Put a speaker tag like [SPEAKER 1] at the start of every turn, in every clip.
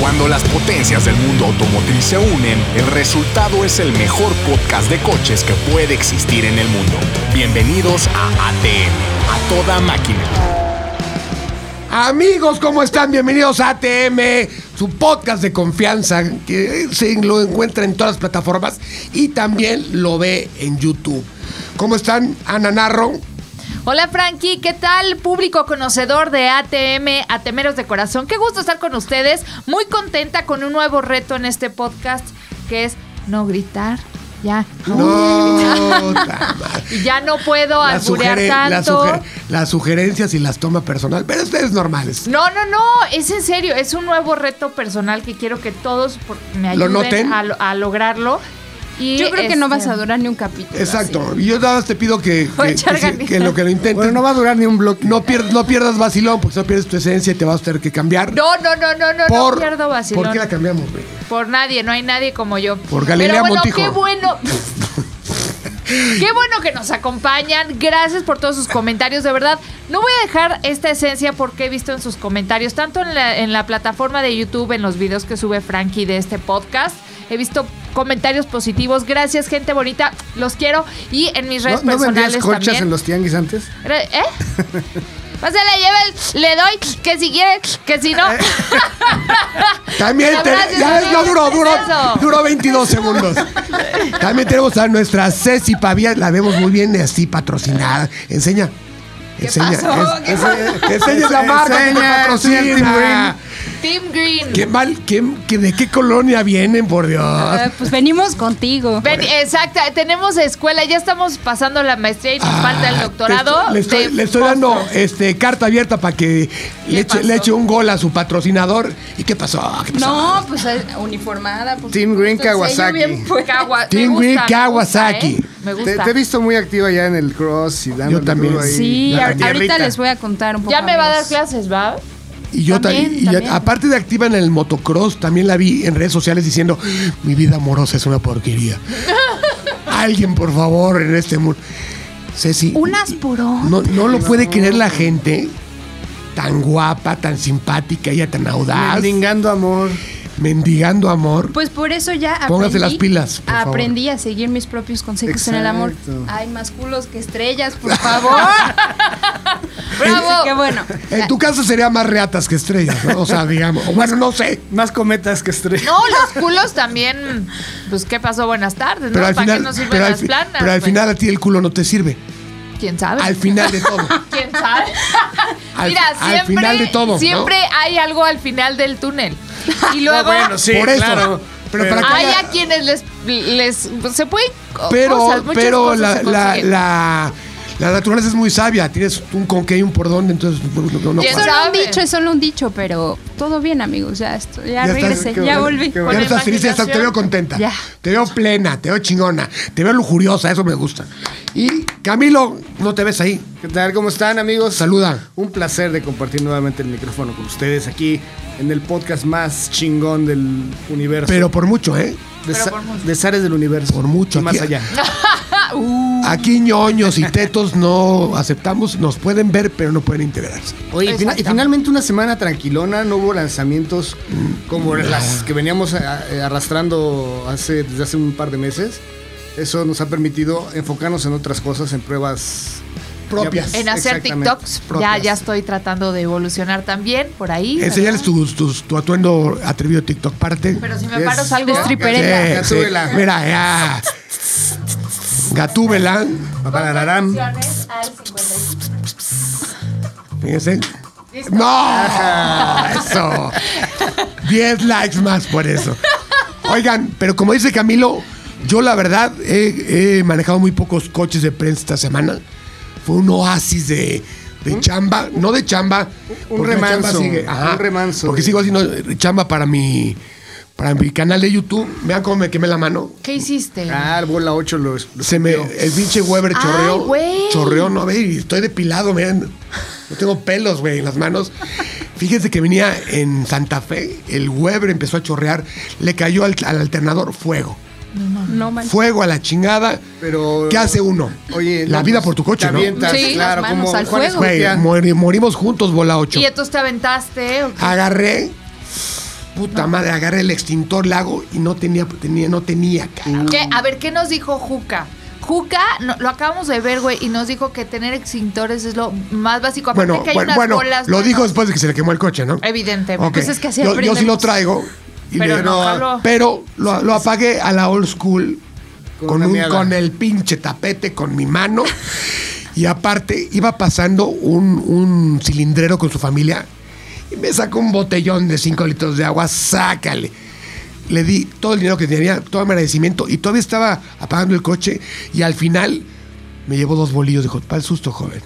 [SPEAKER 1] Cuando las potencias del mundo automotriz se unen, el resultado es el mejor podcast de coches que puede existir en el mundo. Bienvenidos a ATM, a toda máquina.
[SPEAKER 2] Amigos, ¿cómo están? Bienvenidos a ATM, su podcast de confianza, que se lo encuentra en todas las plataformas y también lo ve en YouTube. ¿Cómo están? Ana Narro.
[SPEAKER 3] Hola Frankie, ¿qué tal? Público conocedor de ATM, Atemeros de Corazón. Qué gusto estar con ustedes. Muy contenta con un nuevo reto en este podcast, que es no gritar. Ya.
[SPEAKER 2] No, ta madre.
[SPEAKER 3] Y ya no puedo
[SPEAKER 2] Las
[SPEAKER 3] alburear
[SPEAKER 2] sugere- las
[SPEAKER 3] tanto.
[SPEAKER 2] suge- las sugerencias y las toma personal, pero ustedes normales.
[SPEAKER 3] No, no, no, es en serio, es un nuevo reto personal que quiero que todos por- me
[SPEAKER 2] ¿Lo
[SPEAKER 3] ayuden
[SPEAKER 2] noten?
[SPEAKER 3] a, lo- a lograrlo. Y
[SPEAKER 4] Yo creo que no vas
[SPEAKER 3] este,
[SPEAKER 4] a durar ni un capítulo.
[SPEAKER 2] Exacto. Yo nada más te pido que,
[SPEAKER 3] Voy a
[SPEAKER 2] que,
[SPEAKER 3] echar
[SPEAKER 2] que sí-
[SPEAKER 3] ganitas.
[SPEAKER 2] que lo que lo intentes.
[SPEAKER 5] Bueno, no va a durar ni un bloque.
[SPEAKER 2] no, pier- no pierdas vacilón, porque si no pierdes tu esencia y te vas a tener que cambiar.
[SPEAKER 3] No, no, no, no, no,
[SPEAKER 2] por,
[SPEAKER 3] no pierdo vacilón.
[SPEAKER 2] ¿Por qué la cambiamos, güey?
[SPEAKER 3] Por nadie, no hay nadie como yo.
[SPEAKER 2] Por Galilea
[SPEAKER 3] Pero bueno,
[SPEAKER 2] Montijo.
[SPEAKER 3] qué bueno. Qué bueno que nos acompañan. Gracias por todos sus comentarios. De verdad, no voy a dejar esta esencia porque he visto en sus comentarios, tanto en la, en la plataforma de YouTube, en los videos que sube Frankie de este podcast. He visto comentarios positivos. Gracias, gente bonita. Los quiero. Y en mis redes
[SPEAKER 5] ¿No, no vendías
[SPEAKER 3] personales
[SPEAKER 5] colchas
[SPEAKER 3] también.
[SPEAKER 5] en los tianguis antes?
[SPEAKER 3] Re- ¿Eh? O sea, le lleve, le doy, que si quiere, que si no.
[SPEAKER 5] Eh.
[SPEAKER 2] También
[SPEAKER 3] La
[SPEAKER 2] te-
[SPEAKER 3] frase
[SPEAKER 2] ya
[SPEAKER 3] es
[SPEAKER 2] ves, no duró,
[SPEAKER 3] eso.
[SPEAKER 2] duró, duró 22 segundos. También tenemos a nuestra Ceci Pavía, la vemos muy bien así patrocinada. Enseña. Enseña.
[SPEAKER 3] pasó?
[SPEAKER 2] es-
[SPEAKER 3] ¿Qué
[SPEAKER 2] es- enseña la marca que te
[SPEAKER 5] Enseña, enseña el Team
[SPEAKER 2] patrocina.
[SPEAKER 5] Green.
[SPEAKER 3] Team Green.
[SPEAKER 2] Qué mal, qué, qué- de qué colonia vienen, por Dios.
[SPEAKER 4] Eh, pues venimos contigo.
[SPEAKER 3] Ven,
[SPEAKER 2] e-
[SPEAKER 3] exacta, tenemos escuela, ya estamos pasando la maestría y nos falta el
[SPEAKER 2] Ah,
[SPEAKER 3] doctorado.
[SPEAKER 2] te estoy- le estoy,
[SPEAKER 3] de
[SPEAKER 2] le estoy dando
[SPEAKER 3] postres.
[SPEAKER 2] este, carta abierta para que le eche,
[SPEAKER 3] pasó?
[SPEAKER 2] le eche un gol a su patrocinador. ¿Y qué pasó? ¿Qué pasó?
[SPEAKER 4] No, pues eh, uniformada. pues,
[SPEAKER 5] Team Green
[SPEAKER 4] con sello
[SPEAKER 5] Kawasaki.
[SPEAKER 4] bien puesto.
[SPEAKER 3] Kawa- Pues, me
[SPEAKER 2] Team
[SPEAKER 3] gusta,
[SPEAKER 2] Green
[SPEAKER 3] me
[SPEAKER 2] Kawasaki.
[SPEAKER 3] gusta, ¿eh? Me
[SPEAKER 5] Te,
[SPEAKER 3] gusta.
[SPEAKER 5] te he visto muy activa ya en el cross y dándole
[SPEAKER 2] también.
[SPEAKER 5] duro ahí.
[SPEAKER 4] Sí,
[SPEAKER 5] La
[SPEAKER 4] ahor-
[SPEAKER 5] tierrita.
[SPEAKER 4] ahorita les voy a contar un poco.
[SPEAKER 3] ya me va a dar
[SPEAKER 4] amigos.
[SPEAKER 3] clases, ¿va?
[SPEAKER 2] Y yo
[SPEAKER 3] También,
[SPEAKER 2] también,
[SPEAKER 3] también.
[SPEAKER 2] aparte de activa en el motocross, también la vi en redes sociales diciendo, mi vida amorosa es una porquería. Alguien, por favor, en este mundo. Ceci,
[SPEAKER 4] Unas puro.
[SPEAKER 2] no, no lo puede creer la gente. Tan guapa, tan simpática, ella tan audaz.
[SPEAKER 5] Mendigando amor.
[SPEAKER 2] Mendigando amor.
[SPEAKER 4] Pues por eso ya aprendí.
[SPEAKER 2] Póngase las pilas, por favor.
[SPEAKER 4] aprendí a seguir mis propios consejos en el amor.
[SPEAKER 5] Exacto.
[SPEAKER 4] Hay más culos que estrellas, por favor.
[SPEAKER 3] Bravo.
[SPEAKER 4] Qué bueno.
[SPEAKER 3] pues,
[SPEAKER 2] En
[SPEAKER 3] eh.
[SPEAKER 2] tu caso sería más reatas que estrellas, ¿no? O sea, digamos. o Bueno, no sé.
[SPEAKER 5] Más cometas que estrellas.
[SPEAKER 3] No, los culos también. Pues, ¿qué pasó? Buenas tardes,
[SPEAKER 2] Pero
[SPEAKER 3] ¿no?
[SPEAKER 2] al
[SPEAKER 3] ¿Para qué
[SPEAKER 2] final.
[SPEAKER 3] nos sirven
[SPEAKER 2] Pero al,
[SPEAKER 3] las
[SPEAKER 2] fi-
[SPEAKER 3] planas? pues?
[SPEAKER 2] pero al
[SPEAKER 3] güey?
[SPEAKER 2] final a ti el culo no te sirve.
[SPEAKER 3] ¿Quién sabe?
[SPEAKER 2] Al final de todo.
[SPEAKER 3] ¿Quién sabe?
[SPEAKER 2] Al-
[SPEAKER 3] Mira,
[SPEAKER 2] al
[SPEAKER 3] siempre,
[SPEAKER 2] final de todo, ¿no?
[SPEAKER 3] siempre hay algo al final del túnel. Y luego.
[SPEAKER 5] bueno, sí,
[SPEAKER 2] Por eso.
[SPEAKER 5] claro.
[SPEAKER 2] Pero para que
[SPEAKER 3] Hay
[SPEAKER 2] haya-
[SPEAKER 3] a quienes les, les pues, se pueden co-
[SPEAKER 2] Pero,
[SPEAKER 3] cosas, muchas
[SPEAKER 2] pero
[SPEAKER 3] cosas
[SPEAKER 2] la,
[SPEAKER 3] se
[SPEAKER 2] la,
[SPEAKER 3] consiguen.
[SPEAKER 2] la, la naturaleza es muy sabia. Tienes un con qué y un por dónde, entonces no, no- no
[SPEAKER 3] Y
[SPEAKER 4] Es
[SPEAKER 3] eso
[SPEAKER 2] pasa.
[SPEAKER 4] solo un
[SPEAKER 3] sabe?
[SPEAKER 4] dicho, es solo un dicho, pero todo bien, amigos. Ya, estoy-
[SPEAKER 2] Ya
[SPEAKER 4] ya,
[SPEAKER 2] estás-
[SPEAKER 4] regresé,
[SPEAKER 5] qué
[SPEAKER 4] ya
[SPEAKER 5] bueno,
[SPEAKER 4] volví.
[SPEAKER 5] qué
[SPEAKER 2] Ya
[SPEAKER 5] bueno.
[SPEAKER 2] no estás feliz, ya estás- te veo contenta.
[SPEAKER 4] Ya.
[SPEAKER 2] Te veo plena, te veo chingona, te veo lujuriosa, eso me gusta. Y Camilo, no te ves ahí.
[SPEAKER 5] ¿Qué tal? ¿Cómo están, amigos?
[SPEAKER 2] Saluda.
[SPEAKER 5] Un placer de compartir nuevamente el micrófono con ustedes aquí en el podcast más chingón del universo.
[SPEAKER 2] Pero por mucho, ¿eh?
[SPEAKER 5] de, Sa- de Zares del universo.
[SPEAKER 2] Por mucho.
[SPEAKER 5] Y más
[SPEAKER 2] Aquí-
[SPEAKER 5] allá.
[SPEAKER 2] Aquí ñoños y tetos no aceptamos, nos pueden ver, pero no pueden integrarse.
[SPEAKER 5] Oye, y fina- y finalmente una semana tranquilona, no hubo lanzamientos como las que veníamos a- a- arrastrando hace, desde hace un par de meses. Eso nos ha permitido enfocarnos en otras cosas, en pruebas
[SPEAKER 2] Propias.
[SPEAKER 3] en hacer
[SPEAKER 5] Exactamente,
[SPEAKER 3] TikToks, ya,
[SPEAKER 5] propias.
[SPEAKER 3] ya estoy tratando de evolucionar también por ahí. ¿verdad?
[SPEAKER 2] Enseñales tus- tus- tu atuendo atrevido TikTok parte.
[SPEAKER 3] Pero si me
[SPEAKER 5] Es-
[SPEAKER 3] paro salgo.
[SPEAKER 4] De stripper.
[SPEAKER 2] Sí,
[SPEAKER 5] Gatúbela.
[SPEAKER 2] sí.
[SPEAKER 5] Gatúbela.
[SPEAKER 2] Mira, ya. Gatúbela.
[SPEAKER 5] Paparararam.
[SPEAKER 2] Fíjense. ¡No! Eso. 10 likes más por eso. Oigan, pero como dice Camilo, yo la verdad he, he manejado muy pocos coches de prensa esta semana. Fue un oasis de, de chamba, no de chamba.
[SPEAKER 5] Un
[SPEAKER 2] porque la
[SPEAKER 5] remanso,
[SPEAKER 2] chamba
[SPEAKER 5] un remanso.
[SPEAKER 2] Porque sigo haciendo chamba para mi, para mi canal de YouTube. Vean cómo me quemé la mano.
[SPEAKER 3] ¿Qué hiciste?
[SPEAKER 5] Ah, el bola 8 lo, lo
[SPEAKER 2] Se me,
[SPEAKER 5] escupió.
[SPEAKER 2] el pinche Weber
[SPEAKER 3] Ay,
[SPEAKER 2] chorreó.
[SPEAKER 3] güey.
[SPEAKER 2] chorreó, no, a ver, y estoy depilado, miren. No tengo pelos, güey, en las manos. Fíjense que venía en Santa Fe, el Weber empezó a chorrear, le cayó al, al alternador fuego.
[SPEAKER 4] No manches.
[SPEAKER 2] Fuego a la chingada.
[SPEAKER 5] Pero-
[SPEAKER 2] ¿Qué hace uno?
[SPEAKER 5] Oye,
[SPEAKER 2] la
[SPEAKER 5] no,
[SPEAKER 2] vida
[SPEAKER 5] pues,
[SPEAKER 2] por tu
[SPEAKER 5] te
[SPEAKER 2] coche, ¿no?
[SPEAKER 5] avientas,
[SPEAKER 4] Sí,
[SPEAKER 5] claro,
[SPEAKER 4] las manos
[SPEAKER 5] como
[SPEAKER 4] al
[SPEAKER 5] Juan
[SPEAKER 4] fuego.
[SPEAKER 2] Güey,
[SPEAKER 5] Escutia.
[SPEAKER 2] mori- morimos juntos, bola 8.
[SPEAKER 3] Y entonces te aventaste. ¿o qué?
[SPEAKER 2] Agarré, Puta madre, agarré el extintor, la hago y no tenía, tenía, no tenía, cara.
[SPEAKER 3] ¿Qué? A ver, ¿qué nos dijo Juca? Juca, no- lo acabamos de ver, güey, y nos dijo que tener extintores es lo más básico. Aparte
[SPEAKER 2] Bueno,
[SPEAKER 3] que hay
[SPEAKER 2] bueno,
[SPEAKER 3] unas
[SPEAKER 2] bueno,
[SPEAKER 3] bolas.
[SPEAKER 2] lo
[SPEAKER 3] ¿no?
[SPEAKER 2] dijo después de que se le quemó el coche, ¿no?
[SPEAKER 3] Evidentemente.
[SPEAKER 2] Ok.
[SPEAKER 4] Pues es que así
[SPEAKER 2] yo, yo sí lo
[SPEAKER 4] aprendemos.
[SPEAKER 2] traigo. y
[SPEAKER 3] Pero
[SPEAKER 2] le-
[SPEAKER 3] no jaló.
[SPEAKER 2] pero lo, lo apagué a la old school
[SPEAKER 5] Con
[SPEAKER 2] con,
[SPEAKER 5] una
[SPEAKER 2] un-
[SPEAKER 5] miada.
[SPEAKER 2] con el pinche tapete, con mi mano. y aparte iba pasando un, un cilindrero con su familia y me sacó un botellón de 5 litros de agua, sácale. Le di todo el dinero que tenía, todo mi agradecimiento y todavía estaba apagando el coche y al final me llevó dos bolillos. Dijo, para el susto, joven.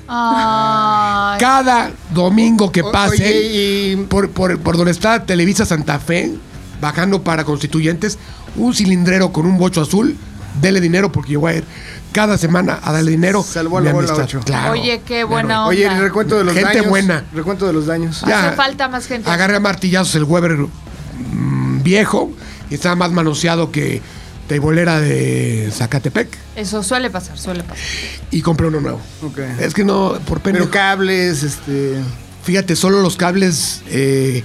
[SPEAKER 3] Ay,
[SPEAKER 2] Cada domingo que
[SPEAKER 5] O-
[SPEAKER 2] pase
[SPEAKER 5] oye, y-
[SPEAKER 2] por, por- por donde está Televisa Santa Fe, bajando para constituyentes, un cilindrero con un bocho azul, dele dinero porque yo voy a ir cada semana a darle dinero.
[SPEAKER 5] Salvó a
[SPEAKER 2] mi
[SPEAKER 5] la bola
[SPEAKER 2] amistad.
[SPEAKER 5] ocho.
[SPEAKER 2] Claro.
[SPEAKER 3] Oye, qué
[SPEAKER 2] Claro.
[SPEAKER 3] buena
[SPEAKER 5] Oye,
[SPEAKER 3] onda.
[SPEAKER 5] el recuento de los
[SPEAKER 2] Gente
[SPEAKER 5] daños.
[SPEAKER 2] buena.
[SPEAKER 5] Recuento de los daños.
[SPEAKER 2] Ya.
[SPEAKER 3] Hace falta más gente.
[SPEAKER 2] Agarré a martillazos el Weber mm, viejo y estaba más manoseado que teibolera de Zacatepec
[SPEAKER 3] Eso suele pasar, suele pasar.
[SPEAKER 2] y compré uno nuevo.
[SPEAKER 5] Ok.
[SPEAKER 2] Es que no, por pena.
[SPEAKER 5] Pero cables, este.
[SPEAKER 2] Fíjate, solo los cables eh,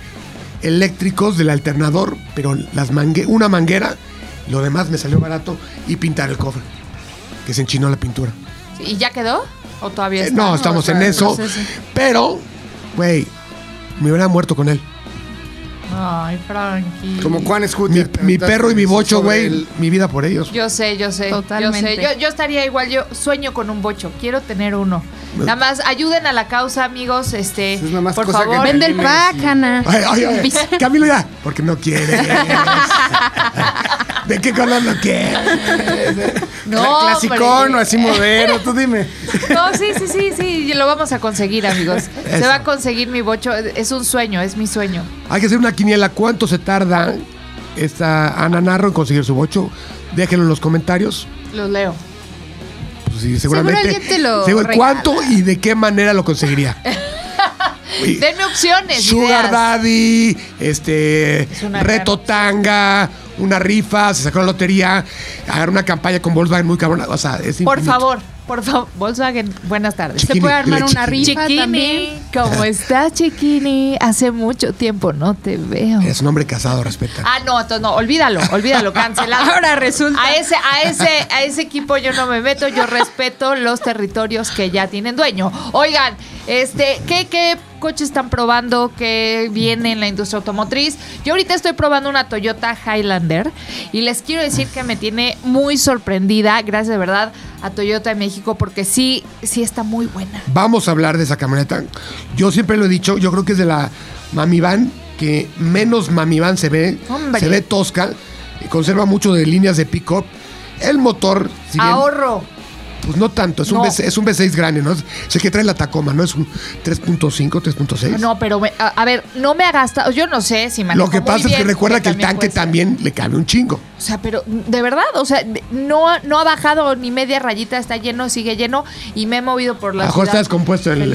[SPEAKER 2] eléctricos del alternador, pero las mangue una manguera, lo demás me salió barato y pintar el cofre, que se enchinó la pintura.
[SPEAKER 3] ¿Y ya quedó? ¿O todavía
[SPEAKER 2] Eh,
[SPEAKER 3] está?
[SPEAKER 2] no, estamos
[SPEAKER 5] está
[SPEAKER 2] en
[SPEAKER 5] en
[SPEAKER 2] eso,
[SPEAKER 4] proceso.
[SPEAKER 2] pero, güey, me hubiera muerto con él.
[SPEAKER 3] Ay, Frankie.
[SPEAKER 5] Como Juan
[SPEAKER 2] Mi,
[SPEAKER 5] Scooter.
[SPEAKER 2] mi perro y mi bocho,
[SPEAKER 5] Sobre
[SPEAKER 2] güey,
[SPEAKER 5] el-
[SPEAKER 2] mi vida por ellos.
[SPEAKER 3] Yo sé, yo sé.
[SPEAKER 4] Totalmente.
[SPEAKER 3] Yo, sé. Yo, yo estaría igual, yo sueño con un bocho, quiero tener uno.
[SPEAKER 2] Pues-
[SPEAKER 3] Nada más, ayuden a la causa, amigos, este,
[SPEAKER 5] Es nada más
[SPEAKER 3] por
[SPEAKER 5] cosa que-
[SPEAKER 3] favor.
[SPEAKER 4] Vende el pack, Ana.
[SPEAKER 2] Ay, ay, ay, Camilo ya, porque no quiere. ¿De qué color no quiere?
[SPEAKER 3] No,
[SPEAKER 5] Cla- Clasicón
[SPEAKER 3] hombre.
[SPEAKER 5] o así moderno, tú dime.
[SPEAKER 3] No, sí, sí, sí, sí, lo vamos a conseguir, amigos. Se
[SPEAKER 2] Eso.
[SPEAKER 3] va a conseguir mi bocho, es un sueño, es mi sueño.
[SPEAKER 2] Hay que hacer una quiniela. ¿Cuánto se tarda esta Ana Narro en conseguir su bocho? Déjenlo en los comentarios.
[SPEAKER 3] Los leo.
[SPEAKER 2] Pues sí,
[SPEAKER 4] Seguro
[SPEAKER 2] seguramente.
[SPEAKER 4] alguien te lo
[SPEAKER 2] Seguro-
[SPEAKER 4] regala.
[SPEAKER 2] ¿Cuánto y de qué manera lo conseguiría? Y-
[SPEAKER 3] Denme opciones,
[SPEAKER 2] Sugar
[SPEAKER 3] ideas.
[SPEAKER 2] Daddy, este
[SPEAKER 3] una
[SPEAKER 2] Reto Tanga, una rifa, se sacó la lotería, hagan una campaña con Volkswagen muy cabrona. O sea, es
[SPEAKER 3] Por
[SPEAKER 2] infinito.
[SPEAKER 3] favor, por favor. Volkswagen, buenas tardes.
[SPEAKER 2] Chiquini,
[SPEAKER 4] Se puede armar
[SPEAKER 2] dile
[SPEAKER 4] una
[SPEAKER 2] chiquini.
[SPEAKER 4] rifa también.
[SPEAKER 3] Chiquini, ¿cómo estás, Chiquini? Hace mucho tiempo no te veo.
[SPEAKER 2] Es un hombre casado, respeta.
[SPEAKER 3] Ah, no, entonces no, olvídalo, olvídalo, cancelado.
[SPEAKER 4] Ahora resulta.
[SPEAKER 3] A ese, a ese, a ese equipo yo no me meto, yo respeto los territorios que ya tienen dueño. Oigan, este, ¿qué, qué coches están probando? ¿Qué viene en la industria automotriz? Yo ahorita estoy probando una Toyota Highlander y les quiero decir que me tiene muy sorprendida, gracias de verdad, a Toyota de México, porque sí, sí está muy buena.
[SPEAKER 2] Vamos a hablar de esa camioneta. Yo siempre lo he dicho, yo creo que es de la Mami Van que menos Mami Van se ve,
[SPEAKER 3] Hombre.
[SPEAKER 2] se ve tosca, y conserva mucho de líneas de pick-up. El motor, si bien,
[SPEAKER 3] Ahorro.
[SPEAKER 2] pues no tanto, es,
[SPEAKER 3] No.
[SPEAKER 2] Un V6, es un V6 grande, ¿no? Es es el que trae la Tacoma, ¿no? Es un 3.5, 3.6.
[SPEAKER 3] No, pero me- a, a ver, no me ha gastado. Yo no sé si me
[SPEAKER 2] lo que pasa es que recuerda que el tanque también le cabe un chingo.
[SPEAKER 3] O sea, pero de verdad, o sea, de- no, no ha bajado ni media rayita, está lleno, sigue lleno y me he movido por la
[SPEAKER 2] Ajo está
[SPEAKER 3] ciudad.
[SPEAKER 2] descompuesto el.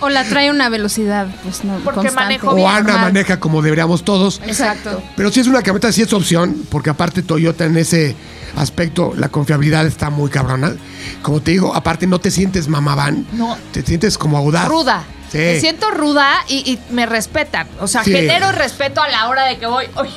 [SPEAKER 4] O la trae a una velocidad, pues no.
[SPEAKER 3] Porque
[SPEAKER 4] constante.
[SPEAKER 3] manejo bien.
[SPEAKER 2] o Ana
[SPEAKER 3] normal.
[SPEAKER 2] maneja como deberíamos todos.
[SPEAKER 3] Exacto.
[SPEAKER 2] Pero si es una camioneta, sí es opción, porque aparte Toyota en ese aspecto, la confiabilidad está muy cabrona. Como te digo, aparte no te sientes mamabán,
[SPEAKER 3] No.
[SPEAKER 2] te sientes como audaz.
[SPEAKER 3] Ruda.
[SPEAKER 2] Sí.
[SPEAKER 3] Me siento ruda y, y me respetan. O sea,
[SPEAKER 2] Sí.
[SPEAKER 3] genero respeto a la hora de que voy. Oye,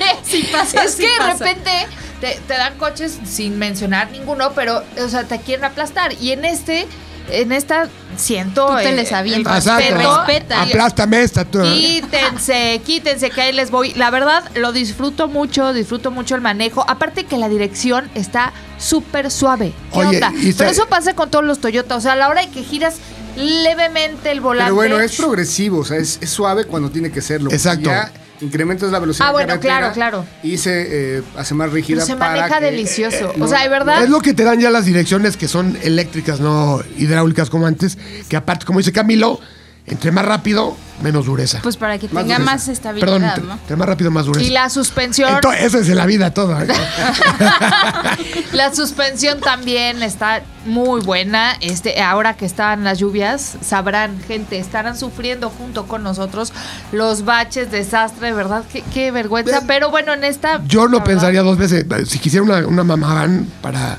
[SPEAKER 4] pasa,
[SPEAKER 3] es
[SPEAKER 4] sí
[SPEAKER 3] que de
[SPEAKER 4] pasa.
[SPEAKER 3] repente te, te dan coches sin mencionar ninguno, pero, o sea, te quieren aplastar. Y en este, en esta siento.
[SPEAKER 4] Tú te
[SPEAKER 3] eh,
[SPEAKER 4] les avientas.
[SPEAKER 2] Exacto.
[SPEAKER 3] respeto.
[SPEAKER 4] Respeta.
[SPEAKER 3] Y-
[SPEAKER 2] Aplástame esta tú.
[SPEAKER 3] Quítense, quítense, que ahí les voy. La verdad, lo disfruto mucho, disfruto mucho el manejo. Aparte que la dirección está súper suave. ¿Qué
[SPEAKER 2] Oye,
[SPEAKER 3] onda?
[SPEAKER 2] y
[SPEAKER 3] Pero
[SPEAKER 2] sa-
[SPEAKER 3] eso pasa con todos los Toyota. O sea, a la hora de que giras levemente el volante.
[SPEAKER 5] Pero bueno, es progresivo, o sea, es, es suave cuando tiene que serlo. porque
[SPEAKER 2] Exacto.
[SPEAKER 5] Ya incrementas la velocidad.
[SPEAKER 3] Ah, bueno,
[SPEAKER 5] de carretera
[SPEAKER 3] claro, claro.
[SPEAKER 5] Y se eh, hace más rígida.
[SPEAKER 3] Pero se
[SPEAKER 5] para
[SPEAKER 3] maneja
[SPEAKER 5] que- eh,
[SPEAKER 3] delicioso.
[SPEAKER 5] no,
[SPEAKER 3] o sea, de verdad.
[SPEAKER 2] Es lo que te dan ya las direcciones que son eléctricas, no hidráulicas como antes, que aparte, como dice Camilo, entre más rápido, menos dureza.
[SPEAKER 4] Pues para que
[SPEAKER 5] Más
[SPEAKER 4] tenga
[SPEAKER 5] dureza.
[SPEAKER 4] más
[SPEAKER 2] Perdón,
[SPEAKER 4] estabilidad,
[SPEAKER 2] entre,
[SPEAKER 4] ¿no?
[SPEAKER 2] entre más rápido, más dureza.
[SPEAKER 3] Y la suspensión,
[SPEAKER 2] Entonces, eso es en la vida todo. ¿eh?
[SPEAKER 3] la suspensión también está muy buena. Este, ahora que están las lluvias, sabrán, gente, estarán sufriendo junto con nosotros los baches, desastre, ¿verdad? Qué, qué vergüenza. Pero bueno, en esta.
[SPEAKER 2] Yo
[SPEAKER 3] la
[SPEAKER 2] no
[SPEAKER 3] verdad,
[SPEAKER 2] pensaría dos veces. Si quisiera una, una mamaban para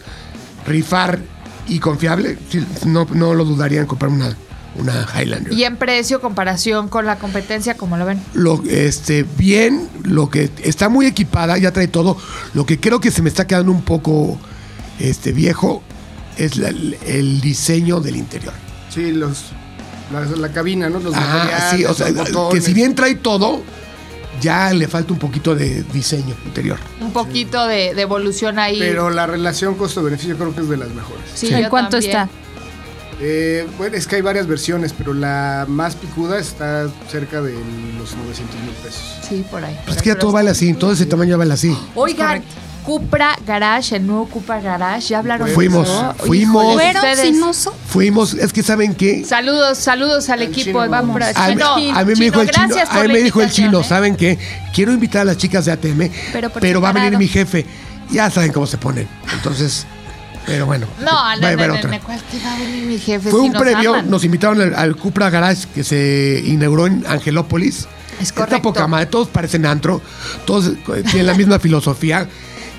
[SPEAKER 2] rifar y confiable, sí, no, no lo dudaría en comprar una, una Highlander.
[SPEAKER 3] Y en precio, comparación con la competencia, ¿cómo lo ven?
[SPEAKER 2] Lo, este, bien, lo que está muy equipada, ya trae todo. Lo que creo que se me está quedando un poco este, viejo es la- el diseño del interior.
[SPEAKER 5] Sí, los, la, la cabina, ¿no? Los
[SPEAKER 2] Ah,
[SPEAKER 5] materiales,
[SPEAKER 2] sí, o sea,
[SPEAKER 5] los
[SPEAKER 2] que
[SPEAKER 5] botones.
[SPEAKER 2] si bien trae todo, ya le falta un poquito de diseño interior.
[SPEAKER 3] Un poquito de, de evolución ahí.
[SPEAKER 5] Pero la relación costo-beneficio creo que es de las mejores.
[SPEAKER 3] Sí,
[SPEAKER 4] ¿En
[SPEAKER 3] yo
[SPEAKER 4] cuánto
[SPEAKER 3] también.
[SPEAKER 4] está?
[SPEAKER 5] Eh, bueno, es que hay varias versiones, pero la más picuda está cerca de los 900 mil pesos.
[SPEAKER 3] Sí, por ahí.
[SPEAKER 2] Pues es que ya todo vale así, todo ese tamaño vale así.
[SPEAKER 3] Oigan, Cupra Garage, el nuevo Cupra Garage, ya hablaron. de
[SPEAKER 2] Fuimos,
[SPEAKER 3] eso?
[SPEAKER 2] fuimos.
[SPEAKER 3] Híjole,
[SPEAKER 4] ¿Fueron
[SPEAKER 3] ustedes.
[SPEAKER 4] sin oso?
[SPEAKER 2] Fuimos, es que saben que
[SPEAKER 3] Saludos, saludos al
[SPEAKER 5] Al
[SPEAKER 3] equipo.
[SPEAKER 5] chino,
[SPEAKER 3] de
[SPEAKER 5] vamos.
[SPEAKER 3] Cupra.
[SPEAKER 2] a, mí-
[SPEAKER 3] Chino,
[SPEAKER 2] a mí me dijo el chino,
[SPEAKER 3] gracias
[SPEAKER 2] a
[SPEAKER 3] por
[SPEAKER 2] mí
[SPEAKER 3] la
[SPEAKER 2] me dijo el chino,
[SPEAKER 3] invitación, ¿eh?
[SPEAKER 2] ¿saben qué? Quiero invitar a las chicas de ATM, pero,
[SPEAKER 4] Pero por
[SPEAKER 2] va a venir
[SPEAKER 4] separado.
[SPEAKER 2] mi jefe. Ya saben cómo se ponen. Entonces, pero bueno. va
[SPEAKER 3] No,
[SPEAKER 2] a
[SPEAKER 3] no,
[SPEAKER 2] haber
[SPEAKER 3] no, no,
[SPEAKER 2] otra.
[SPEAKER 3] no, ¿cuál te va a venir mi jefe?
[SPEAKER 2] Fue
[SPEAKER 3] si
[SPEAKER 2] un
[SPEAKER 3] nos
[SPEAKER 2] previo,
[SPEAKER 3] aman?
[SPEAKER 2] nos invitaron al, al Cupra Garage que se inauguró en Angelópolis.
[SPEAKER 3] Es
[SPEAKER 2] Está poca
[SPEAKER 3] correcto.
[SPEAKER 2] madre, todos parecen antro, todos eh, tienen la misma filosofía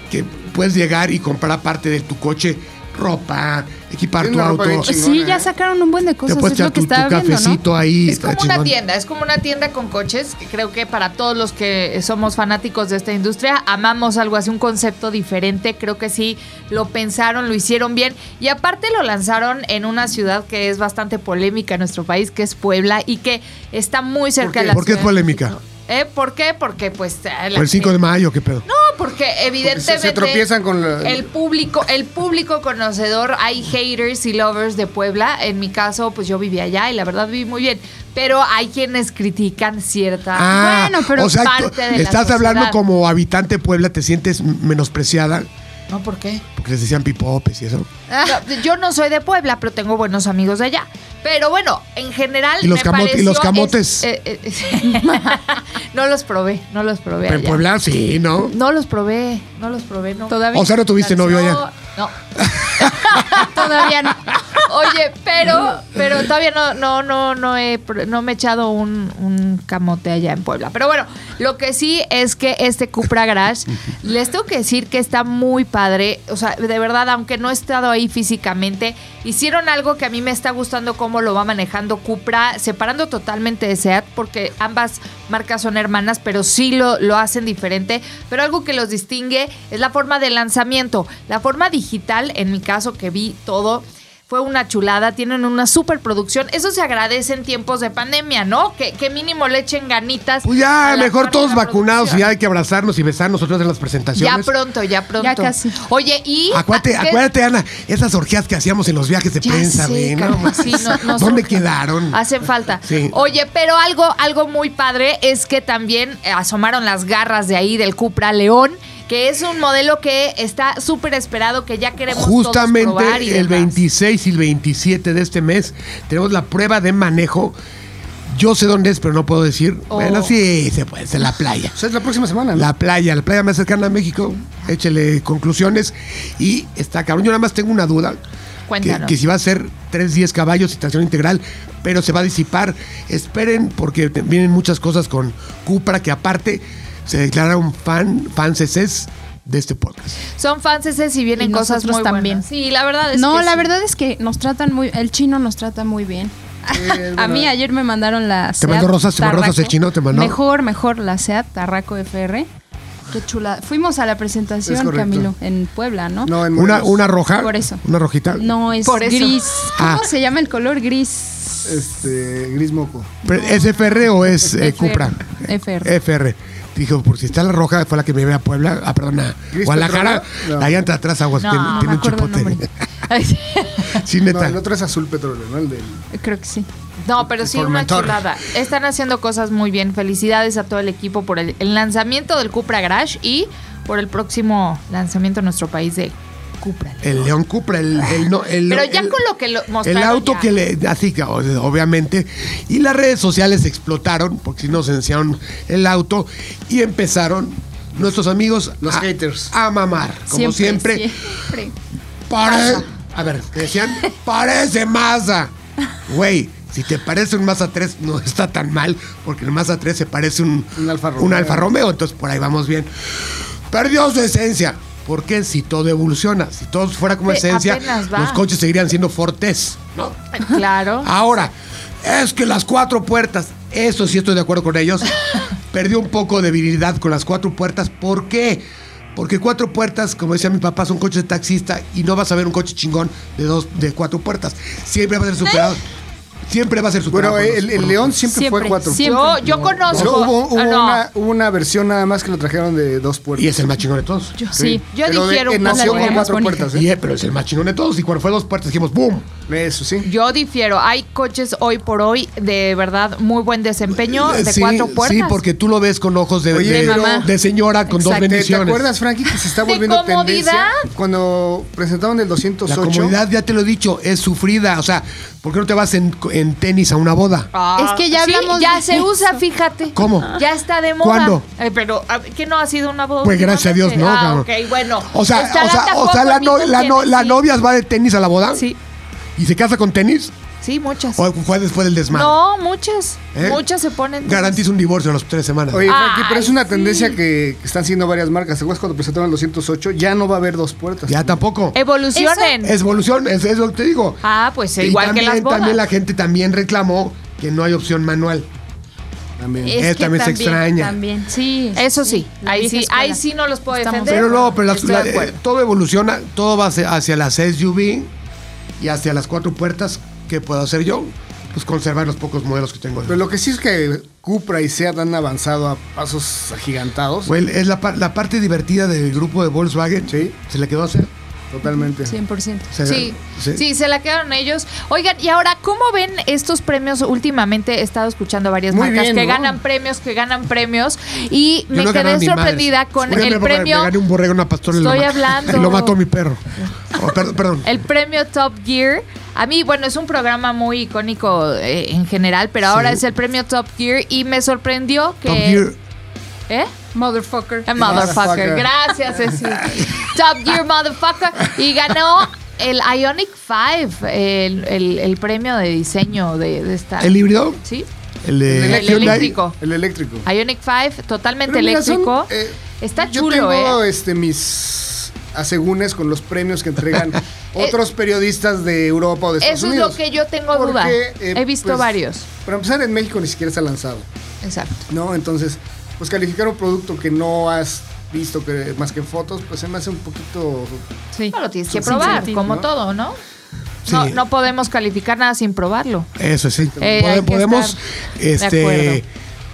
[SPEAKER 2] que puedes llegar y comprar parte de tu coche, ropa, equipar
[SPEAKER 5] Tiene
[SPEAKER 2] tu
[SPEAKER 5] una ropa bien
[SPEAKER 2] auto.
[SPEAKER 5] chingona,
[SPEAKER 4] Pues Sí, ya
[SPEAKER 5] ¿eh?
[SPEAKER 4] sacaron un buen de
[SPEAKER 2] Te
[SPEAKER 4] cosas,
[SPEAKER 2] puedes
[SPEAKER 4] es
[SPEAKER 2] echar
[SPEAKER 4] lo que
[SPEAKER 2] tu, tu
[SPEAKER 4] estaba viendo, ¿no?
[SPEAKER 2] cafecito ahí.
[SPEAKER 3] Es como
[SPEAKER 2] está
[SPEAKER 3] una
[SPEAKER 2] chingón.
[SPEAKER 3] tienda, es como una tienda con coches. que Creo que para todos los que somos fanáticos de esta industria, amamos algo así, un concepto diferente. Creo que sí, lo pensaron, lo hicieron bien. Y aparte lo lanzaron en una ciudad que es bastante polémica en nuestro país, que es Puebla, y que está muy cerca
[SPEAKER 5] qué?
[SPEAKER 3] de la
[SPEAKER 2] ¿Por qué es
[SPEAKER 3] Ciudad de
[SPEAKER 2] polémica?
[SPEAKER 3] México. ¿Eh? ¿Por qué? Porque pues... eh, la
[SPEAKER 2] Por el 5 de mayo, qué pedo.
[SPEAKER 3] no, porque evidentemente
[SPEAKER 5] se tropiezan con la-
[SPEAKER 3] el público, el público conocedor, hay haters y lovers de Puebla. En mi caso, pues yo vivía allá y la verdad viví muy bien, pero hay quienes critican cierta
[SPEAKER 2] Ah,
[SPEAKER 4] Bueno, pero
[SPEAKER 2] o sea,
[SPEAKER 3] parte
[SPEAKER 2] tú-
[SPEAKER 3] de la
[SPEAKER 2] estás
[SPEAKER 3] sociedad.
[SPEAKER 2] hablando como habitante de Puebla, te sientes menospreciada
[SPEAKER 3] No, ¿por qué?
[SPEAKER 2] porque les decían pipopes y eso.
[SPEAKER 3] No, yo no soy de Puebla, pero tengo buenos amigos de allá. Pero bueno, en general
[SPEAKER 2] ¿Y los
[SPEAKER 3] me
[SPEAKER 2] camo- y
[SPEAKER 3] pareció
[SPEAKER 2] los
[SPEAKER 3] es-
[SPEAKER 2] camotes?
[SPEAKER 3] eh, eh, no los probé, no los probé
[SPEAKER 2] Pero en
[SPEAKER 3] allá.
[SPEAKER 2] Puebla sí, ¿no?
[SPEAKER 3] No los probé, no los probé, no.
[SPEAKER 4] Todavía,
[SPEAKER 2] O sea, no tuviste novio
[SPEAKER 3] No,
[SPEAKER 2] allá.
[SPEAKER 3] No.
[SPEAKER 4] todavía no.
[SPEAKER 3] Oye, pero, pero todavía no, no, no, no he, pr- no me he echado un, un camote allá en Puebla. Pero bueno, lo que sí es que este Cupra Garage, les tengo que decir que está muy padre. O sea, de verdad, aunque no he estado ahí físicamente, hicieron algo que a mí me está gustando cómo lo va manejando Cupra, separando totalmente de SEAT, porque ambas marcas son hermanas, pero sí lo, lo hacen diferente. Pero algo que los distingue es la forma de lanzamiento. La forma digital, en mi caso, que vi todo fue una chulada, tienen una superproducción. Eso se agradece en tiempos de pandemia, ¿no? Que, que mínimo le echen ganitas.
[SPEAKER 2] Pues ya,
[SPEAKER 3] a la
[SPEAKER 2] mejor
[SPEAKER 3] parte
[SPEAKER 2] todos
[SPEAKER 3] de
[SPEAKER 2] vacunados y
[SPEAKER 3] producción.
[SPEAKER 2] hay que abrazarnos y besarnos nosotros en las presentaciones.
[SPEAKER 3] Ya pronto, ya pronto.
[SPEAKER 4] Ya casi.
[SPEAKER 3] Oye, y.
[SPEAKER 2] Acuérdate,
[SPEAKER 3] ¿qué-
[SPEAKER 2] acuérdate, Ana, esas orgías que hacíamos en los viajes de
[SPEAKER 3] Ya
[SPEAKER 2] prensa,
[SPEAKER 3] sé,
[SPEAKER 2] güey,
[SPEAKER 3] cabrón,
[SPEAKER 2] no
[SPEAKER 3] sí, no- no
[SPEAKER 2] ¿Dónde
[SPEAKER 3] surgen.
[SPEAKER 2] quedaron?
[SPEAKER 3] Hacen falta.
[SPEAKER 2] Sí.
[SPEAKER 3] Oye, pero algo, algo muy padre es que también eh, asomaron las garras de ahí del Cupra León, que es un modelo que está súper esperado, que ya queremos todos probar y
[SPEAKER 2] Justamente el
[SPEAKER 3] demás.
[SPEAKER 2] 26 y el 27 de este mes tenemos la prueba de manejo. Yo sé dónde es, pero no puedo decir.
[SPEAKER 3] Oh.
[SPEAKER 2] Bueno, sí, se puede, es en la playa.
[SPEAKER 5] O sea, es la próxima semana, ¿no?
[SPEAKER 2] La playa, la playa más cercana a México. Échele conclusiones. Y está cabrón. Yo nada más tengo una duda. Que,
[SPEAKER 3] Cuéntanos.
[SPEAKER 2] que si va a ser 3-10 caballos y tracción integral, pero se va a disipar. Esperen, porque te- vienen muchas cosas con Cupra, que aparte se declararon fan, fans de este podcast.
[SPEAKER 3] Son fans ese si vienen
[SPEAKER 4] Y
[SPEAKER 3] cosas muy
[SPEAKER 4] nosotros también.
[SPEAKER 3] buenas. Sí, la verdad es
[SPEAKER 4] No,
[SPEAKER 3] que
[SPEAKER 4] la
[SPEAKER 3] sí.
[SPEAKER 4] verdad es que nos tratan muy, el chino nos trata muy bien.
[SPEAKER 5] Eh,
[SPEAKER 4] A
[SPEAKER 5] bueno,
[SPEAKER 4] mí ayer me mandaron la
[SPEAKER 2] ¿Te mandó
[SPEAKER 4] Seat
[SPEAKER 2] rosas? ¿Te mandó
[SPEAKER 4] Tarraco.
[SPEAKER 2] rosas el chino? ¿Te mandó?
[SPEAKER 4] Mejor, mejor, la SEAT Tarraco FR. Qué chula. Fuimos a la
[SPEAKER 5] Es
[SPEAKER 4] presentación,
[SPEAKER 5] correcto.
[SPEAKER 4] Camilo, en Puebla, ¿no?
[SPEAKER 5] No, en
[SPEAKER 2] Una,
[SPEAKER 5] Morelos.
[SPEAKER 2] una roja.
[SPEAKER 4] Por eso.
[SPEAKER 2] Una rojita.
[SPEAKER 4] No, es
[SPEAKER 3] Por eso.
[SPEAKER 4] gris. ¿Cómo
[SPEAKER 2] Ah.
[SPEAKER 4] se llama el color gris?
[SPEAKER 5] Este, gris moco.
[SPEAKER 2] Pero, ¿Es FR o es eh,
[SPEAKER 4] FR.
[SPEAKER 2] Cupra?
[SPEAKER 4] FR.
[SPEAKER 2] FR. Dijo, por si está la roja, fue la que me ve a Puebla, ah, perdón, a
[SPEAKER 5] ¿Gris
[SPEAKER 2] Guadalajara,
[SPEAKER 5] petróleo? No.
[SPEAKER 2] la llanta de atrás aguas,
[SPEAKER 3] No,
[SPEAKER 2] tiene,
[SPEAKER 3] no
[SPEAKER 2] tiene
[SPEAKER 4] me
[SPEAKER 2] un
[SPEAKER 4] acuerdo el
[SPEAKER 2] chipote.
[SPEAKER 4] nombre.
[SPEAKER 3] Ay, sí.
[SPEAKER 2] Sí,
[SPEAKER 5] No,
[SPEAKER 2] neta. Ah,
[SPEAKER 5] el otro es azul petróleo, ¿no? El del...
[SPEAKER 4] Creo que sí.
[SPEAKER 3] No, pero sí,
[SPEAKER 5] Por
[SPEAKER 3] una
[SPEAKER 5] mentor.
[SPEAKER 3] chulada. Están haciendo cosas muy bien. Felicidades a todo el equipo por el, el lanzamiento del Cupra Garage y por el próximo lanzamiento en nuestro país de Cupra.
[SPEAKER 2] El León Cupra, el, el no- el-
[SPEAKER 3] Pero ya
[SPEAKER 2] el-
[SPEAKER 3] con lo que lo
[SPEAKER 2] El
[SPEAKER 3] mostraron
[SPEAKER 2] auto
[SPEAKER 3] ya.
[SPEAKER 2] que le. Así que, o- obviamente. Y las redes sociales explotaron, porque si nos enseñaron el auto. Y empezaron nuestros amigos.
[SPEAKER 5] Los
[SPEAKER 2] a-
[SPEAKER 5] haters.
[SPEAKER 2] A mamar. Como siempre.
[SPEAKER 4] siempre.
[SPEAKER 2] Pare- a ver, ¿qué decían? Parece masa. Güey. Si te parece un Mazda 3, no está tan mal, porque el Mazda 3 se parece un,
[SPEAKER 5] Un Alfa Romeo.
[SPEAKER 2] un Alfa Romeo, entonces por ahí vamos bien. Perdió su esencia, porque si todo evoluciona, si todo fuera como
[SPEAKER 3] Ve,
[SPEAKER 2] esencia,
[SPEAKER 3] apenas va.
[SPEAKER 2] los coches seguirían siendo Fortes, ¿no?
[SPEAKER 3] Claro.
[SPEAKER 2] Ahora, es que las cuatro puertas, eso sí estoy de acuerdo con ellos, perdió un poco de virilidad con las cuatro puertas. ¿Por qué? Porque cuatro puertas, como decía mi papá, son coches de taxista y no vas a ver un coche chingón de dos, de cuatro puertas. Siempre va a ser superado.
[SPEAKER 3] ¿Eh?
[SPEAKER 2] Siempre va a ser superado.
[SPEAKER 5] Bueno,
[SPEAKER 2] por los-
[SPEAKER 5] el,
[SPEAKER 2] pues,
[SPEAKER 5] el
[SPEAKER 2] por los-
[SPEAKER 5] León siempre, fue
[SPEAKER 4] Siempre,
[SPEAKER 5] cuatro.
[SPEAKER 4] siempre.
[SPEAKER 3] Yo, yo
[SPEAKER 4] No,
[SPEAKER 3] conozco.
[SPEAKER 5] Pero hubo, hubo
[SPEAKER 3] Ah, no.
[SPEAKER 5] una, hubo una versión nada más que lo trajeron de dos puertas.
[SPEAKER 2] Y es el más chingón de todos.
[SPEAKER 4] Yo sí.
[SPEAKER 3] Yo
[SPEAKER 5] Pero de-
[SPEAKER 3] difiero
[SPEAKER 5] eh,
[SPEAKER 3] un poco,
[SPEAKER 5] Nació
[SPEAKER 4] la
[SPEAKER 3] ¿eh?
[SPEAKER 4] más
[SPEAKER 5] con cuatro
[SPEAKER 4] bonita.
[SPEAKER 5] puertas,
[SPEAKER 2] Y,
[SPEAKER 5] ¿eh?
[SPEAKER 2] eh, pero es el más chingón de todos. Y cuando fue dos puertas dijimos ¡boom!
[SPEAKER 5] Eso sí.
[SPEAKER 3] Yo difiero. Hay coches hoy por hoy de verdad muy buen desempeño de
[SPEAKER 2] Eh, Sí,
[SPEAKER 3] cuatro puertas.
[SPEAKER 2] Sí, porque tú lo ves con ojos de,
[SPEAKER 5] Oye,
[SPEAKER 2] de-
[SPEAKER 5] mamá.
[SPEAKER 2] de señora con
[SPEAKER 4] Exacto.
[SPEAKER 2] dos
[SPEAKER 5] ¿Te, te
[SPEAKER 2] bendiciones.
[SPEAKER 5] acuerdas, Frankie, que se está
[SPEAKER 3] De
[SPEAKER 5] volviendo tendencia?
[SPEAKER 3] comodidad.
[SPEAKER 5] Cuando presentaron el
[SPEAKER 2] La
[SPEAKER 5] 208.
[SPEAKER 2] comodidad, ya te lo he dicho, es sufrida. O sea, ¿por qué no te vas en, en tenis a una boda?
[SPEAKER 3] Ah,
[SPEAKER 4] Es que ya
[SPEAKER 3] sí,
[SPEAKER 4] hablamos
[SPEAKER 3] ya
[SPEAKER 4] de
[SPEAKER 3] se
[SPEAKER 4] eso.
[SPEAKER 3] usa, fíjate.
[SPEAKER 2] ¿Cómo?
[SPEAKER 3] Ya está de moda.
[SPEAKER 2] ¿Cuándo?
[SPEAKER 3] Eh, pero a- que no ha sido una boda.
[SPEAKER 2] Pues gracias a Dios, no,
[SPEAKER 3] Ah,
[SPEAKER 2] cabrón.
[SPEAKER 3] ok, bueno.
[SPEAKER 2] O sea,
[SPEAKER 3] Está
[SPEAKER 2] o sea,
[SPEAKER 3] la
[SPEAKER 2] o sea, la, no-
[SPEAKER 3] tampoco,
[SPEAKER 2] la no-
[SPEAKER 3] ni
[SPEAKER 2] la
[SPEAKER 3] tú
[SPEAKER 2] novia va de tenis a la boda
[SPEAKER 3] quieres, Sí,
[SPEAKER 2] y se casa con tenis.
[SPEAKER 3] sí, muchas.
[SPEAKER 2] ¿O fue después del desmadre?
[SPEAKER 3] No, muchas.
[SPEAKER 2] pues, ¿Eh?
[SPEAKER 3] Muchas se ponen.
[SPEAKER 2] Garantiza un divorcio a las tres semanas.
[SPEAKER 5] Oye, Frankie, pero es
[SPEAKER 3] Ay,
[SPEAKER 5] una
[SPEAKER 3] sí.
[SPEAKER 5] tendencia que, que están haciendo varias marcas. ¿Te acuerdas cuando presentaron el 208? Ya no va a haber dos puertas.
[SPEAKER 2] ya tampoco.
[SPEAKER 3] Evolucionen.
[SPEAKER 2] Es evolución, es, es lo que te digo.
[SPEAKER 3] Eh, Ah, pues
[SPEAKER 2] Y
[SPEAKER 3] igual
[SPEAKER 2] también,
[SPEAKER 3] que las bodas.
[SPEAKER 2] También la gente también reclamó que no hay opción manual.
[SPEAKER 5] También.
[SPEAKER 4] Es
[SPEAKER 2] Eh,
[SPEAKER 4] que
[SPEAKER 2] también se extraña.
[SPEAKER 4] También, sí.
[SPEAKER 3] Eso sí,
[SPEAKER 4] la
[SPEAKER 3] ahí
[SPEAKER 4] vieja
[SPEAKER 3] sí,
[SPEAKER 4] escuela.
[SPEAKER 3] ahí sí no los puedo
[SPEAKER 4] Estamos
[SPEAKER 3] defender.
[SPEAKER 2] Pero no, pero las-
[SPEAKER 3] Estoy
[SPEAKER 2] la-
[SPEAKER 3] de acuerdo.
[SPEAKER 2] eh, todo evoluciona, todo va hacia, hacia las SUV y hacia las cuatro puertas que puedo hacer yo. Pues conservar los pocos modelos que tengo.
[SPEAKER 5] Pero lo que sí es que Cupra y Seat han avanzado a pasos agigantados.
[SPEAKER 2] Güey, es la, par- la parte divertida del grupo de Volkswagen.
[SPEAKER 5] Sí.
[SPEAKER 2] Se le quedó a hacer.
[SPEAKER 5] Totalmente.
[SPEAKER 2] Eh,
[SPEAKER 4] 100%.
[SPEAKER 2] Se-
[SPEAKER 3] Sí,
[SPEAKER 2] se-
[SPEAKER 3] sí, se la quedaron ellos. Oigan, y ahora, ¿cómo ven estos premios? Últimamente he estado escuchando varias
[SPEAKER 5] Muy
[SPEAKER 3] marcas
[SPEAKER 5] bien,
[SPEAKER 3] que
[SPEAKER 5] ¿no?
[SPEAKER 3] ganan premios, que ganan premios, y
[SPEAKER 2] yo
[SPEAKER 3] me
[SPEAKER 2] no he ganado
[SPEAKER 3] quedé
[SPEAKER 2] ni
[SPEAKER 3] sorprendida
[SPEAKER 2] madres.
[SPEAKER 3] con
[SPEAKER 2] Una
[SPEAKER 3] el
[SPEAKER 2] época me
[SPEAKER 3] premio,
[SPEAKER 2] gané un borrego, una pastora y lo
[SPEAKER 3] Estoy
[SPEAKER 2] ma-
[SPEAKER 3] hablando.
[SPEAKER 2] Y lo mató mi perro. Oh, perdón, perdón.
[SPEAKER 3] el premio Top Gear. A mí, bueno, es un programa muy icónico eh, en general, pero
[SPEAKER 2] Sí.
[SPEAKER 3] ahora es el premio Top Gear y me sorprendió que...
[SPEAKER 2] Top Gear.
[SPEAKER 3] ¿Eh?
[SPEAKER 4] Motherfucker.
[SPEAKER 3] A motherfucker.
[SPEAKER 5] Motherfucker.
[SPEAKER 3] Gracias, Ceci. Top Gear Motherfucker. Y ganó el Ionic 5, el, el- el premio de diseño de, de esta.
[SPEAKER 2] ¿El híbrido?
[SPEAKER 3] ¿Sí?
[SPEAKER 2] El, de
[SPEAKER 3] Ah. El
[SPEAKER 2] Hyundai.
[SPEAKER 3] eléctrico.
[SPEAKER 5] El eléctrico.
[SPEAKER 3] Ionic 5, totalmente
[SPEAKER 5] Pero mira, son,
[SPEAKER 3] eléctrico.
[SPEAKER 5] eh,
[SPEAKER 3] Está
[SPEAKER 5] yo
[SPEAKER 3] chulo,
[SPEAKER 5] tengo,
[SPEAKER 3] ¿eh?
[SPEAKER 5] este, mis asegúnes con los premios que entregan otros periodistas de Europa o de
[SPEAKER 3] Eh,
[SPEAKER 5] Estados
[SPEAKER 3] Eso es
[SPEAKER 5] Unidos.
[SPEAKER 3] lo que yo tengo
[SPEAKER 5] Porque,
[SPEAKER 3] duda.
[SPEAKER 5] eh,
[SPEAKER 3] He visto
[SPEAKER 5] pues,
[SPEAKER 3] varios.
[SPEAKER 5] Para empezar, en México ni siquiera se ha lanzado,
[SPEAKER 3] Exacto.
[SPEAKER 5] ¿no? Entonces, pues calificar un producto que no has visto que, más que en fotos, pues se me hace un poquito...
[SPEAKER 4] Sí.
[SPEAKER 3] No lo tienes que
[SPEAKER 4] Sin
[SPEAKER 3] probar,
[SPEAKER 4] sentido,
[SPEAKER 3] como
[SPEAKER 5] ¿no?
[SPEAKER 3] todo, ¿no?
[SPEAKER 2] Sí.
[SPEAKER 3] No, no podemos calificar nada sin probarlo.
[SPEAKER 2] Eso sí.
[SPEAKER 3] Eh,
[SPEAKER 2] Pode-
[SPEAKER 3] hay que
[SPEAKER 2] podemos
[SPEAKER 3] estar de
[SPEAKER 2] este,
[SPEAKER 3] acuerdo.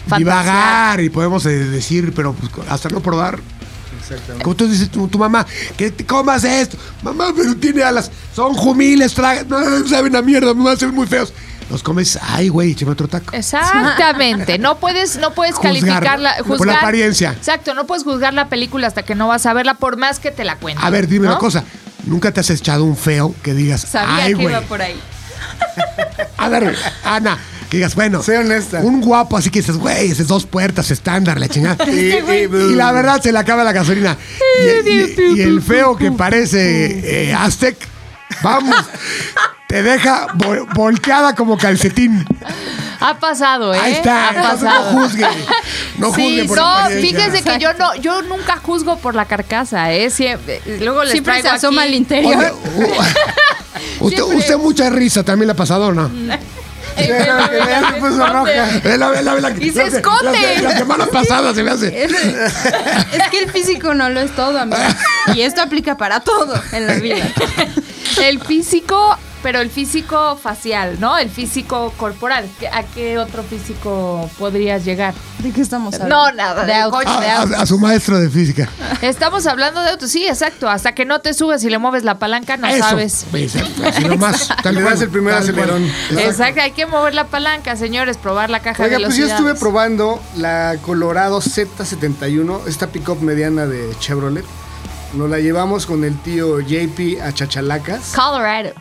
[SPEAKER 3] Fantasear.
[SPEAKER 2] divagar y podemos eh, decir, pero pues, hasta no probar.
[SPEAKER 5] Exactamente.
[SPEAKER 2] Como tú dices, tu, tu mamá, que te comas esto. Mamá, pero tiene alas. Son jumiles, tragan. No, no saben a mierda, me van a ser muy feos. Los comes, ay, güey, échame otro taco.
[SPEAKER 3] Exactamente. No puedes, no puedes
[SPEAKER 2] Juzgar.
[SPEAKER 3] calificarla.
[SPEAKER 2] Por la
[SPEAKER 3] Juzgar,
[SPEAKER 2] apariencia.
[SPEAKER 3] Exacto, no puedes juzgar la película hasta que no vas a verla, por más que te la cuenten.
[SPEAKER 2] A ver, dime
[SPEAKER 3] ¿no?
[SPEAKER 2] una cosa. ¿Nunca te has echado un feo que digas,
[SPEAKER 4] Sabía
[SPEAKER 2] ay,
[SPEAKER 4] que
[SPEAKER 2] güey?
[SPEAKER 4] iba por ahí.
[SPEAKER 2] A ver, Ana, que digas, bueno,
[SPEAKER 5] Sé honesta.
[SPEAKER 2] un guapo así que dices, güey, esas dos puertas estándar, la chingada.
[SPEAKER 5] Y-
[SPEAKER 3] Este
[SPEAKER 5] y-
[SPEAKER 2] Y la verdad se le acaba la gasolina. Y, y- y el feo que parece eh, Aztec, vamos, te deja vo- volteada como calcetín.
[SPEAKER 3] Ha pasado, ¿eh?
[SPEAKER 2] Ahí está.
[SPEAKER 3] Ha
[SPEAKER 2] entonces
[SPEAKER 3] pasado.
[SPEAKER 2] No juzgue. No
[SPEAKER 3] Sí,
[SPEAKER 2] juzgue por
[SPEAKER 3] no,
[SPEAKER 2] apariencia.
[SPEAKER 3] fíjense que yo no, yo nunca juzgo por la carcasa, ¿eh? Siempre, luego les
[SPEAKER 4] Siempre se
[SPEAKER 3] traigo
[SPEAKER 4] asoma
[SPEAKER 3] aquí-
[SPEAKER 4] al
[SPEAKER 2] Oye,
[SPEAKER 4] interior.
[SPEAKER 2] u- usted, usted mucha risa también le ha pasado, o ¿no?
[SPEAKER 3] Eh,
[SPEAKER 5] Pero
[SPEAKER 3] pero
[SPEAKER 5] que pues, vea, se puso roja.
[SPEAKER 2] Es la, es la- es la-
[SPEAKER 3] Y se
[SPEAKER 2] la- la-
[SPEAKER 3] esconde.
[SPEAKER 2] La, la semana pasada se me hace.
[SPEAKER 4] Es, es que el físico no lo es todo, amigo. Y esto aplica para todo en la vida.
[SPEAKER 3] El físico, pero el físico facial, ¿no? El físico corporal. ¿A qué otro físico podrías llegar?
[SPEAKER 4] ¿De qué estamos
[SPEAKER 3] No,
[SPEAKER 4] hablando?
[SPEAKER 3] nada.
[SPEAKER 4] De
[SPEAKER 3] de
[SPEAKER 4] autos.
[SPEAKER 3] coche,
[SPEAKER 2] A,
[SPEAKER 3] de autos.
[SPEAKER 2] a- a su maestro de física.
[SPEAKER 3] Estamos hablando de autos, sí, exacto. Hasta que no te subes y le mueves la palanca, no
[SPEAKER 2] Eso.
[SPEAKER 3] sabes.
[SPEAKER 2] Pues, así nomás, tal
[SPEAKER 5] Le das
[SPEAKER 2] cual,
[SPEAKER 5] el primer
[SPEAKER 2] tal cual.
[SPEAKER 5] acelerón.
[SPEAKER 3] Exacto. hay que mover la palanca, señores, probar la caja
[SPEAKER 5] Oiga,
[SPEAKER 3] de
[SPEAKER 5] pues yo
[SPEAKER 3] velocidades.
[SPEAKER 5] estuve probando la Colorado Z71, esta pickup mediana de Chevrolet. Nos la llevamos con el tío JP a Chachalacas.
[SPEAKER 3] Colorado.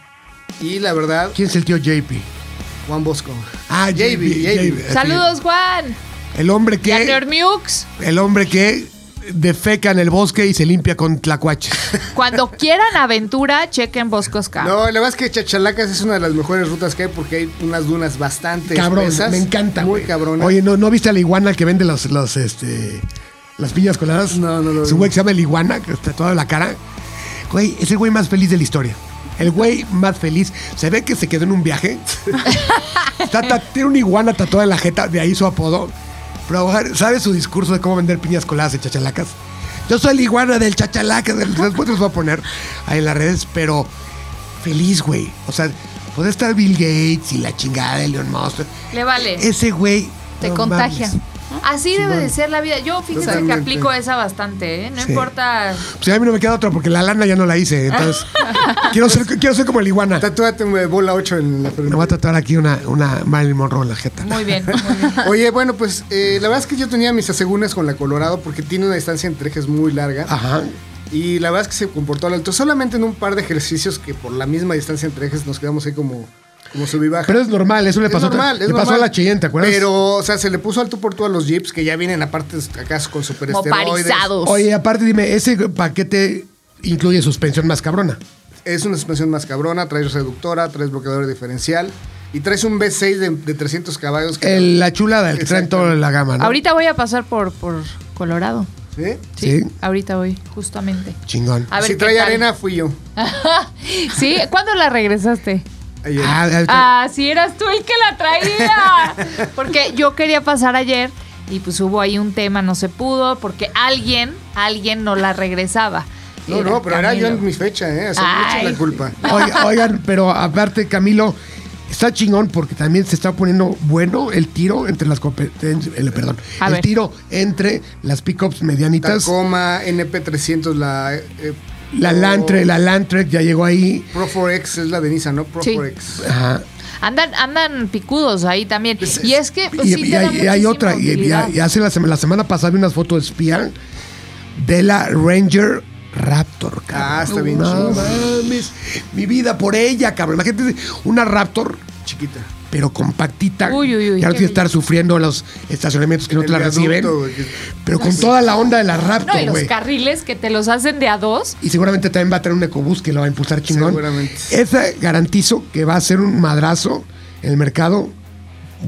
[SPEAKER 5] Y la verdad,
[SPEAKER 2] ¿Quién es el tío JP?
[SPEAKER 5] Juan Bosco.
[SPEAKER 2] Ah, JB, JB.
[SPEAKER 3] Saludos, Juan.
[SPEAKER 2] El hombre
[SPEAKER 5] Eh.
[SPEAKER 3] Y a
[SPEAKER 2] que.
[SPEAKER 3] Neormiux.
[SPEAKER 2] El hombre que defeca en el bosque y se limpia con tlacuaches.
[SPEAKER 3] Cuando quieran aventura, chequen Boscos Cab.
[SPEAKER 5] No, la verdad es que Chachalacas es una de las mejores rutas que hay porque hay unas dunas bastante
[SPEAKER 2] Cabrón,
[SPEAKER 5] espesas,
[SPEAKER 2] me encanta.
[SPEAKER 5] Muy
[SPEAKER 2] güey.
[SPEAKER 5] cabronas.
[SPEAKER 2] Oye, ¿no, ¿no viste a la iguana que vende los, los, este, las piñas coladas?
[SPEAKER 5] No, no lo
[SPEAKER 2] Es
[SPEAKER 5] vi.
[SPEAKER 2] un güey que se llama el iguana, que está toda la cara. Güey, es el güey más feliz de la historia. El güey más feliz. Se ve que se quedó en un viaje. Está ta- tiene una iguana tatuada en la jeta, de ahí su apodo. Pero sabe su discurso de cómo vender piñas coladas en chachalacas. Yo soy la iguana del chachalacas. Después los voy a poner ahí en las redes, pero feliz, güey. O sea, puede estar Bill Gates y la chingada de Leon Musk.
[SPEAKER 3] Le vale.
[SPEAKER 5] Eh,
[SPEAKER 2] Ese güey.
[SPEAKER 4] Te
[SPEAKER 2] no
[SPEAKER 4] contagia.
[SPEAKER 2] mames.
[SPEAKER 3] Así debe de ser la vida. Yo fíjense que
[SPEAKER 5] Totalmente.
[SPEAKER 3] aplico esa bastante, ¿eh? No
[SPEAKER 2] Sí.
[SPEAKER 3] importa.
[SPEAKER 2] Pues a mí no me queda otra porque la lana ya no la hice. Entonces, quiero, ser, quiero ser como el iguana.
[SPEAKER 5] Tatúate una bola 8 en la
[SPEAKER 2] Me
[SPEAKER 5] frente.
[SPEAKER 2] voy a tatuar aquí una, una Marilyn Monroe en la jeta.
[SPEAKER 3] Muy bien, muy bien.
[SPEAKER 5] Oye, bueno, pues eh, la verdad es que yo tenía mis asegúnes con la Colorado porque tiene una distancia entre ejes muy larga.
[SPEAKER 2] Ajá.
[SPEAKER 5] Y la verdad es que se comportó al alto. Solamente en un par de ejercicios que por la misma distancia entre ejes nos quedamos ahí como, como sub y baja.
[SPEAKER 2] Pero es normal, eso le
[SPEAKER 5] Es
[SPEAKER 2] pasó,
[SPEAKER 5] normal, es
[SPEAKER 2] le pasó a la
[SPEAKER 5] normal.
[SPEAKER 2] Cheyenne, ¿te acuerdas?
[SPEAKER 5] Pero, o sea, se le puso alto por tú a los jeeps que ya vienen aparte acá con superesteroides.
[SPEAKER 3] Moparizados.
[SPEAKER 2] Oye, aparte dime, ese paquete incluye suspensión más cabrona.
[SPEAKER 5] Es una suspensión más cabrona, traes reductora, traes bloqueador diferencial y traes un V6 de, de 300 caballos. que-
[SPEAKER 2] El- la chulada, el que traen
[SPEAKER 5] Exacto.
[SPEAKER 2] toda la gama, ¿no?
[SPEAKER 3] Ahorita voy a pasar por, por Colorado.
[SPEAKER 5] ¿Sí?
[SPEAKER 3] Sí, Ah,
[SPEAKER 2] Sí.
[SPEAKER 3] ahorita voy, justamente.
[SPEAKER 2] Chingón.
[SPEAKER 3] A ver
[SPEAKER 5] si
[SPEAKER 3] qué
[SPEAKER 5] trae
[SPEAKER 3] tal.
[SPEAKER 5] arena, fui yo.
[SPEAKER 3] sí, ¿cuándo la regresaste?
[SPEAKER 5] Ayer.
[SPEAKER 2] Ah, ah,
[SPEAKER 3] Ah, sí, eras tú el que la traía. Porque yo quería pasar ayer y pues hubo ahí un tema, no se pudo, porque alguien, alguien no la regresaba.
[SPEAKER 5] no, no, pero era yo en mi fecha, ¿eh? O sea, no echen
[SPEAKER 3] Ay.
[SPEAKER 5] la culpa.
[SPEAKER 2] Oiga- Oigan, pero aparte, Camilo, está chingón porque también se está poniendo bueno el tiro entre las competencias. El, perdón,
[SPEAKER 3] A
[SPEAKER 2] el
[SPEAKER 3] ver.
[SPEAKER 2] tiro entre las pickups medianitas.
[SPEAKER 5] Tacoma, NP300, la eh,
[SPEAKER 2] La Lantre, la Lantre ya llegó ahí.
[SPEAKER 5] Pro4X es la de Nissan, ¿no? Pro4X.
[SPEAKER 2] Ajá.
[SPEAKER 3] Andan, andan picudos ahí también. Y es que pues,
[SPEAKER 2] y,
[SPEAKER 3] sí
[SPEAKER 2] y
[SPEAKER 3] te da
[SPEAKER 2] hay, y hay
[SPEAKER 3] muchísima
[SPEAKER 2] otra. Y, y-
[SPEAKER 3] utilidad.
[SPEAKER 2] y hace la, sema- la semana pasada vi unas fotos de espía de la Ranger Raptor, cabrón.
[SPEAKER 5] Ah, está bien
[SPEAKER 2] No
[SPEAKER 5] chido.
[SPEAKER 2] mames, Mi vida por ella, cabrón. Imagínate una Raptor,
[SPEAKER 5] Chiquita.
[SPEAKER 2] pero compactita.
[SPEAKER 3] Uy, uy, uy,
[SPEAKER 2] Ya no tienes
[SPEAKER 3] qué
[SPEAKER 2] que estar sufriendo los estacionamientos que no
[SPEAKER 5] el
[SPEAKER 2] te la
[SPEAKER 5] viaducto,
[SPEAKER 2] reciben.
[SPEAKER 5] güey, que-
[SPEAKER 2] Pero con toda la onda de la
[SPEAKER 3] Ah, No, y
[SPEAKER 2] Raptor,
[SPEAKER 3] los
[SPEAKER 2] güey.
[SPEAKER 3] carriles que te los hacen de a dos.
[SPEAKER 2] Y seguramente también va a tener un ecobús que lo va a impulsar chingón.
[SPEAKER 5] Seguramente.
[SPEAKER 2] Esa garantizo que va a ser un madrazo en el mercado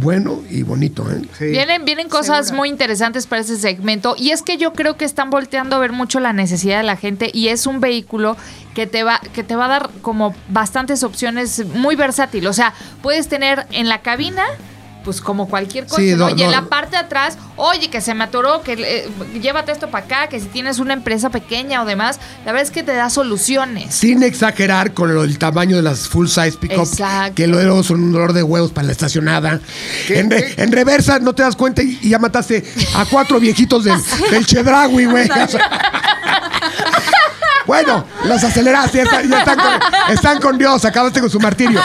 [SPEAKER 2] bueno y bonito, ¿eh?
[SPEAKER 5] Sí.
[SPEAKER 3] Vienen, vienen cosas muy interesantes para ese segmento. Y es que yo creo que están volteando a ver mucho la necesidad de la gente. Y es un vehículo que te va, que te va a dar como bastantes opciones muy versátil. O sea, puedes tener en la cabina. Pues como cualquier cosa,
[SPEAKER 2] Sí, no,
[SPEAKER 3] ¿no? Y en
[SPEAKER 2] no.
[SPEAKER 3] la parte de atrás, oye, que se me atoró, que eh, llévate esto para acá, que si tienes una empresa pequeña o demás, la verdad es que te da soluciones.
[SPEAKER 2] Sin exagerar con lo- el tamaño de las full size pickups,
[SPEAKER 3] Exacto.
[SPEAKER 2] que luego son un dolor de huevos para la estacionada.
[SPEAKER 5] ¿Qué?
[SPEAKER 2] En, re-
[SPEAKER 5] ¿Qué?
[SPEAKER 2] en reversa no te das cuenta y, y ya mataste a cuatro viejitos del, del Chedraui, güey. O sea, bueno, los aceleraste, ya, está- ya están, con, están con Dios, acabaste con su martirio.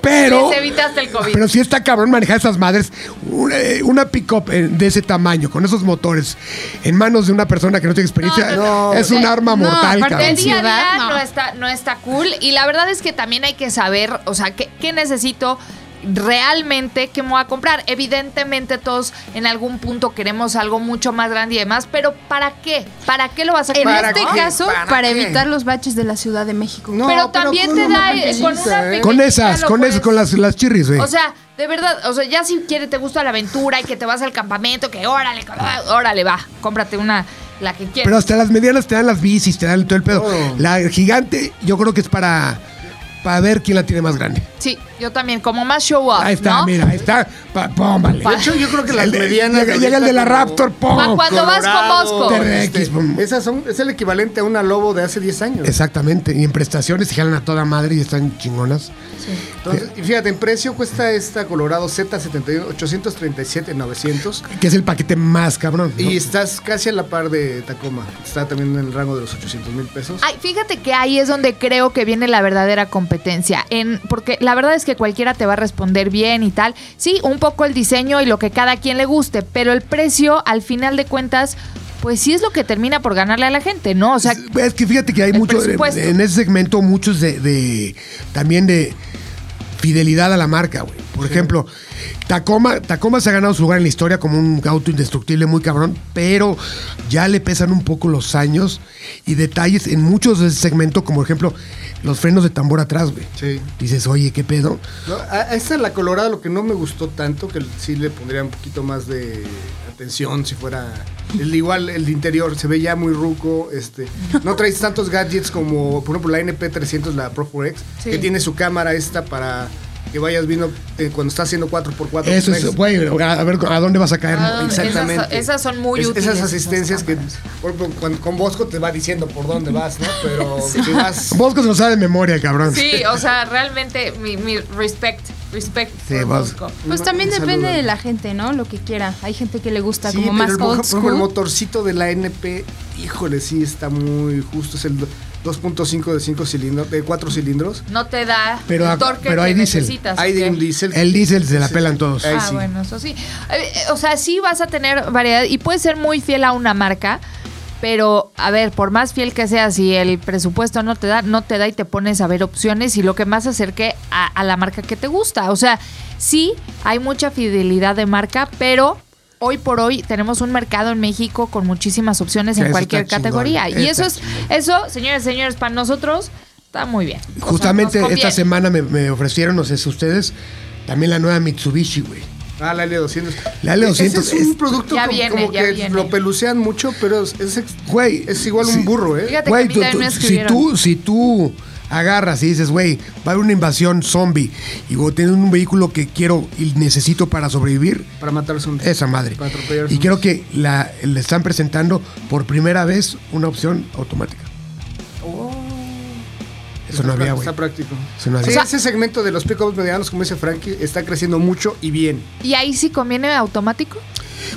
[SPEAKER 2] Pero.
[SPEAKER 3] Les evitaste el COVID.
[SPEAKER 2] Pero si está cabrón manejar esas madres, una, una pick-up eh, de ese tamaño, con esos motores, en manos de una persona que no tiene experiencia,
[SPEAKER 5] No, no,
[SPEAKER 2] es un
[SPEAKER 3] no.
[SPEAKER 2] arma
[SPEAKER 4] No,
[SPEAKER 2] mortal,
[SPEAKER 4] aparte
[SPEAKER 2] cabrón.
[SPEAKER 3] El día a día
[SPEAKER 4] Ciudad,
[SPEAKER 3] no.
[SPEAKER 4] no.
[SPEAKER 3] está, no está cool. Y la verdad es que también hay que saber, o sea, qué, qué necesito realmente, qué me voy a comprar. Evidentemente todos en algún punto queremos algo mucho más grande y demás, pero ¿para qué? ¿para qué lo vas a
[SPEAKER 4] En
[SPEAKER 3] comprar?
[SPEAKER 4] este
[SPEAKER 5] qué?
[SPEAKER 4] caso,
[SPEAKER 5] ¿Para
[SPEAKER 4] para,
[SPEAKER 5] qué?
[SPEAKER 4] evitar los baches de la Ciudad de México.
[SPEAKER 5] No,
[SPEAKER 3] pero también
[SPEAKER 5] con
[SPEAKER 3] te
[SPEAKER 5] una
[SPEAKER 3] da eh, con
[SPEAKER 5] mantelita,
[SPEAKER 3] una
[SPEAKER 5] ¿eh?
[SPEAKER 2] Con
[SPEAKER 3] pequeñita
[SPEAKER 2] esas,
[SPEAKER 3] lo
[SPEAKER 2] con esas,
[SPEAKER 3] puedes-
[SPEAKER 2] con las, las chirris, güey.
[SPEAKER 3] O sea, de verdad, o sea, ya si quiere, te gusta la aventura y que te vas al campamento, que órale, órale, va, cómprate una, la que quieras.
[SPEAKER 2] Pero hasta las medianas te dan las bicis, te dan todo el pedo.
[SPEAKER 5] Todo.
[SPEAKER 2] La gigante, yo creo que es para, para ver quién la tiene más grande.
[SPEAKER 3] sí, yo también, como más show off,
[SPEAKER 2] Ahí está,
[SPEAKER 3] Ah, ¿no?
[SPEAKER 2] mira, ahí está. Pa- pum, vale.
[SPEAKER 5] De hecho, yo creo que las
[SPEAKER 2] El de-
[SPEAKER 5] medianas.
[SPEAKER 2] Llega, llega el de la Raptor,
[SPEAKER 3] Pa'
[SPEAKER 2] ¡pum!
[SPEAKER 3] cuando vas con Bosco.
[SPEAKER 2] TRX, pum.
[SPEAKER 5] este, esas son, es el equivalente a una lobo de hace 10 años.
[SPEAKER 2] Exactamente, y en prestaciones se jalan a toda madre y están chingonas.
[SPEAKER 5] Entonces, y fíjate, en precio cuesta esta Colorado Z71, 837, 900.
[SPEAKER 2] Que es el paquete más cabrón. ¿no?
[SPEAKER 5] Y estás casi a la par de Tacoma. Está también en el rango de los 800 mil pesos.
[SPEAKER 3] Ay, fíjate que ahí es donde creo que viene la verdadera competencia. En, porque la verdad es que cualquiera te va a responder bien y tal. Sí, un poco el diseño y lo que cada quien le guste, pero el precio, al final de cuentas, pues sí es lo que termina por ganarle a la gente, ¿no? O sea,
[SPEAKER 2] es que fíjate que hay
[SPEAKER 3] el
[SPEAKER 2] muchos,
[SPEAKER 3] presupuesto.
[SPEAKER 2] en ese segmento, muchos de, de- también de fidelidad a la marca, güey. Por ejemplo, Tacoma, Tacoma se ha ganado su lugar en la historia como un auto indestructible muy cabrón, pero ya le pesan un poco los años y detalles en muchos de ese segmento, como por ejemplo los frenos de tambor atrás, güey.
[SPEAKER 5] Sí.
[SPEAKER 2] Dices, oye, ¿qué pedo?
[SPEAKER 5] No, a- a esta la colorada lo que no me gustó tanto, que sí le pondría un poquito más de atención si fuera. El, igual el de interior se ve ya muy ruco. Este, no traes tantos gadgets como, por ejemplo, la NP300, la Pro 4X,
[SPEAKER 3] Sí.
[SPEAKER 5] que tiene su cámara esta para que vayas viendo eh, cuando estás haciendo 4x4.
[SPEAKER 2] Eso es,
[SPEAKER 5] traes-
[SPEAKER 2] güey, a a ver, ¿a dónde vas a caer?
[SPEAKER 3] ¿A dónde?
[SPEAKER 5] pues, ah, Exactamente.
[SPEAKER 3] Esas- esas son muy útiles,
[SPEAKER 5] Esas
[SPEAKER 3] esas
[SPEAKER 5] asistencias que,
[SPEAKER 3] cámaras.
[SPEAKER 5] por ejemplo, cuando- con Bosco te va diciendo por dónde vas, ¿no? Pero si vas.
[SPEAKER 2] Bosco se lo sabe de memoria, cabrón.
[SPEAKER 3] Sí, o sea, realmente mi, mi respect, respect
[SPEAKER 2] Sí,
[SPEAKER 3] por
[SPEAKER 2] vas-
[SPEAKER 3] Bosco.
[SPEAKER 4] Pues también
[SPEAKER 5] Un saludo.
[SPEAKER 4] depende de la gente, ¿no? Lo que quiera. Hay gente que le gusta
[SPEAKER 5] Sí,
[SPEAKER 4] como
[SPEAKER 5] pero
[SPEAKER 4] más
[SPEAKER 5] el, moja-
[SPEAKER 4] old
[SPEAKER 5] por ejemplo, el
[SPEAKER 4] school.
[SPEAKER 5] motorcito de la NP, híjole, sí está muy justo. Es el do- 2.5 de 5 cilindros, de 4 cilindros.
[SPEAKER 3] No te da
[SPEAKER 2] Pero
[SPEAKER 3] el
[SPEAKER 2] a-
[SPEAKER 3] torque
[SPEAKER 2] pero hay
[SPEAKER 3] que
[SPEAKER 2] diésel.
[SPEAKER 3] necesitas.
[SPEAKER 5] Hay
[SPEAKER 3] ¿o qué?
[SPEAKER 5] de un diésel.
[SPEAKER 2] El diésel se la pelan todos.
[SPEAKER 5] Ahí
[SPEAKER 3] Ah,
[SPEAKER 5] sí.
[SPEAKER 3] bueno, eso sí. Eh, eh, O sea, sí vas a tener variedad y puedes ser muy fiel a una marca, pero a ver, por más fiel que seas, si el presupuesto no te da, no te da y te pones a ver opciones y lo que más se acerque a, a la marca que te gusta. O sea, sí hay mucha fidelidad de marca, pero hoy por hoy tenemos un mercado en México con muchísimas opciones
[SPEAKER 2] Sí,
[SPEAKER 3] en
[SPEAKER 2] eso
[SPEAKER 3] cualquier
[SPEAKER 2] está chingón,
[SPEAKER 3] categoría. Y
[SPEAKER 2] está
[SPEAKER 3] eso es, eso, señores, señores, para nosotros está muy bien. O sea,
[SPEAKER 2] Justamente
[SPEAKER 3] nos
[SPEAKER 2] esta
[SPEAKER 3] conviene.
[SPEAKER 2] semana me, me ofrecieron, no sé si ustedes, también la nueva Mitsubishi, güey.
[SPEAKER 5] Ah, la L200.
[SPEAKER 2] La L200
[SPEAKER 5] Ese es un
[SPEAKER 2] es-
[SPEAKER 5] producto
[SPEAKER 3] Ya
[SPEAKER 5] como,
[SPEAKER 3] viene,
[SPEAKER 5] como
[SPEAKER 3] ya
[SPEAKER 5] que
[SPEAKER 3] viene.
[SPEAKER 5] lo pelucean mucho, pero es, es ex-
[SPEAKER 2] Güey.
[SPEAKER 5] es igual un
[SPEAKER 2] sí.
[SPEAKER 5] burro, ¿eh?
[SPEAKER 3] Fíjate que a
[SPEAKER 2] Güey,
[SPEAKER 3] mí
[SPEAKER 2] tú-
[SPEAKER 3] también
[SPEAKER 2] tú-
[SPEAKER 3] me
[SPEAKER 2] si,
[SPEAKER 3] escribieron.
[SPEAKER 2] tú, si tú agarras y dices, güey, va a haber una invasión zombie y voy a tener un vehículo que quiero y necesito para sobrevivir,
[SPEAKER 5] Para matarse un.
[SPEAKER 2] esa madre.
[SPEAKER 5] Para atropellar
[SPEAKER 2] Y
[SPEAKER 5] un-
[SPEAKER 2] creo que la, le están presentando por primera vez una opción automática. Eso no
[SPEAKER 5] Oh. Está
[SPEAKER 2] había,
[SPEAKER 5] prá-
[SPEAKER 2] güey.
[SPEAKER 5] Está práctico.
[SPEAKER 2] Eso no había.
[SPEAKER 5] Sí, ese segmento de los pickups medianos, como dice Frankie, está creciendo mucho y bien.
[SPEAKER 3] ¿Y ahí sí conviene automático?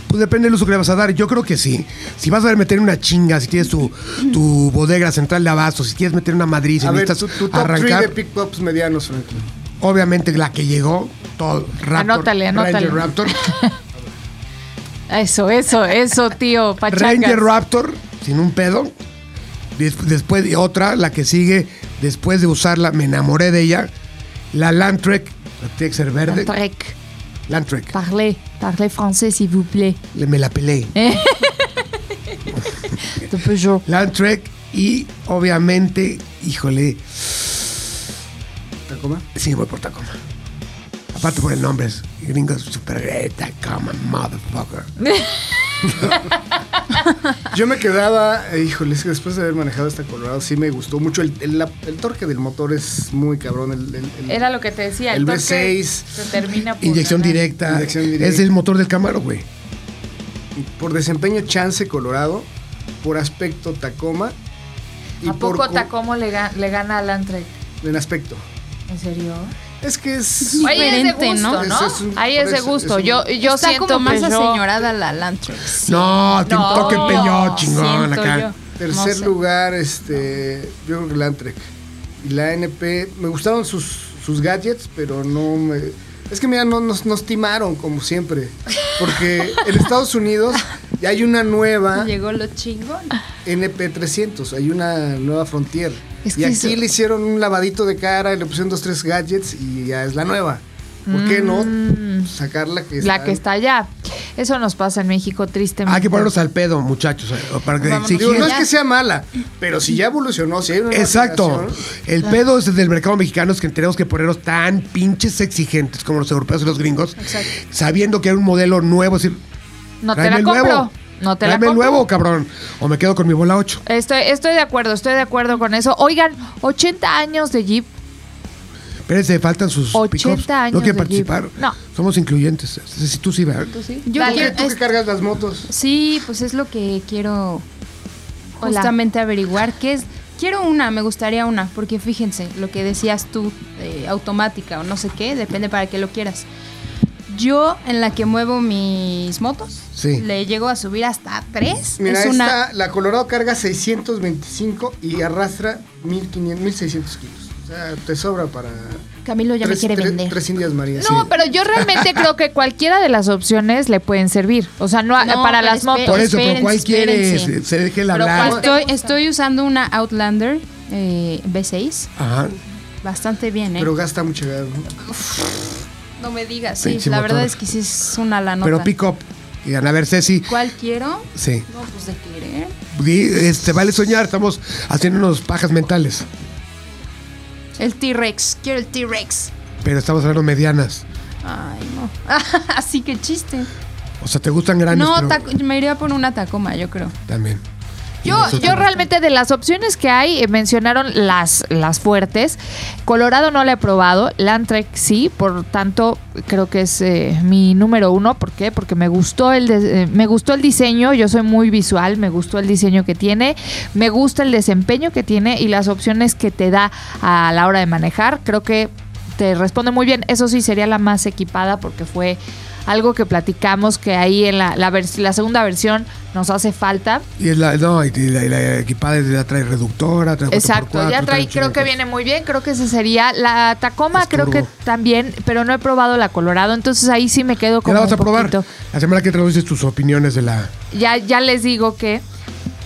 [SPEAKER 2] Pues depende del uso que le vas a dar. Yo creo que sí. Si vas a meter una chinga, si tienes tu, tu bodega central de abasto, si quieres meter una Madrid, si
[SPEAKER 5] A ver,
[SPEAKER 2] necesitas
[SPEAKER 5] tu, tu top
[SPEAKER 2] arrancar,
[SPEAKER 5] 3 de pickups medianos, Frankie.
[SPEAKER 2] obviamente la que llegó, todo. Raptor,
[SPEAKER 3] Anótale, anótale.
[SPEAKER 2] Ranger Raptor.
[SPEAKER 3] Eso, eso, eso, tío. Pachangas.
[SPEAKER 2] Ranger Raptor, sin un pedo. Des- después de otra, la que sigue, después de usarla, me enamoré de ella. La Landtrek, la tiene que ser verde.
[SPEAKER 3] Trek.
[SPEAKER 2] Landtrek.
[SPEAKER 3] Parlez, parlez français, s'il vous plaît.
[SPEAKER 2] Le- Me la peleé.
[SPEAKER 3] Eh. De Peugeot.
[SPEAKER 2] Landtrek y obviamente, híjole,
[SPEAKER 5] Tacoma.
[SPEAKER 2] Sí, voy por Tacoma. Aparte por el nombre, es gringo super eh, Tacoma, motherfucker.
[SPEAKER 5] Yo me quedaba, eh, híjole, es que después de haber manejado esta Colorado, sí me gustó mucho. El, el- la- el torque del motor es muy cabrón. El, el- el-
[SPEAKER 3] Era lo que te decía.
[SPEAKER 5] El
[SPEAKER 3] torque
[SPEAKER 5] V6.
[SPEAKER 3] se termina por
[SPEAKER 2] Inyección
[SPEAKER 3] ganar.
[SPEAKER 2] directa.
[SPEAKER 5] Inyección directa.
[SPEAKER 2] Es el motor del Camaro, güey.
[SPEAKER 5] Por desempeño, chance Colorado. Por aspecto, Tacoma.
[SPEAKER 3] ¿A poco
[SPEAKER 5] co-
[SPEAKER 3] Tacomo le, ga- le gana al Antrek?
[SPEAKER 5] En aspecto.
[SPEAKER 3] ¿En serio?
[SPEAKER 5] Es que es.
[SPEAKER 4] Sí.
[SPEAKER 3] Ahí es de
[SPEAKER 4] Diferente, ¿no?
[SPEAKER 3] gusto, ¿no?
[SPEAKER 5] Es- es un-
[SPEAKER 3] Ahí es de
[SPEAKER 5] es-
[SPEAKER 3] gusto.
[SPEAKER 5] es un-
[SPEAKER 3] yo yo
[SPEAKER 4] Está
[SPEAKER 3] siento
[SPEAKER 4] como más
[SPEAKER 3] Peugeot.
[SPEAKER 4] aseñorada la Landtrek.
[SPEAKER 2] No, tiene
[SPEAKER 3] No,
[SPEAKER 2] un toque peñón, chingón
[SPEAKER 4] siento
[SPEAKER 2] acá.
[SPEAKER 4] yo.
[SPEAKER 5] Tercer
[SPEAKER 4] No sé.
[SPEAKER 5] lugar, este. Yo creo que la Antrek. Y la NP. Me gustaron sus, sus gadgets, pero no me. Es que mira, no, nos, nos timaron como siempre. Porque en Estados Unidos ya hay una nueva
[SPEAKER 4] Llegó lo chingón.
[SPEAKER 5] NP300. Hay una nueva Frontier.
[SPEAKER 3] Es
[SPEAKER 5] y
[SPEAKER 3] que
[SPEAKER 5] aquí
[SPEAKER 3] eso-
[SPEAKER 5] le hicieron un lavadito de cara y le pusieron dos, tres gadgets y ya es la nueva. ¿Por qué no sacar la que
[SPEAKER 3] La que está allá. Eso nos pasa en México, tristemente.
[SPEAKER 2] Hay que ponernos al pedo, muchachos. eh, Para que
[SPEAKER 4] Vámonos.
[SPEAKER 2] exigir-
[SPEAKER 5] Digo, no es
[SPEAKER 4] Ya.
[SPEAKER 5] que sea mala, pero si ya evolucionó, si hay una nueva
[SPEAKER 2] Exacto.
[SPEAKER 5] generación,
[SPEAKER 2] El pedo es del mercado mexicano es que tenemos que ponernos tan pinches exigentes como los europeos y los gringos, sabiendo que hay un modelo nuevo. es decir,
[SPEAKER 3] No te
[SPEAKER 2] tráeme
[SPEAKER 3] la
[SPEAKER 2] el
[SPEAKER 3] compro.
[SPEAKER 2] nuevo.
[SPEAKER 3] No te la
[SPEAKER 2] Tráeme el
[SPEAKER 3] compro.
[SPEAKER 2] nuevo, cabrón. O me quedo con mi bola 8.
[SPEAKER 3] Estoy, estoy de acuerdo, estoy de acuerdo con eso. Oigan, 80 años de Jeep.
[SPEAKER 2] Espérense, faltan sus
[SPEAKER 3] 80
[SPEAKER 2] pickups.
[SPEAKER 3] años
[SPEAKER 2] No quieren
[SPEAKER 3] de Jeep.
[SPEAKER 2] participar.
[SPEAKER 3] No.
[SPEAKER 2] Somos incluyentes. Sí, tú sí, ¿verdad?
[SPEAKER 4] Yo
[SPEAKER 5] ¿Tú,
[SPEAKER 3] Dale.
[SPEAKER 5] que,
[SPEAKER 4] quiero-
[SPEAKER 5] tú que
[SPEAKER 4] es-
[SPEAKER 5] cargas las motos.
[SPEAKER 4] sí, pues es lo que quiero
[SPEAKER 3] Hola.
[SPEAKER 4] justamente averiguar. ¿Qué es? Quiero una, me gustaría una, porque fíjense, lo que decías tú, eh, automática o no sé qué, depende para qué lo quieras. Yo, en la que muevo mis motos,
[SPEAKER 2] Sí.
[SPEAKER 4] le llego a subir hasta tres.
[SPEAKER 5] Mira,
[SPEAKER 4] es una
[SPEAKER 5] esta, la Colorado carga 625 y arrastra 1500, 1600 kilos. O sea, te sobra para.
[SPEAKER 4] Camilo ya me
[SPEAKER 5] tres,
[SPEAKER 4] quiere
[SPEAKER 5] tres-
[SPEAKER 4] vender.
[SPEAKER 5] Tres indias marías.
[SPEAKER 3] No,
[SPEAKER 5] Sí.
[SPEAKER 3] pero yo realmente creo que cualquiera de las opciones le pueden servir. O sea, no, a-
[SPEAKER 4] No,
[SPEAKER 3] para
[SPEAKER 4] pero
[SPEAKER 3] las
[SPEAKER 4] espera.
[SPEAKER 3] motos.
[SPEAKER 2] Por eso, pero
[SPEAKER 4] Espérense,
[SPEAKER 2] ¿cuál quieres?
[SPEAKER 4] espérense.
[SPEAKER 2] Se deje el
[SPEAKER 3] Pero
[SPEAKER 2] hablar.
[SPEAKER 3] ¿cuál?
[SPEAKER 4] Estoy, estoy usando una Outlander eh, V6,
[SPEAKER 2] Ajá.
[SPEAKER 4] bastante bien, ¿eh?
[SPEAKER 5] Pero gasta mucho gas, ¿no?
[SPEAKER 4] no me digas. Sí,
[SPEAKER 2] Pinche
[SPEAKER 4] la
[SPEAKER 2] motor.
[SPEAKER 4] verdad es que sí es una la nota.
[SPEAKER 2] Pero pick up. Digan, a ver, Ceci.
[SPEAKER 4] ¿Cuál quiero?
[SPEAKER 2] Sí.
[SPEAKER 4] No, pues de querer.
[SPEAKER 2] Di, Este, vale soñar, estamos haciendo unos pajas mentales.
[SPEAKER 4] El T-Rex, quiero el T-Rex.
[SPEAKER 2] Pero estamos hablando medianas.
[SPEAKER 4] Ay, no. Así que chiste.
[SPEAKER 2] O sea, te gustan grandes.
[SPEAKER 4] No,
[SPEAKER 2] pero
[SPEAKER 4] taco- me iría por una Tacoma, yo creo.
[SPEAKER 2] También.
[SPEAKER 3] Yo, yo realmente de las opciones que hay, eh, mencionaron las, las fuertes. Colorado no la he probado, Landtrek sí, por tanto creo que es eh, mi número uno. ¿Por qué? Porque me gustó, el de- eh, me gustó el diseño, yo soy muy visual, me gustó el diseño que tiene, me gusta el desempeño que tiene y las opciones que te da a la hora de manejar. Creo que te responde muy bien. Eso sí, sería la más equipada porque fue algo que platicamos que ahí en la, la vers- la segunda versión nos hace falta.
[SPEAKER 2] Y es la, no, y la, y la equipada ya trae reductora, trae
[SPEAKER 3] Exacto,
[SPEAKER 2] 4x4,
[SPEAKER 3] ya trae,
[SPEAKER 2] un chingo
[SPEAKER 3] creo
[SPEAKER 2] de
[SPEAKER 3] que
[SPEAKER 2] cosas.
[SPEAKER 3] viene muy bien, creo que ese sería la Tacoma,
[SPEAKER 2] Es
[SPEAKER 3] creo que
[SPEAKER 2] turbo.
[SPEAKER 3] también, pero no he probado la Colorado, entonces ahí sí me quedo
[SPEAKER 2] Ya
[SPEAKER 3] como
[SPEAKER 2] la vas a
[SPEAKER 3] un
[SPEAKER 2] probar.
[SPEAKER 3] poquito.
[SPEAKER 2] La semana que entra nos dices tus opiniones de la.
[SPEAKER 3] Ya ya les digo que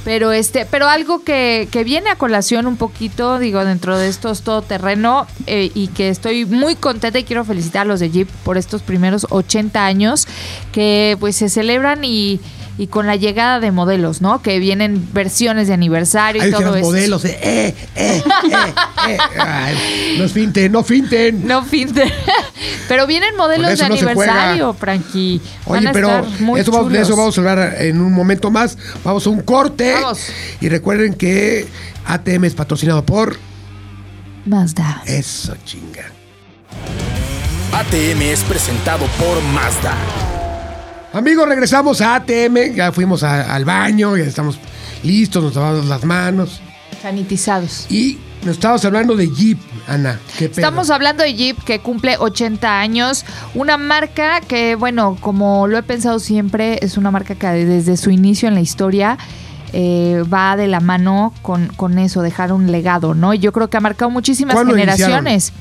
[SPEAKER 3] pero este, pero algo que, que viene a colación un poquito, digo, dentro de estos todoterreno eh, y que estoy muy contenta y quiero felicitar a los de Jeep por estos primeros 80 años que pues se celebran y, y con la llegada de modelos, ¿no? Que vienen versiones de aniversario
[SPEAKER 2] Ahí
[SPEAKER 3] y todo
[SPEAKER 2] dijeron
[SPEAKER 3] esto.
[SPEAKER 2] modelos de. Eh, eh, eh, eh. Ay, no finten, no finten.
[SPEAKER 3] No Finter. pero vienen modelos
[SPEAKER 2] Con eso
[SPEAKER 3] de
[SPEAKER 2] no se
[SPEAKER 3] aniversario, Frankie. Van
[SPEAKER 2] Oye,
[SPEAKER 3] a
[SPEAKER 2] pero
[SPEAKER 3] estar muy
[SPEAKER 2] eso vamos- de
[SPEAKER 3] chulos.
[SPEAKER 2] eso vamos a hablar en un momento más. Vamos a un corte.
[SPEAKER 3] Vamos.
[SPEAKER 2] Y recuerden que ATM es patrocinado por
[SPEAKER 3] Mazda.
[SPEAKER 2] eso, chinga.
[SPEAKER 1] ATM es presentado por Mazda.
[SPEAKER 2] Amigos, regresamos a ATM. Ya fuimos a- al baño, ya estamos listos, nos lavamos las manos.
[SPEAKER 3] Sanitizados.
[SPEAKER 2] Y nos estabas hablando de Jeep, Ana. ¿Qué pedo?
[SPEAKER 3] Estamos hablando de Jeep que cumple 80 años, una marca que, bueno, como lo he pensado siempre, es una marca que desde su inicio en la historia eh, va de la mano con, con eso, dejar un legado, ¿no? Y yo creo que ha marcado muchísimas
[SPEAKER 2] ¿Cuándo
[SPEAKER 3] generaciones.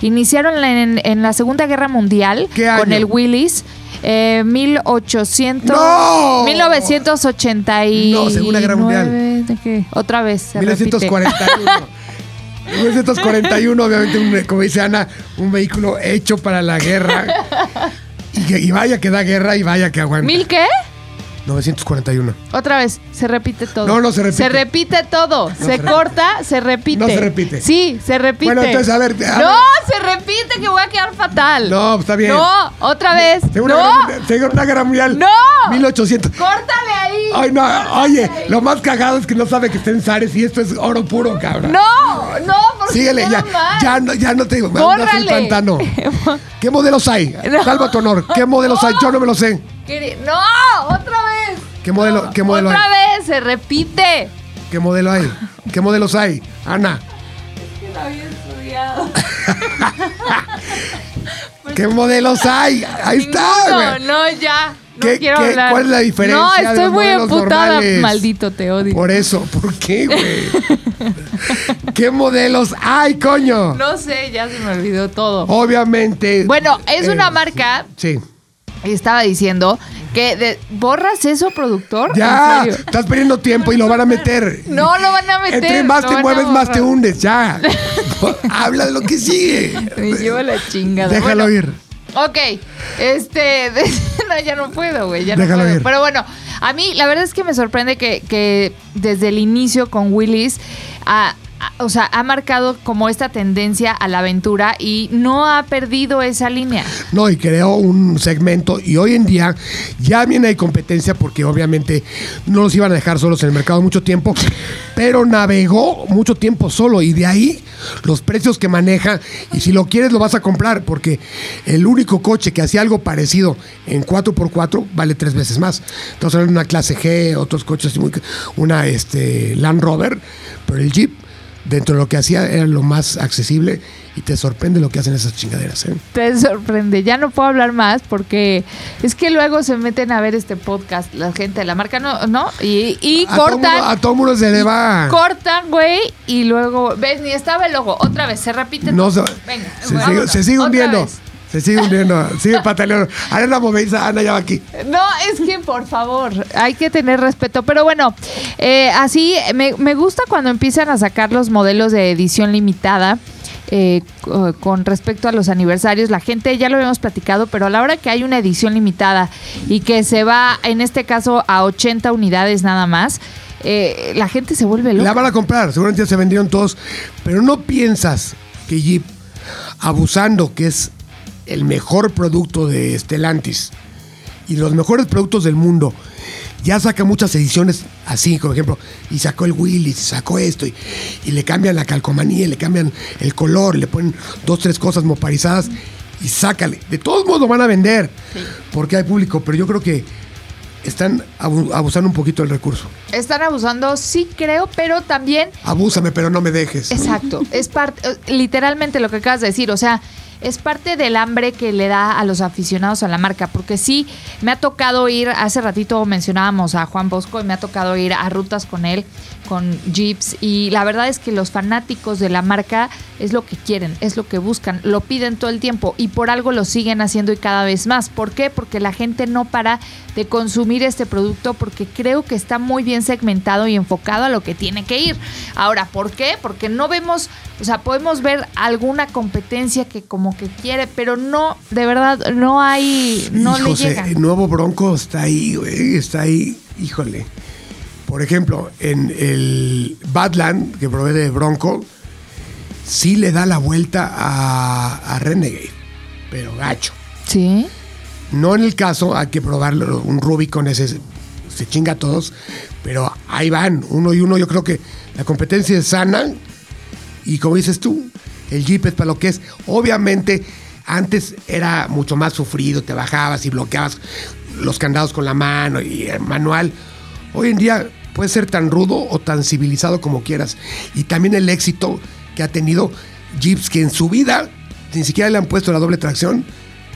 [SPEAKER 3] Iniciaron, en, en la Segunda Guerra Mundial
[SPEAKER 2] ¿Qué
[SPEAKER 3] con
[SPEAKER 2] año?
[SPEAKER 3] el Willys. eh, 1800
[SPEAKER 2] ¡No!
[SPEAKER 3] 1989
[SPEAKER 2] No, Segunda Guerra Mundial.
[SPEAKER 3] ¿de qué? otra vez se repite.
[SPEAKER 2] 1941. 1941, obviamente, un- como dice Ana, un vehículo hecho para la guerra. Y, que- y vaya que da guerra y vaya que aguanta.
[SPEAKER 3] ¿Mil qué?
[SPEAKER 2] 941.
[SPEAKER 3] Otra vez, se repite todo.
[SPEAKER 2] No, no se repite.
[SPEAKER 3] Se repite todo. se,
[SPEAKER 2] se repite.
[SPEAKER 3] corta, se repite.
[SPEAKER 2] No se repite.
[SPEAKER 3] Sí, se repite.
[SPEAKER 2] Bueno, entonces, a ver, a
[SPEAKER 3] no,
[SPEAKER 2] ver.
[SPEAKER 3] se repite que voy a quedar fatal.
[SPEAKER 2] No, está bien.
[SPEAKER 3] No, otra vez.
[SPEAKER 2] Segunda,
[SPEAKER 3] no,
[SPEAKER 2] guerra, Mundial- Segunda Guerra Mundial.
[SPEAKER 3] ¡No!
[SPEAKER 2] 1800.
[SPEAKER 3] córtale ahí.
[SPEAKER 2] Ay, no, oye, lo más cagado es que no sabe que está en Zares y esto es oro puro, cabrón.
[SPEAKER 3] No, no, porque
[SPEAKER 2] Síguele, ya,
[SPEAKER 3] queda mal.
[SPEAKER 2] ya, no, ya no te digo, me mandas el
[SPEAKER 3] Bórrale.
[SPEAKER 2] pantano. ¿Qué modelos hay?
[SPEAKER 3] No.
[SPEAKER 2] Salva tu honor. ¿Qué modelos hay? Yo no me lo sé.
[SPEAKER 3] Quere- No, otra vez.
[SPEAKER 2] ¿Qué modelo,
[SPEAKER 3] No,
[SPEAKER 2] qué modelo
[SPEAKER 3] otra
[SPEAKER 2] hay?
[SPEAKER 3] vez, se repite.
[SPEAKER 2] ¿Qué modelo hay? ¿Qué modelos hay? Ana,
[SPEAKER 3] Lo había estudiado.
[SPEAKER 2] ¿qué modelos hay? Ahí
[SPEAKER 3] Ninguno,
[SPEAKER 2] está, güey.
[SPEAKER 3] No, ya. No
[SPEAKER 2] ¿Qué-
[SPEAKER 3] quiero
[SPEAKER 2] qué-
[SPEAKER 3] hablar.
[SPEAKER 2] cuál es la diferencia
[SPEAKER 3] No,
[SPEAKER 2] de
[SPEAKER 3] estoy
[SPEAKER 2] los
[SPEAKER 3] muy
[SPEAKER 2] modelos
[SPEAKER 3] emputada.
[SPEAKER 2] normales?
[SPEAKER 3] Maldito, te odio.
[SPEAKER 2] Por eso, ¿por qué, güey? ¿Qué modelos hay, coño?
[SPEAKER 3] No sé, ya se me olvidó todo.
[SPEAKER 2] Obviamente.
[SPEAKER 3] Bueno, es
[SPEAKER 2] eh,
[SPEAKER 3] una marca,
[SPEAKER 2] Sí.
[SPEAKER 3] estaba diciendo, que de- borras eso, productor.
[SPEAKER 2] Ya,
[SPEAKER 3] ¿En serio?
[SPEAKER 2] estás perdiendo tiempo y lo van a meter.
[SPEAKER 3] No lo van a meter.
[SPEAKER 2] Entre más
[SPEAKER 3] lo
[SPEAKER 2] te
[SPEAKER 3] van a
[SPEAKER 2] mueves, más te
[SPEAKER 3] borrar.
[SPEAKER 2] hundes, ya. Habla de lo que sigue.
[SPEAKER 3] Me llevo la chingada.
[SPEAKER 2] Déjalo
[SPEAKER 3] Bueno,
[SPEAKER 2] ir.
[SPEAKER 3] Ok, este, no, ya no puedo, güey, ya no
[SPEAKER 2] Déjalo
[SPEAKER 3] puedo.
[SPEAKER 2] ir.
[SPEAKER 3] Pero bueno, a mí la verdad es que me sorprende que, que desde el inicio con Willis, ah, ah, o sea, ha marcado como esta tendencia a la aventura y no ha perdido esa línea.
[SPEAKER 2] No, y creó un segmento y hoy en día ya viene hay competencia porque obviamente no los iban a dejar solos en el mercado mucho tiempo, pero navegó mucho tiempo solo y de ahí los precios que maneja y si lo quieres lo vas a comprar porque el único coche que hacía algo parecido en 4x4 vale tres veces más. Entonces era una clase G, otros coches, así muy- una este, Land Rover, pero el Jeep dentro de lo que hacía era lo más accesible y te sorprende lo que hacen esas chingaderas. ¿eh?
[SPEAKER 3] Te sorprende, ya no puedo hablar más porque es que luego se meten a ver este podcast la gente de la marca, ¿no? ¿no? Y, y
[SPEAKER 2] A todo mundo-
[SPEAKER 3] cortan,
[SPEAKER 2] A todo mundo se le va.
[SPEAKER 3] cortan, güey, y luego, ves, ni estaba el logo, otra vez, se repite.
[SPEAKER 2] No se,
[SPEAKER 3] todo. Venga,
[SPEAKER 2] se,
[SPEAKER 3] vámonos,
[SPEAKER 2] sigue, se sigue
[SPEAKER 3] otra
[SPEAKER 2] hundiendo.
[SPEAKER 3] vez.
[SPEAKER 2] Se sigue hundiendo. sigue pataleando. Ahora la movediza, Ana ya va aquí.
[SPEAKER 3] No, es que por favor, hay que tener respeto. Pero bueno, eh, así me, me gusta cuando empiezan a sacar los modelos de edición limitada. eh, co- con respecto a los aniversarios, la gente ya lo habíamos platicado, pero a la hora que hay una edición limitada y que se va, en este caso, a 80 unidades nada más, eh, la gente se vuelve
[SPEAKER 2] La
[SPEAKER 3] loca.
[SPEAKER 2] van a comprar. Seguramente ya se vendieron todos. Pero no piensas que Jeep, abusando que es el mejor producto de Stellantis y los mejores productos del mundo, ya saca muchas ediciones así, por ejemplo, y sacó el Willis, sacó esto, y, y le cambian la calcomanía, le cambian el color, le ponen dos, tres cosas moparizadas y sácale. De todos modos lo van a vender porque hay público, pero yo creo que están abu- abusando un poquito del recurso.
[SPEAKER 3] Están abusando, sí creo, pero también
[SPEAKER 2] Abúsame, pero no me dejes.
[SPEAKER 3] Exacto, es parte, eh, literalmente lo que acabas de decir, o sea, es parte del hambre que le da a los aficionados a la marca, porque sí, me ha tocado ir, hace ratito mencionábamos a Juan Bosco y me ha tocado ir a rutas con él, con Jeeps, y la verdad es que los fanáticos de la marca es lo que quieren, es lo que buscan, lo piden todo el tiempo y por algo lo siguen haciendo y cada vez más. ¿Por qué? Porque la gente no para de consumir este producto porque creo que está muy bien segmentado y enfocado a lo que tiene que ir. Ahora, ¿por qué? Porque no vemos, o sea, podemos ver alguna competencia que como que quiere, pero no, de verdad, no hay, no le
[SPEAKER 2] Híjole,
[SPEAKER 3] llega.
[SPEAKER 2] El nuevo Bronco está ahí, güey, está ahí, híjole. Por ejemplo, en el Badland, que provee de Bronco, sí le da la vuelta a, a Renegade, pero gacho.
[SPEAKER 3] Sí.
[SPEAKER 2] No en el caso, hay que probarlo, un Rubicon ese se chinga a todos, pero ahí van, uno y uno. Yo creo que la competencia es sana y como dices tú, el Jeep es para lo que es. Obviamente, antes era mucho más sufrido, te bajabas y bloqueabas los candados con la mano y el manual. Hoy en día puede ser tan rudo o tan civilizado como quieras. Y también el éxito que ha tenido Jeeps que en su vida ni siquiera le han puesto la doble tracción.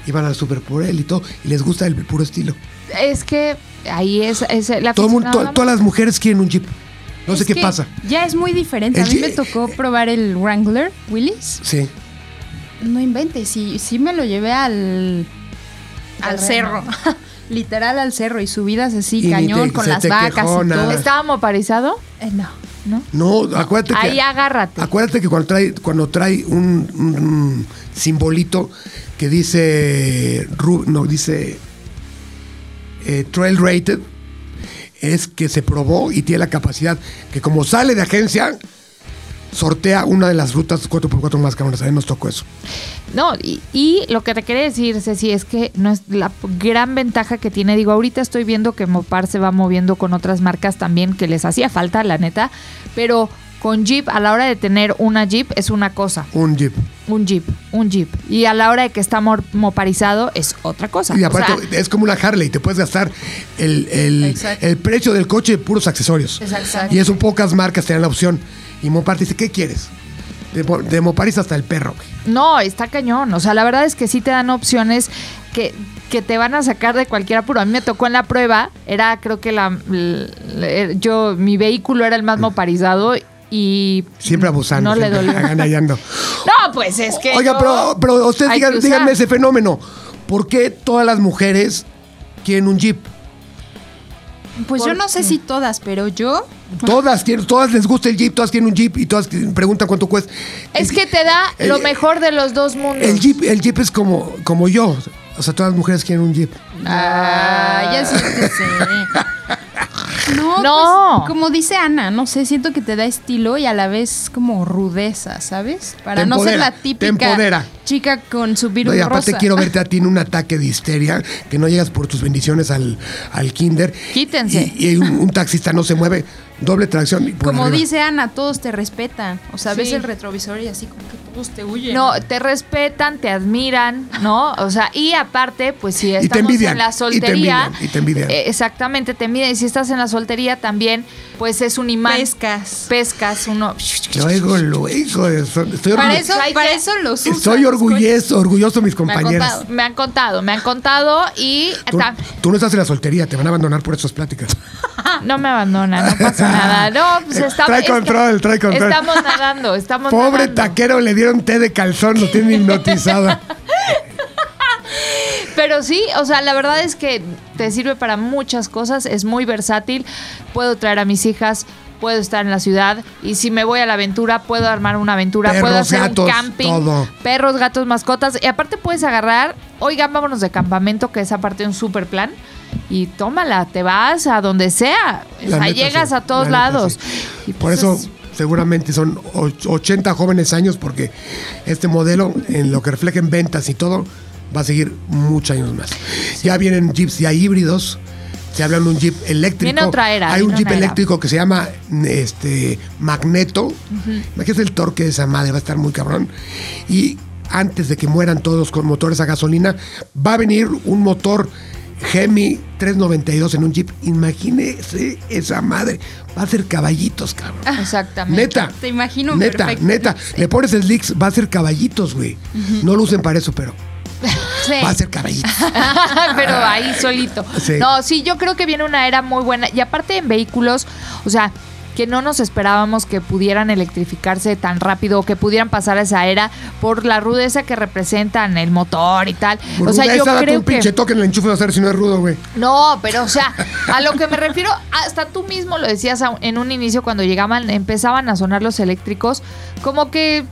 [SPEAKER 2] Y van al super por él y todo, y les gusta el puro estilo.
[SPEAKER 3] Es que ahí es, es la
[SPEAKER 2] Todo el mundo- to- todas las mujeres quieren un jeep. No sé
[SPEAKER 4] Es
[SPEAKER 2] qué
[SPEAKER 4] que
[SPEAKER 2] pasa.
[SPEAKER 4] Ya es muy diferente. A
[SPEAKER 2] Es
[SPEAKER 4] mí
[SPEAKER 2] que-
[SPEAKER 4] me tocó probar el Wrangler Willis.
[SPEAKER 2] Sí.
[SPEAKER 4] No inventes, sí, sí me lo llevé al. al cerro. Literal al cerro y subidas
[SPEAKER 2] Y
[SPEAKER 4] así,
[SPEAKER 2] ni
[SPEAKER 4] cañón,
[SPEAKER 2] te-
[SPEAKER 4] con
[SPEAKER 2] se
[SPEAKER 4] las
[SPEAKER 2] te
[SPEAKER 4] vacas
[SPEAKER 2] quejó
[SPEAKER 4] y todo.
[SPEAKER 2] nada.
[SPEAKER 3] ¿Estaba moparizado?
[SPEAKER 4] Eh, no.
[SPEAKER 3] ¿No?
[SPEAKER 2] No, acuérdate que.
[SPEAKER 3] Ahí agárrate.
[SPEAKER 2] Acuérdate que cuando trae, cuando trae un, un- un simbolito que dice. Ru- No, dice. eh, trail rated. Es que se probó y tiene la capacidad que, como sale de agencia, sortea una de las rutas 4x4 más cabronas. A mí nos tocó eso.
[SPEAKER 3] No, y, y lo que te quería decir, Ceci, es que no es la p- gran ventaja que tiene. Digo, ahorita estoy viendo que Mopar se va moviendo con otras marcas también que les hacía falta, la neta. Pero con Jeep, a la hora de tener una Jeep, es una cosa.
[SPEAKER 2] Un jeep.
[SPEAKER 3] Un Jeep, un Jeep. Y a la hora de que está mor- moparizado, es otra cosa.
[SPEAKER 2] Y
[SPEAKER 3] O
[SPEAKER 2] aparte,
[SPEAKER 3] sea,
[SPEAKER 2] es como una Harley, te puedes gastar el, el,
[SPEAKER 4] Exacto.
[SPEAKER 2] el precio del coche de puros accesorios.
[SPEAKER 4] Exacto.
[SPEAKER 2] Y eso pocas marcas te dan la opción. Y Mopar te dice, ¿qué quieres? De, Mo- de Mopar es hasta el perro. güey.
[SPEAKER 3] No, está cañón. O sea, la verdad es que sí te dan opciones que, que te van a sacar de cualquier apuro. A mí me tocó en la prueba, era creo que la, l- eh, yo mi vehículo era el más moparizado y
[SPEAKER 2] Siempre abusando.
[SPEAKER 3] Mm, No le
[SPEAKER 2] siempre
[SPEAKER 3] dolió.
[SPEAKER 2] aganallando.
[SPEAKER 3] No, pues es que
[SPEAKER 2] Oiga,
[SPEAKER 3] yo-
[SPEAKER 2] pero, pero ustedes
[SPEAKER 3] hay que
[SPEAKER 2] digan-
[SPEAKER 3] usar.
[SPEAKER 2] díganme ese fenómeno. ¿Por qué todas las mujeres quieren un jeep?
[SPEAKER 4] Pues yo
[SPEAKER 3] ¿Por
[SPEAKER 4] no sé si todas, pero yo.
[SPEAKER 2] Todas quieren, todas les gusta el jeep, todas quieren un jeep y todas preguntan cuánto cuesta.
[SPEAKER 3] es que te da
[SPEAKER 2] El-
[SPEAKER 3] lo mejor de los dos mundos.
[SPEAKER 2] Eh, El jeep, el jeep es como, como yo. O sea, todas las mujeres quieren un jeep.
[SPEAKER 4] Ah, ya sí que sé. No,
[SPEAKER 3] No.
[SPEAKER 4] pues, como dice Ana, no sé, siento que te da estilo y a la vez como rudeza, ¿sabes? Para
[SPEAKER 2] Te
[SPEAKER 4] no ser
[SPEAKER 2] empodera,
[SPEAKER 4] la
[SPEAKER 2] te
[SPEAKER 4] típica
[SPEAKER 2] empodera.
[SPEAKER 4] chica con su virus
[SPEAKER 2] No, y aparte
[SPEAKER 4] rosa.
[SPEAKER 2] quiero verte a ti en un ataque de histeria, que no llegas por tus bendiciones al, al kinder.
[SPEAKER 3] Quítense.
[SPEAKER 2] Y, y un, un taxista no se mueve, doble tracción. y por
[SPEAKER 4] Como
[SPEAKER 2] arriba.
[SPEAKER 4] dice Ana, todos te respetan. O sea, ves
[SPEAKER 3] Sí.
[SPEAKER 4] el retrovisor y así como que todos te huyen.
[SPEAKER 3] No, te respetan, te admiran, ¿no? O sea, y aparte, pues si
[SPEAKER 2] te
[SPEAKER 3] estamos
[SPEAKER 2] envidian,
[SPEAKER 3] en la
[SPEAKER 2] y te
[SPEAKER 3] soltería.
[SPEAKER 2] envidian, y te envidian.
[SPEAKER 3] eh, exactamente, te envidian. Y si estás en la soltería también, pues es un imán.
[SPEAKER 4] pescas.
[SPEAKER 3] Pescas, uno.
[SPEAKER 2] Luego, luego, eso- estoy, orgu-
[SPEAKER 4] Para eso,
[SPEAKER 3] Hay
[SPEAKER 4] para
[SPEAKER 3] que-
[SPEAKER 4] eso los usan.
[SPEAKER 2] estoy orgulloso, orgulloso de mis
[SPEAKER 4] ha
[SPEAKER 2] compañeras.
[SPEAKER 4] contado.
[SPEAKER 3] Me han contado, me han contado y
[SPEAKER 2] Tú,
[SPEAKER 3] ta-
[SPEAKER 2] tú no estás en la soltería, te van a abandonar por esas pláticas.
[SPEAKER 3] ah, no me abandonan, no pasa nada. No, pues estamos.
[SPEAKER 2] Trae
[SPEAKER 3] es que
[SPEAKER 2] control, trae control.
[SPEAKER 3] Estamos nadando, estamos
[SPEAKER 2] Pobre
[SPEAKER 3] nadando.
[SPEAKER 2] taquero, le dieron té de calzón, lo tienen hipnotizado.
[SPEAKER 3] Pero sí, o sea, la verdad es que te sirve para muchas cosas, es muy versátil. Puedo traer a mis hijas, puedo estar en la ciudad y si me voy a la aventura, puedo armar una aventura,
[SPEAKER 2] Perros,
[SPEAKER 3] puedo hacer
[SPEAKER 2] gatos,
[SPEAKER 3] un camping,
[SPEAKER 2] todo.
[SPEAKER 3] perros, gatos, mascotas. Y aparte puedes agarrar, oigan, vámonos de campamento, que es aparte un super plan. Y tómala, te vas a donde sea. O
[SPEAKER 2] La
[SPEAKER 3] sea,
[SPEAKER 2] neta,
[SPEAKER 3] llegas
[SPEAKER 2] sí,
[SPEAKER 3] a todos
[SPEAKER 2] la neta,
[SPEAKER 3] lados.
[SPEAKER 2] sí.
[SPEAKER 3] Y
[SPEAKER 2] Por
[SPEAKER 3] pues
[SPEAKER 2] eso,
[SPEAKER 3] es-
[SPEAKER 2] seguramente son och- 80 jóvenes años porque este modelo, en lo que refleja en ventas y todo, va a seguir muchos años más. Ya vienen jeeps ya híbridos, se hablan de un jeep eléctrico.
[SPEAKER 3] Viene otra era,
[SPEAKER 2] Hay un
[SPEAKER 3] viene
[SPEAKER 2] jeep
[SPEAKER 3] una era.
[SPEAKER 2] eléctrico que se llama este, Magneto. Imagínate el torque de esa madre, va a estar muy cabrón. Y antes de que mueran todos con motores a gasolina, va a venir un motor Gemi 392 en un jeep. Imagínese esa madre. Va a ser caballitos, cabrón.
[SPEAKER 4] Ah, Exactamente.
[SPEAKER 2] Neta.
[SPEAKER 4] Te imagino
[SPEAKER 2] Neta,
[SPEAKER 4] perfecto.
[SPEAKER 2] neta. Le pones slicks, va a ser caballitos, güey. No lo usen para eso, pero
[SPEAKER 4] Sí.
[SPEAKER 2] va a ser caballitos.
[SPEAKER 3] pero ahí solito.
[SPEAKER 2] Sí.
[SPEAKER 3] No, sí, yo creo que viene una era muy buena. Y aparte en vehículos, o sea, que no nos esperábamos que pudieran electrificarse tan rápido o que pudieran pasar a esa era por la rudeza que representan el motor y tal. o sea,
[SPEAKER 2] Rudeza,
[SPEAKER 3] yo
[SPEAKER 2] date
[SPEAKER 3] creo
[SPEAKER 2] un pinche
[SPEAKER 3] que...
[SPEAKER 2] toque en el enchufe de hacer si no es rudo, güey.
[SPEAKER 3] No, pero o sea, a lo que me refiero, hasta tú mismo lo decías a- en un inicio cuando llegaban, empezaban a sonar los eléctricos, como que eh,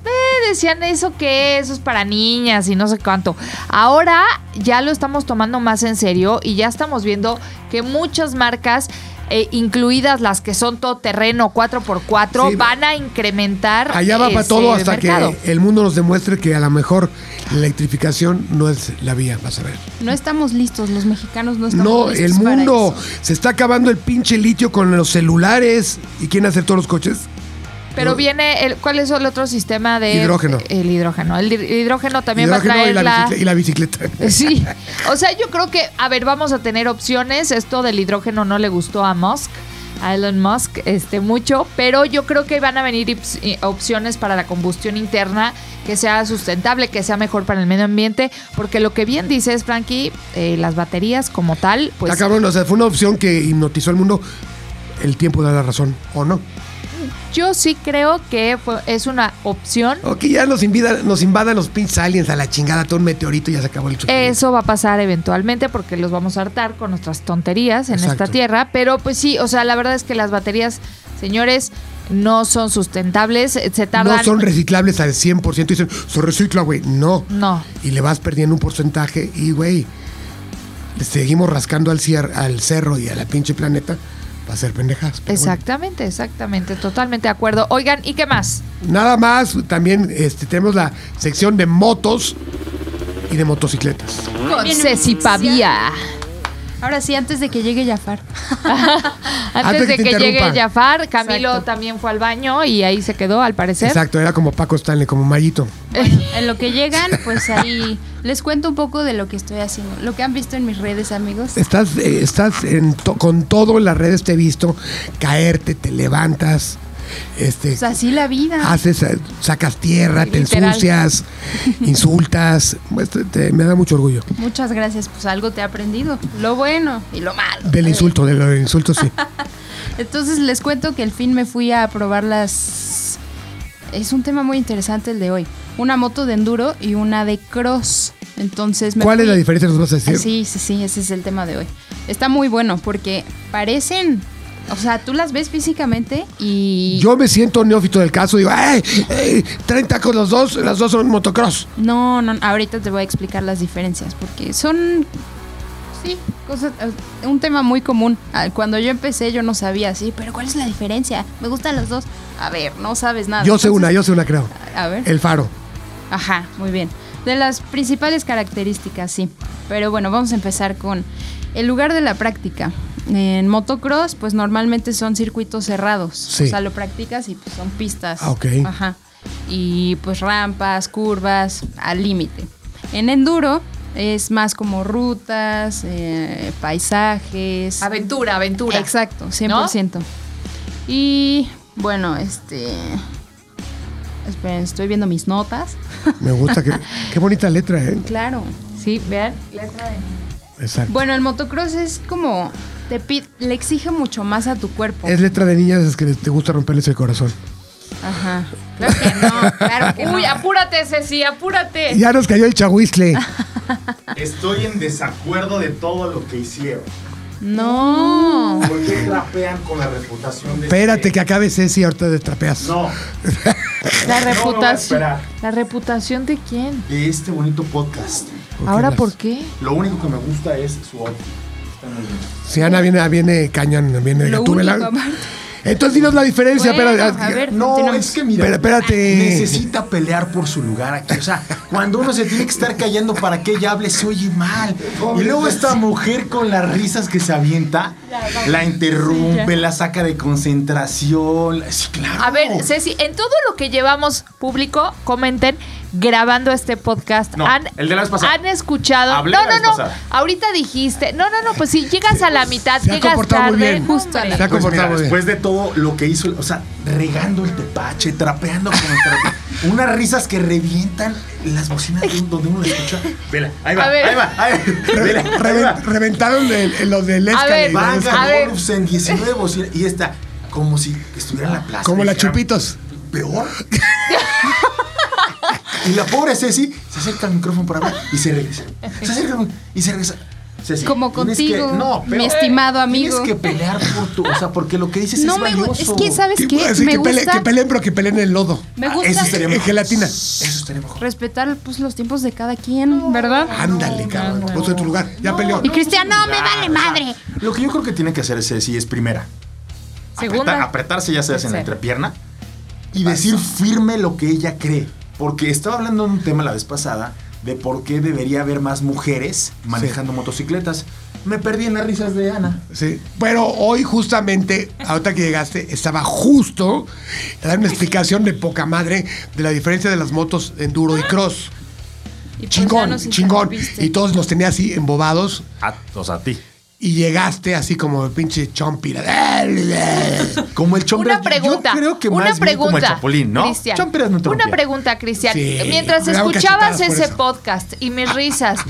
[SPEAKER 3] decían eso que eso es para niñas y no sé cuánto. Ahora ya lo estamos tomando más en serio y ya estamos viendo que muchas marcas eh, incluidas las que son todoterreno 4x4,
[SPEAKER 2] Sí,
[SPEAKER 3] van a incrementar.
[SPEAKER 2] Allá va para
[SPEAKER 3] ese
[SPEAKER 2] todo hasta
[SPEAKER 3] Este, mercado.
[SPEAKER 2] que el mundo nos demuestre que a lo mejor la electrificación no es la vía, vas a ver.
[SPEAKER 4] No estamos listos, los mexicanos no estamos
[SPEAKER 2] No, el
[SPEAKER 4] listos. para
[SPEAKER 2] mundo
[SPEAKER 4] eso.
[SPEAKER 2] se está acabando el pinche litio con los celulares. ¿Y quién hace todos los coches?
[SPEAKER 3] Pero viene, el, ¿cuál es el otro sistema de.
[SPEAKER 2] Hidrógeno.
[SPEAKER 3] El hidrógeno. El hid- hidrógeno también va a
[SPEAKER 2] Hidrógeno
[SPEAKER 3] traer
[SPEAKER 2] y,
[SPEAKER 3] la-
[SPEAKER 2] la bicicle- y la bicicleta.
[SPEAKER 3] Sí, o sea, yo creo que, a ver, vamos a tener opciones. Esto del hidrógeno no le gustó a Musk, a Elon Musk, este mucho, pero yo creo que van a venir ips- eh, opciones para la combustión interna que sea sustentable, que sea mejor para el medio ambiente, porque lo que bien dices, Frankie, eh, las baterías como tal, pues
[SPEAKER 2] Está cabrón, o sea, fue una opción que hipnotizó al mundo. El tiempo da la razón, ¿o no?
[SPEAKER 3] yo sí creo que fue- es una opción.
[SPEAKER 2] O que ya nos, invida- nos invadan los pinches aliens a la chingada, todo un meteorito y ya se acabó el choque.
[SPEAKER 3] Eso va a pasar eventualmente porque los vamos a hartar con nuestras tonterías en
[SPEAKER 2] Exacto.
[SPEAKER 3] esta tierra. Pero pues sí, o sea, la verdad es que las baterías, señores, no son sustentables. eh, Se tardan.
[SPEAKER 2] No son reciclables al 100%. Dicen, se recicla, güey. No.
[SPEAKER 3] No.
[SPEAKER 2] Y le vas perdiendo un porcentaje. Y, güey, le seguimos rascando al, cier- al cerro y a la pinche planeta para hacer pendejas. pero bueno.
[SPEAKER 3] Exactamente, exactamente, totalmente de acuerdo. Oigan, ¿y qué más?
[SPEAKER 2] Nada más, también este, tenemos la sección de motos y de motocicletas.
[SPEAKER 3] Con Ceci Pavía.
[SPEAKER 4] Ahora sí, antes de que llegue Jafar.
[SPEAKER 3] Antes
[SPEAKER 2] que
[SPEAKER 3] de
[SPEAKER 2] te
[SPEAKER 3] que llegue
[SPEAKER 2] interrumpa.
[SPEAKER 3] Jafar, Camilo
[SPEAKER 4] Exacto.
[SPEAKER 3] también fue al baño y ahí se quedó, al parecer.
[SPEAKER 2] Exacto, era como Paco Stanley, como Mayito.
[SPEAKER 4] Bueno, en lo que llegan, pues ahí les cuento un poco de lo que estoy haciendo. Lo que han visto en mis redes, amigos.
[SPEAKER 2] Estás, eh, estás en to- con todo en las redes, te he visto caerte, te levantas, este,
[SPEAKER 4] Pues así la vida.
[SPEAKER 2] haces, eh, sacas tierra, te
[SPEAKER 3] Literal.
[SPEAKER 2] ensucias, insultas. Pues, te- te- me da mucho orgullo.
[SPEAKER 4] Muchas gracias, pues algo te he aprendido. Lo bueno y lo malo.
[SPEAKER 2] Del insulto, del, del insulto sí.
[SPEAKER 4] Entonces les cuento que al fin me fui a probar las... Es un tema muy interesante el de hoy. Una moto de enduro y una de cross. Entonces me
[SPEAKER 2] ¿Cuál es
[SPEAKER 4] fui-
[SPEAKER 2] la diferencia? Nos vas a decir.
[SPEAKER 4] Ah, Sí, sí, sí, ese es el tema de hoy. Está muy bueno porque parecen... O sea, tú las ves físicamente y...
[SPEAKER 2] Yo me siento neófito del caso, digo, ¡ay! ¡Ey! 30 con los dos, las dos son motocross.
[SPEAKER 4] No, no, ahorita te voy a explicar las diferencias porque son sí, cosas eh, un tema muy común. Ah, Cuando yo empecé yo no sabía así, pero ¿cuál es la diferencia? Me gustan los dos. A ver, no sabes nada.
[SPEAKER 2] Yo sé una,
[SPEAKER 4] Ah, Entonces-
[SPEAKER 2] yo sé una, creo.
[SPEAKER 4] A ver.
[SPEAKER 2] El faro.
[SPEAKER 4] Ajá, muy bien. De las principales características, sí. Pero bueno, vamos a empezar con el lugar de la práctica. En motocross, pues normalmente son circuitos cerrados.
[SPEAKER 2] Sí.
[SPEAKER 4] O sea, lo practicas y pues, son pistas.
[SPEAKER 2] Ah, ok.
[SPEAKER 4] Ajá. Y pues rampas, curvas, al límite. En enduro es más como rutas, eh, paisajes.
[SPEAKER 3] Aventura, aventura.
[SPEAKER 4] Exacto, 100%. Y bueno, este... Esperen, estoy viendo mis notas.
[SPEAKER 2] Me gusta que. qué bonita letra, ¿eh?
[SPEAKER 4] Claro.
[SPEAKER 3] Sí, vean.
[SPEAKER 2] Exacto.
[SPEAKER 4] Bueno, el motocross es como te pi- le exige mucho más a tu cuerpo.
[SPEAKER 2] Es letra de niñas es que les- te gusta romperles el corazón.
[SPEAKER 4] Ajá. Claro que no, claro que no.
[SPEAKER 3] Uy, apúrate, Ceci,
[SPEAKER 4] Eh.
[SPEAKER 3] apúrate.
[SPEAKER 2] Ya nos cayó el chahuizle.
[SPEAKER 6] Estoy en desacuerdo de todo lo que hicieron.
[SPEAKER 4] No.
[SPEAKER 6] ¿Por qué trapean con la reputación de...
[SPEAKER 7] este?
[SPEAKER 2] Espérate que acabe Ceci, ahorita te trapeas.
[SPEAKER 6] No,
[SPEAKER 3] La
[SPEAKER 6] No me voy a
[SPEAKER 3] reputación.
[SPEAKER 6] esperar.
[SPEAKER 3] ¿La reputación de quién?
[SPEAKER 6] de este bonito podcast.
[SPEAKER 2] Porque
[SPEAKER 3] ¿Ahora
[SPEAKER 2] las-
[SPEAKER 3] por qué?
[SPEAKER 6] Lo único que me gusta es su outfit. Está muy bien.
[SPEAKER 2] Si Ana viene, viene cañón, viene
[SPEAKER 4] Lo
[SPEAKER 2] gatúbela.
[SPEAKER 4] único, aparte.
[SPEAKER 2] Entonces dinos la diferencia,
[SPEAKER 3] Bueno,
[SPEAKER 2] pero eh,
[SPEAKER 3] a ver.
[SPEAKER 7] No,
[SPEAKER 3] continuamos.
[SPEAKER 7] es que mira.
[SPEAKER 2] Pero espérate.
[SPEAKER 7] Necesita pelear por su lugar aquí. O sea, cuando uno se tiene que estar callando para que ella hable, se oye mal. Y luego esta mujer con las risas que se avienta, la interrumpe, la saca de concentración. Sí, claro.
[SPEAKER 3] A ver, Ceci, en todo lo que llevamos público, comenten grabando este podcast.
[SPEAKER 6] No, el de la vez pasada.
[SPEAKER 3] ¿Han escuchado?
[SPEAKER 6] Hablé
[SPEAKER 3] no,
[SPEAKER 6] la vez
[SPEAKER 3] no, no.
[SPEAKER 6] pasada.
[SPEAKER 3] Ahorita dijiste. No, no, no. Pues si llegas a la mitad,
[SPEAKER 2] Se ha
[SPEAKER 3] llegas
[SPEAKER 2] comportado muy
[SPEAKER 3] tarde.
[SPEAKER 2] bien.
[SPEAKER 3] Justo a la-
[SPEAKER 2] Se ha
[SPEAKER 7] Pues mira,
[SPEAKER 2] comportado bien.
[SPEAKER 7] después de todo lo que hizo, o sea, regando el tepache, trapeando con el trape- unas risas que revientan las bocinas de un- donde uno la escucha.
[SPEAKER 6] Vela, ahí
[SPEAKER 3] A
[SPEAKER 6] va,
[SPEAKER 3] ver.
[SPEAKER 6] ahí va, ahí va. Vela,
[SPEAKER 2] Reven-
[SPEAKER 6] ahí va.
[SPEAKER 2] reventaron el- el- los del
[SPEAKER 3] A ver,
[SPEAKER 2] Escalade.
[SPEAKER 3] va-
[SPEAKER 2] ¿no?
[SPEAKER 4] ah,
[SPEAKER 3] a
[SPEAKER 7] Vanga
[SPEAKER 3] ver.
[SPEAKER 7] Golubsen, 19 bocinas, y está como si estuviera en la plaza.
[SPEAKER 2] Como la
[SPEAKER 7] Dijera,
[SPEAKER 2] chupitos.
[SPEAKER 7] Peor. y la pobre Ceci se acerca al micrófono para hablar y se regresa. Se acerca y se regresa. Ceci,
[SPEAKER 4] Como
[SPEAKER 7] tienes que-
[SPEAKER 4] contigo,
[SPEAKER 7] no, pero-
[SPEAKER 4] mi estimado amigo.
[SPEAKER 7] Tienes que pelear por tu, o sea, porque lo que dices
[SPEAKER 4] No
[SPEAKER 7] es
[SPEAKER 4] me gusta. Es
[SPEAKER 7] valioso.
[SPEAKER 4] que, ¿sabes
[SPEAKER 2] Sí,
[SPEAKER 4] qué?
[SPEAKER 2] pues, sí,
[SPEAKER 4] me
[SPEAKER 2] que, pele-
[SPEAKER 4] gusta.
[SPEAKER 2] que peleen, pero que peleen en lodo.
[SPEAKER 4] me
[SPEAKER 7] Ah, eso
[SPEAKER 4] gusta
[SPEAKER 7] estaría
[SPEAKER 2] En
[SPEAKER 7] mejor.
[SPEAKER 2] gelatina.
[SPEAKER 7] Eso estaría mejor.
[SPEAKER 4] respetar pues, los tiempos de cada quien, ¿verdad?
[SPEAKER 2] Ándale, cabrón. Ponte en tu lugar. Ya peleó.
[SPEAKER 4] Y Cristian, no, me vale madre.
[SPEAKER 7] Lo que yo creo que tiene que hacer Ceci es primera.
[SPEAKER 3] Segunda.
[SPEAKER 7] apretar- apretarse ya se hace en la
[SPEAKER 3] Tercera.
[SPEAKER 7] entrepierna y decir firme lo que ella cree. Porque estaba hablando de un tema la vez pasada de por qué debería haber más mujeres manejando motocicletas. Me perdí en las risas de Ana.
[SPEAKER 2] Sí. Pero hoy justamente, ahorita que llegaste, estaba justo a dar una explicación de poca madre de la diferencia de las motos enduro y cross.
[SPEAKER 4] Y Ah, pues, ya
[SPEAKER 2] Chingón,
[SPEAKER 4] nos
[SPEAKER 2] chingón.
[SPEAKER 4] interrumpiste.
[SPEAKER 2] Y todos nos tenía así embobados
[SPEAKER 6] A- o sea, a ti.
[SPEAKER 2] y llegaste así como el pinche chompi.
[SPEAKER 7] Como el chomper.
[SPEAKER 3] Una pregunta.
[SPEAKER 7] Yo creo que
[SPEAKER 3] una
[SPEAKER 7] más bien
[SPEAKER 3] pregunta.
[SPEAKER 7] como el chapulín.
[SPEAKER 6] Chapulín, ¿no?
[SPEAKER 3] Cristian,
[SPEAKER 7] Chomperas no te
[SPEAKER 3] una
[SPEAKER 7] rompían.
[SPEAKER 3] pregunta, Cristian.
[SPEAKER 2] Sí,
[SPEAKER 3] Mientras
[SPEAKER 2] me daban
[SPEAKER 3] escuchabas
[SPEAKER 2] cachetadas por
[SPEAKER 3] ese
[SPEAKER 2] eso.
[SPEAKER 3] podcast y mis risas,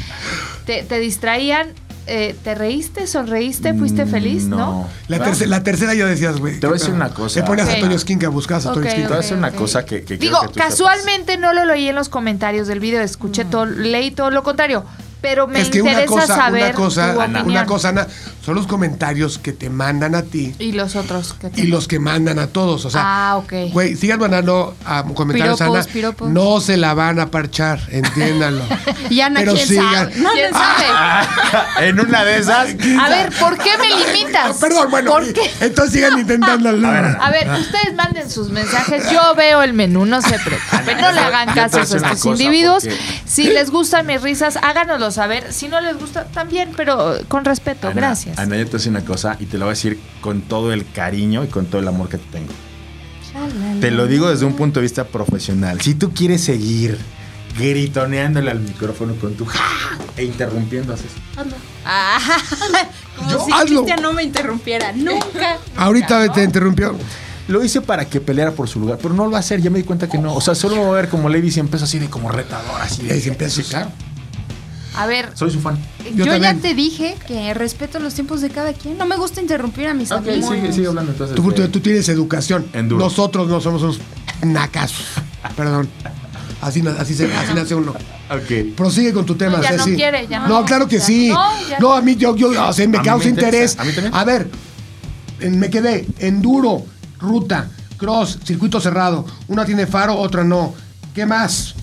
[SPEAKER 3] ¿te, te distraían? Eh, ¿Te reíste? ¿Sonreíste?
[SPEAKER 6] Mm,
[SPEAKER 3] ¿Fuiste feliz? No.
[SPEAKER 2] La, terce- la tercera ya decías, güey.
[SPEAKER 6] Te voy a decir
[SPEAKER 2] qué pedo.
[SPEAKER 6] una cosa.
[SPEAKER 2] Te ponías
[SPEAKER 3] Sí.
[SPEAKER 2] a Toño Esquinca, buscabas a Toño
[SPEAKER 3] Ok,
[SPEAKER 2] Esquinca.
[SPEAKER 6] Te voy a
[SPEAKER 3] ok,
[SPEAKER 6] hacer una
[SPEAKER 3] ok.
[SPEAKER 6] cosa que, que
[SPEAKER 3] Digo,
[SPEAKER 6] creo que tú
[SPEAKER 3] casualmente no lo leí en los comentarios del video, escuché todo, leí todo lo contrario, pero me
[SPEAKER 2] Mm. es que
[SPEAKER 3] interesa
[SPEAKER 2] una cosa,
[SPEAKER 3] saber
[SPEAKER 2] una cosa,
[SPEAKER 3] tu
[SPEAKER 2] Ana,
[SPEAKER 3] opinión.
[SPEAKER 2] una cosa, Ana, son los comentarios que te mandan a ti
[SPEAKER 3] Y los otros que te-
[SPEAKER 2] y los que mandan a todos. O sea,
[SPEAKER 3] Ah, ok.
[SPEAKER 2] güey, sigan mandando a comentarios,
[SPEAKER 4] Piropos,
[SPEAKER 2] Ana.
[SPEAKER 4] piropos.
[SPEAKER 2] No se la van a parchar, entiéndanlo.
[SPEAKER 4] Y Ana,
[SPEAKER 2] Pero
[SPEAKER 4] ¿quién
[SPEAKER 2] sigan.
[SPEAKER 4] sabe? No,
[SPEAKER 3] ¿Quién sabe?
[SPEAKER 2] Ah,
[SPEAKER 6] sabes. Ah, en una de esas.
[SPEAKER 3] A ver, ¿por qué me limitas?
[SPEAKER 2] Perdón, bueno, Ah.
[SPEAKER 3] ¿Por qué?
[SPEAKER 2] entonces sigan intentándolo.
[SPEAKER 3] A ver, ustedes manden sus mensajes. Yo veo el menú, no se preocupen. No le hagan
[SPEAKER 6] yo te voy a
[SPEAKER 3] caso a
[SPEAKER 6] decir una
[SPEAKER 3] estos
[SPEAKER 6] cosa,
[SPEAKER 3] individuos.
[SPEAKER 6] porque-
[SPEAKER 3] Si les gustan mis risas, háganoslo saber. Si no les gusta, también, pero eh, con respeto.
[SPEAKER 6] Ana,
[SPEAKER 3] Gracias.
[SPEAKER 6] Ana, yo te voy a decir una cosa y te lo voy a decir con todo el cariño y con todo el amor que te tengo. Te lo digo desde un punto de vista profesional. Si tú quieres seguir gritoneándole al micrófono con tu ja e interrumpiendo, haces.
[SPEAKER 4] Ah, como
[SPEAKER 2] Yo
[SPEAKER 4] si
[SPEAKER 2] hazlo.
[SPEAKER 4] Cristian no me interrumpiera. Nunca.
[SPEAKER 2] Ahorita te interrumpió.
[SPEAKER 7] Lo hice para que peleara por su lugar, pero no lo va a hacer. Ya me di cuenta que no. O sea, solo me va a ver como Lady 100 pesos así de como retador, así
[SPEAKER 2] Y ahí
[SPEAKER 7] de.
[SPEAKER 2] se empieza a usar.
[SPEAKER 3] A ver,
[SPEAKER 7] Soy su fan.
[SPEAKER 2] Yo
[SPEAKER 4] Yo, ya
[SPEAKER 2] también.
[SPEAKER 4] te dije que respeto los tiempos de cada quien. No me gusta interrumpir a mis
[SPEAKER 7] Ok,
[SPEAKER 4] amigos.
[SPEAKER 7] sigue, sigue hablando entonces.
[SPEAKER 2] Tú,
[SPEAKER 7] de-
[SPEAKER 2] tú- tú tienes educación.
[SPEAKER 7] Enduro.
[SPEAKER 2] Nosotros no somos unos nacazos. Perdón. Así, na- así, se, así nace uno.
[SPEAKER 7] Ok.
[SPEAKER 2] Prosigue con tu tema,
[SPEAKER 3] No, ya no
[SPEAKER 2] Ceci.
[SPEAKER 3] quiere, ya no.
[SPEAKER 2] no, claro que
[SPEAKER 3] Ya.
[SPEAKER 2] sí.
[SPEAKER 3] No, ya.
[SPEAKER 2] No, a mí yo, yo o sea, me
[SPEAKER 7] A mí
[SPEAKER 2] causa
[SPEAKER 7] me
[SPEAKER 2] interés.
[SPEAKER 7] interesa, a mí también.
[SPEAKER 2] A ver, en- me quedé enduro, ruta, cross, circuito cerrado. Una tiene faro, otra no. ¿Qué más?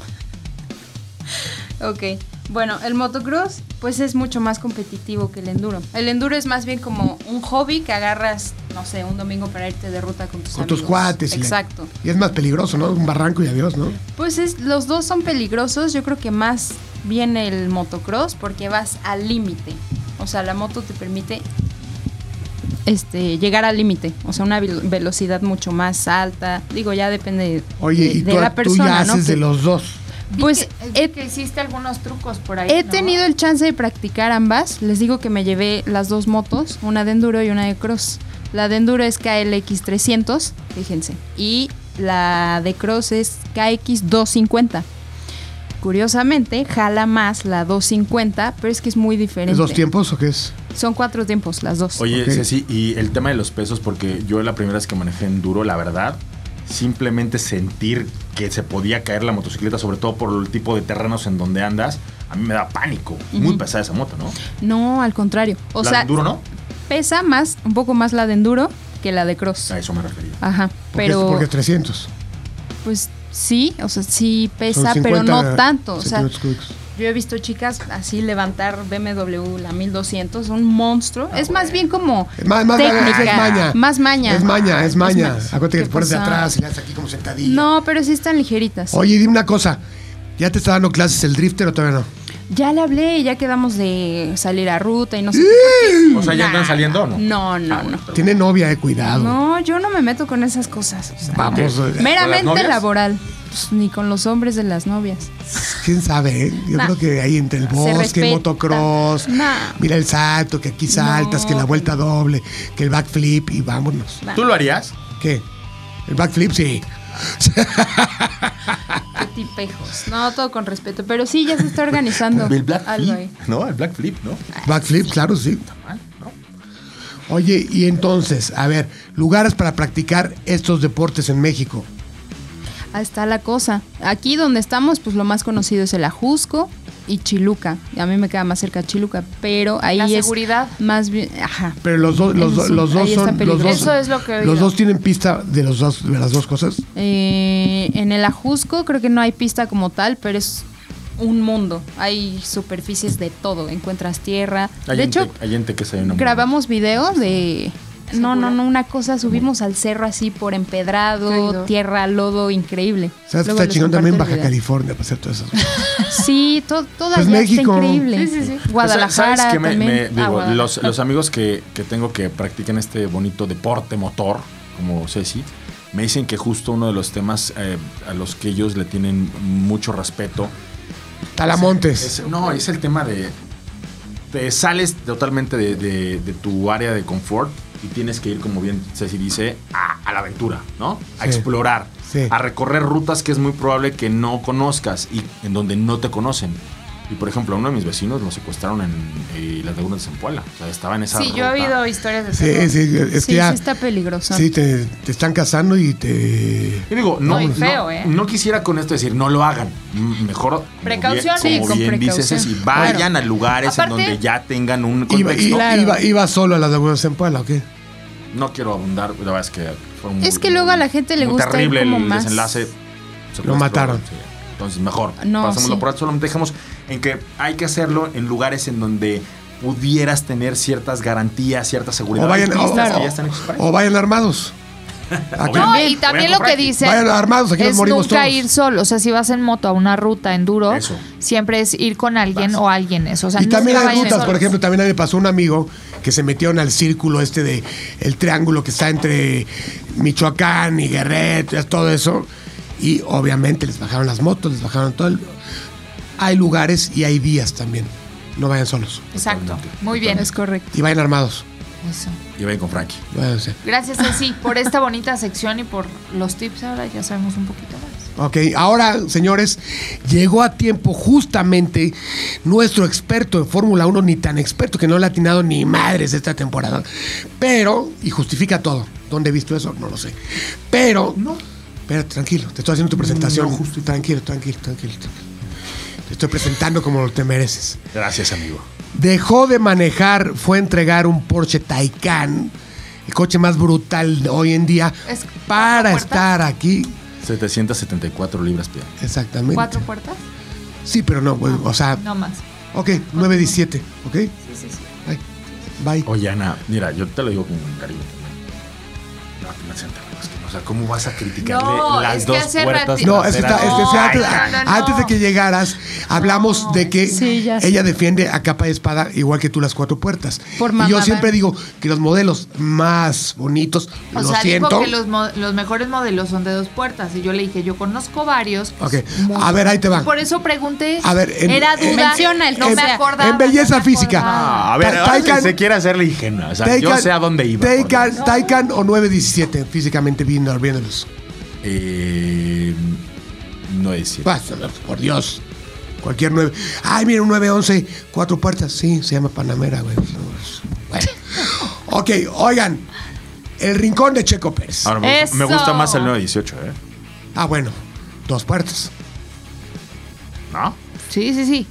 [SPEAKER 4] Ok. Bueno, el motocross pues es mucho más competitivo que el enduro. El enduro es más bien como un hobby que agarras, no sé, un domingo para irte de ruta con tus
[SPEAKER 2] Con
[SPEAKER 4] amigos.
[SPEAKER 2] tus cuates. y la-
[SPEAKER 4] Exacto.
[SPEAKER 2] Y es más peligroso, ¿no? Un barranco y adiós, ¿no?
[SPEAKER 4] Pues es, los dos son peligrosos. Yo creo que más bien el motocross porque vas al límite. O sea, la moto te permite este, llegar al límite. O sea, una vel- velocidad mucho más alta. Digo, ya depende
[SPEAKER 2] Oye,
[SPEAKER 4] de,
[SPEAKER 2] y
[SPEAKER 4] de
[SPEAKER 2] tú,
[SPEAKER 4] la
[SPEAKER 2] tú ya
[SPEAKER 4] persona, ¿no?
[SPEAKER 2] haces de
[SPEAKER 4] Que-
[SPEAKER 2] los dos.
[SPEAKER 3] vi
[SPEAKER 4] pues
[SPEAKER 3] que,
[SPEAKER 4] he-
[SPEAKER 3] vi que hiciste algunos trucos por ahí.
[SPEAKER 4] He
[SPEAKER 3] ¿no?
[SPEAKER 4] tenido el chance de practicar ambas. Les digo que me llevé las dos motos, una de enduro y una de cross. La de enduro es KLX 300, fíjense, y la de cross es KX 250. Curiosamente, jala más la 250, pero es que es muy diferente.
[SPEAKER 2] ¿Es dos tiempos o qué es?
[SPEAKER 4] Son cuatro tiempos las dos.
[SPEAKER 6] Oye,
[SPEAKER 2] Ok.
[SPEAKER 6] Ceci, y el tema de los pesos, porque yo la primera vez que manejé enduro, la verdad, simplemente sentir que se podía caer la motocicleta, sobre todo por el tipo de terrenos en donde andas, a mí me da pánico. Muy
[SPEAKER 4] Ujú.
[SPEAKER 6] pesada esa moto, ¿no?
[SPEAKER 4] No, al contrario. O
[SPEAKER 6] la
[SPEAKER 4] sea,
[SPEAKER 6] de enduro, ¿no?
[SPEAKER 4] pesa más, un poco más la de enduro que la de cross.
[SPEAKER 6] A eso me refería.
[SPEAKER 4] Ajá,
[SPEAKER 2] Porque es-
[SPEAKER 4] pero
[SPEAKER 2] Porque es 300.
[SPEAKER 4] pues sí, o sea, sí
[SPEAKER 2] Son
[SPEAKER 4] pesa, pero
[SPEAKER 2] 50
[SPEAKER 4] no tanto. O sea,
[SPEAKER 2] centímetros cúbicos.
[SPEAKER 4] Yo he visto chicas así levantar BMW, la 1200, un monstruo. es más bien como
[SPEAKER 2] Ah, Más- más maña,
[SPEAKER 4] técnica,
[SPEAKER 2] es maña.
[SPEAKER 4] más maña.
[SPEAKER 2] Es maña, es maña. Acuérdate que
[SPEAKER 4] ¿Qué
[SPEAKER 2] te pones de
[SPEAKER 4] pasa?
[SPEAKER 2] atrás.
[SPEAKER 5] y le haces aquí como sentadilla.
[SPEAKER 4] No, pero sí están ligeritas.
[SPEAKER 2] Oye, dime una cosa. ¿Ya te está dando clases el drifter o todavía no?
[SPEAKER 4] Ya le hablé y ya quedamos de salir a ruta y no sé.
[SPEAKER 6] O sea, ya andan saliendo, ¿o ¿no?
[SPEAKER 4] No, no, no.
[SPEAKER 2] Tiene novia, eh, cuidado.
[SPEAKER 4] No, yo no me meto con esas cosas. o sea,
[SPEAKER 2] Vamos, eh,
[SPEAKER 4] meramente
[SPEAKER 6] novias?
[SPEAKER 4] laboral. Pues, ni con los hombres de las novias.
[SPEAKER 2] quién sabe, eh? yo
[SPEAKER 4] Nah.
[SPEAKER 2] creo que ahí entre el
[SPEAKER 4] Se
[SPEAKER 2] bosque,
[SPEAKER 4] respeta.
[SPEAKER 2] motocross,
[SPEAKER 4] Nah.
[SPEAKER 2] mira el salto, que aquí saltas,
[SPEAKER 4] No.
[SPEAKER 2] que la vuelta doble, que el backflip y vámonos.
[SPEAKER 6] ¿Tú lo harías?
[SPEAKER 2] ¿Qué? El backflip, sí.
[SPEAKER 4] Qué tipejos. No, todo con respeto. Pero sí, ya se está organizando.
[SPEAKER 6] El Black
[SPEAKER 4] algo ahí.
[SPEAKER 6] Flip. No, el Black Flip, ¿no?
[SPEAKER 2] Backflip, claro, sí. Oye, y entonces, a ver, lugares para practicar estos deportes en México.
[SPEAKER 4] Ahí está la cosa. Aquí donde estamos, pues lo más conocido es el Ajusco y Chiluca. A mí me queda más cerca Chiluca, pero ahí
[SPEAKER 3] La
[SPEAKER 4] es
[SPEAKER 3] seguridad.
[SPEAKER 4] más bien, ajá.
[SPEAKER 2] Pero los dos, los,
[SPEAKER 4] Eso
[SPEAKER 2] do-
[SPEAKER 4] sí,
[SPEAKER 2] los dos
[SPEAKER 4] ahí está
[SPEAKER 2] son, los
[SPEAKER 4] peligroso.
[SPEAKER 2] dos,
[SPEAKER 3] Eso es lo que he
[SPEAKER 2] los
[SPEAKER 3] oído.
[SPEAKER 2] dos tienen pista de los dos, de las dos cosas.
[SPEAKER 4] Eh, en el Ajusco creo que no hay pista como tal, pero es un mundo. Hay superficies de todo, encuentras tierra. de hecho,
[SPEAKER 6] gente, hay gente que se hay una
[SPEAKER 4] grabamos videos de no, no, no, una cosa, subimos al cerro así por
[SPEAKER 3] Qué
[SPEAKER 4] empedrado,
[SPEAKER 3] lindo.
[SPEAKER 4] tierra, lodo, increíble.
[SPEAKER 2] ¿Sabes que
[SPEAKER 4] Luego
[SPEAKER 2] está
[SPEAKER 4] les
[SPEAKER 2] chingón también
[SPEAKER 4] comparto el
[SPEAKER 2] Baja
[SPEAKER 4] video.
[SPEAKER 2] California para hacer todas esas cosas?
[SPEAKER 4] Sí, to- toda
[SPEAKER 2] Pues
[SPEAKER 4] allá
[SPEAKER 2] México.
[SPEAKER 4] está increíble.
[SPEAKER 3] Sí, sí, sí.
[SPEAKER 4] Guadalajara
[SPEAKER 6] Pues, ¿Sabes qué me-
[SPEAKER 4] también.
[SPEAKER 6] me- digo,
[SPEAKER 4] Ah, Guadalajara.
[SPEAKER 6] los, los amigos que, que tengo que practican este bonito deporte motor, como Ceci, me dicen que justo uno de los temas eh, a los que ellos le tienen mucho respeto
[SPEAKER 2] Talamontes.
[SPEAKER 6] Es- no, es el tema de. Te sales totalmente de, de- de tu área de confort y tienes que ir, como bien Ceci dice, a, a la aventura, ¿no? A
[SPEAKER 2] Sí.
[SPEAKER 6] explorar,
[SPEAKER 2] Sí.
[SPEAKER 6] a recorrer rutas que es muy probable que no conozcas y en donde no te conocen. Y por ejemplo, a uno de mis vecinos lo secuestraron en eh, las lagunas de Zampoala. O sea, estaba en esa.
[SPEAKER 3] Sí, yo he
[SPEAKER 6] ruta.
[SPEAKER 3] oído historias de
[SPEAKER 2] Sí,
[SPEAKER 3] terror.
[SPEAKER 2] sí, es
[SPEAKER 4] sí,
[SPEAKER 2] que ya,
[SPEAKER 4] sí está peligroso.
[SPEAKER 2] sí, te, te están casando y te...
[SPEAKER 6] Y digo, no,
[SPEAKER 3] No, y feo,
[SPEAKER 6] no,
[SPEAKER 3] ¿eh?
[SPEAKER 6] no quisiera con esto decir, no lo hagan. M- Mejor, como
[SPEAKER 3] Precaución.
[SPEAKER 6] bien-
[SPEAKER 3] Sí,
[SPEAKER 6] como
[SPEAKER 4] con
[SPEAKER 6] bien dices,
[SPEAKER 4] precaución.
[SPEAKER 6] Ceci, vayan
[SPEAKER 3] Claro.
[SPEAKER 6] a lugares
[SPEAKER 3] Aparte-
[SPEAKER 6] en donde ya tengan un
[SPEAKER 2] Iba,
[SPEAKER 6] contexto.
[SPEAKER 2] i-
[SPEAKER 4] Claro.
[SPEAKER 2] iba, iba solo a las lagunas en Puebla, ¿o qué?
[SPEAKER 6] No quiero abundar, la verdad es que fue muy-
[SPEAKER 4] Es que luego a la gente le
[SPEAKER 6] muy
[SPEAKER 4] gusta ir
[SPEAKER 6] terrible
[SPEAKER 4] como
[SPEAKER 6] el
[SPEAKER 4] más-
[SPEAKER 6] desenlace.
[SPEAKER 2] Lo mataron.
[SPEAKER 6] Sí. Entonces, mejor.
[SPEAKER 4] No,
[SPEAKER 6] pasémoslo
[SPEAKER 4] sí.
[SPEAKER 6] por alto. Solamente dejemos en que hay que hacerlo en lugares en donde pudieras tener ciertas garantías, cierta seguridad.
[SPEAKER 2] O vayan,
[SPEAKER 6] Hay
[SPEAKER 2] o,
[SPEAKER 6] pistas que ya
[SPEAKER 2] o-
[SPEAKER 6] están hechas para eso.
[SPEAKER 2] o vayan armados. Aquí-
[SPEAKER 3] No,
[SPEAKER 6] También,
[SPEAKER 3] y también
[SPEAKER 6] voy a
[SPEAKER 3] lo que
[SPEAKER 6] comprar.
[SPEAKER 3] dicen
[SPEAKER 2] Vayan armados, aquí nos
[SPEAKER 3] es
[SPEAKER 2] morimos
[SPEAKER 3] nunca
[SPEAKER 2] todos.
[SPEAKER 3] ir solo. O sea, si vas en moto a una ruta enduro,
[SPEAKER 6] Eso.
[SPEAKER 3] siempre es ir con alguien o alguien eso. O sea,
[SPEAKER 2] y también
[SPEAKER 3] nunca
[SPEAKER 2] hay
[SPEAKER 3] vayan
[SPEAKER 2] rutas, por
[SPEAKER 3] solos.
[SPEAKER 2] ejemplo, también le pasó a un amigo que se metieron al círculo este de el triángulo que está entre Michoacán y Guerrero, ya todo eso. Y obviamente les bajaron las motos, les bajaron todo. el- Hay lugares y hay días también. No vayan solos.
[SPEAKER 3] Exacto. Muy bien.
[SPEAKER 4] Es correcto.
[SPEAKER 2] Y vayan armados.
[SPEAKER 3] Eso.
[SPEAKER 6] Y ven con Frankie.
[SPEAKER 2] Váyanse.
[SPEAKER 3] Gracias, Ceci, por esta bonita sección y por los tips. Ahora ya sabemos un poquito más.
[SPEAKER 2] Ok, ahora, señores, llegó a tiempo justamente nuestro experto en Fórmula 1, ni tan experto que no le ha atinado ni madres esta temporada. Pero, y justifica todo. ¿Dónde he visto eso? No lo sé. Pero. No. Pero tranquilo, te estoy haciendo tu presentación. Tranquilo, tranquilo, tranquilo, tranquilo. Te estoy presentando como te mereces.
[SPEAKER 6] Gracias, amigo.
[SPEAKER 2] Dejó de manejar, fue a entregar un Porsche Taycan, el coche más brutal de hoy en día,
[SPEAKER 3] Es-
[SPEAKER 2] para
[SPEAKER 3] ¿puertas?
[SPEAKER 2] estar aquí.
[SPEAKER 6] 774 libras pie.
[SPEAKER 2] Exactamente.
[SPEAKER 3] ¿Cuatro puertas?
[SPEAKER 2] Sí, pero no, güey, o sea,
[SPEAKER 3] No más.
[SPEAKER 2] ok, 917, ok,
[SPEAKER 3] Sí, sí, sí.
[SPEAKER 2] bye. bye.
[SPEAKER 6] Oye, Ana, mira, yo te lo digo con cariño también. No, no sean tan locos, que no, O sea, ¿cómo vas a criticarle
[SPEAKER 3] No,
[SPEAKER 6] las
[SPEAKER 3] es que
[SPEAKER 6] dos
[SPEAKER 3] hace
[SPEAKER 6] puertas?
[SPEAKER 3] rati-
[SPEAKER 2] No,
[SPEAKER 3] la
[SPEAKER 2] es que
[SPEAKER 6] traseras
[SPEAKER 2] está,
[SPEAKER 3] No,
[SPEAKER 2] es que sí, antes,
[SPEAKER 3] ay, no, no,
[SPEAKER 2] antes de
[SPEAKER 3] no.
[SPEAKER 2] que llegaras, hablamos de que
[SPEAKER 4] Sí, ya sé.
[SPEAKER 2] ella defiende a capa y espada, igual que tú las cuatro puertas.
[SPEAKER 4] Por
[SPEAKER 2] y yo
[SPEAKER 4] mamada.
[SPEAKER 2] siempre digo que los modelos más bonitos,
[SPEAKER 3] O
[SPEAKER 2] lo
[SPEAKER 3] sea,
[SPEAKER 2] siento.
[SPEAKER 3] dijo que los, mo- los mejores modelos son de dos puertas. Y yo le dije, yo conozco varios.
[SPEAKER 2] Ok, a ver, ahí te va.
[SPEAKER 3] Por eso pregunté.
[SPEAKER 2] A ver, en-
[SPEAKER 3] era duda.
[SPEAKER 2] en-
[SPEAKER 4] Menciona el
[SPEAKER 3] no
[SPEAKER 4] que
[SPEAKER 3] me
[SPEAKER 4] sea.
[SPEAKER 3] acordaba.
[SPEAKER 2] En belleza
[SPEAKER 3] no me
[SPEAKER 2] física.
[SPEAKER 3] acordaba.
[SPEAKER 6] Ah, a ver,
[SPEAKER 2] Ta-
[SPEAKER 6] ahora sí
[SPEAKER 2] Taikan-
[SPEAKER 6] se quiere hacerle ingenua. O sea, yo
[SPEAKER 2] Taycan-
[SPEAKER 6] sé a dónde iba. por
[SPEAKER 2] Taycan,
[SPEAKER 6] Dios.
[SPEAKER 2] Taycan o 917, físicamente viendo, viéndolos.
[SPEAKER 6] Eh, no es cierto.
[SPEAKER 2] Basta, por Dios. Cualquier 9. Ay, mira, un 911, cuatro puertas. Sí, se llama Panamera, güey. Bueno. Ok, oigan. El rincón de Checo Pérez.
[SPEAKER 6] Ahora me gusta, me
[SPEAKER 3] Eso.
[SPEAKER 6] gusta más el 918, ¿eh?
[SPEAKER 2] Ah, bueno. Dos puertas.
[SPEAKER 6] ¿No?
[SPEAKER 3] Sí, sí, sí.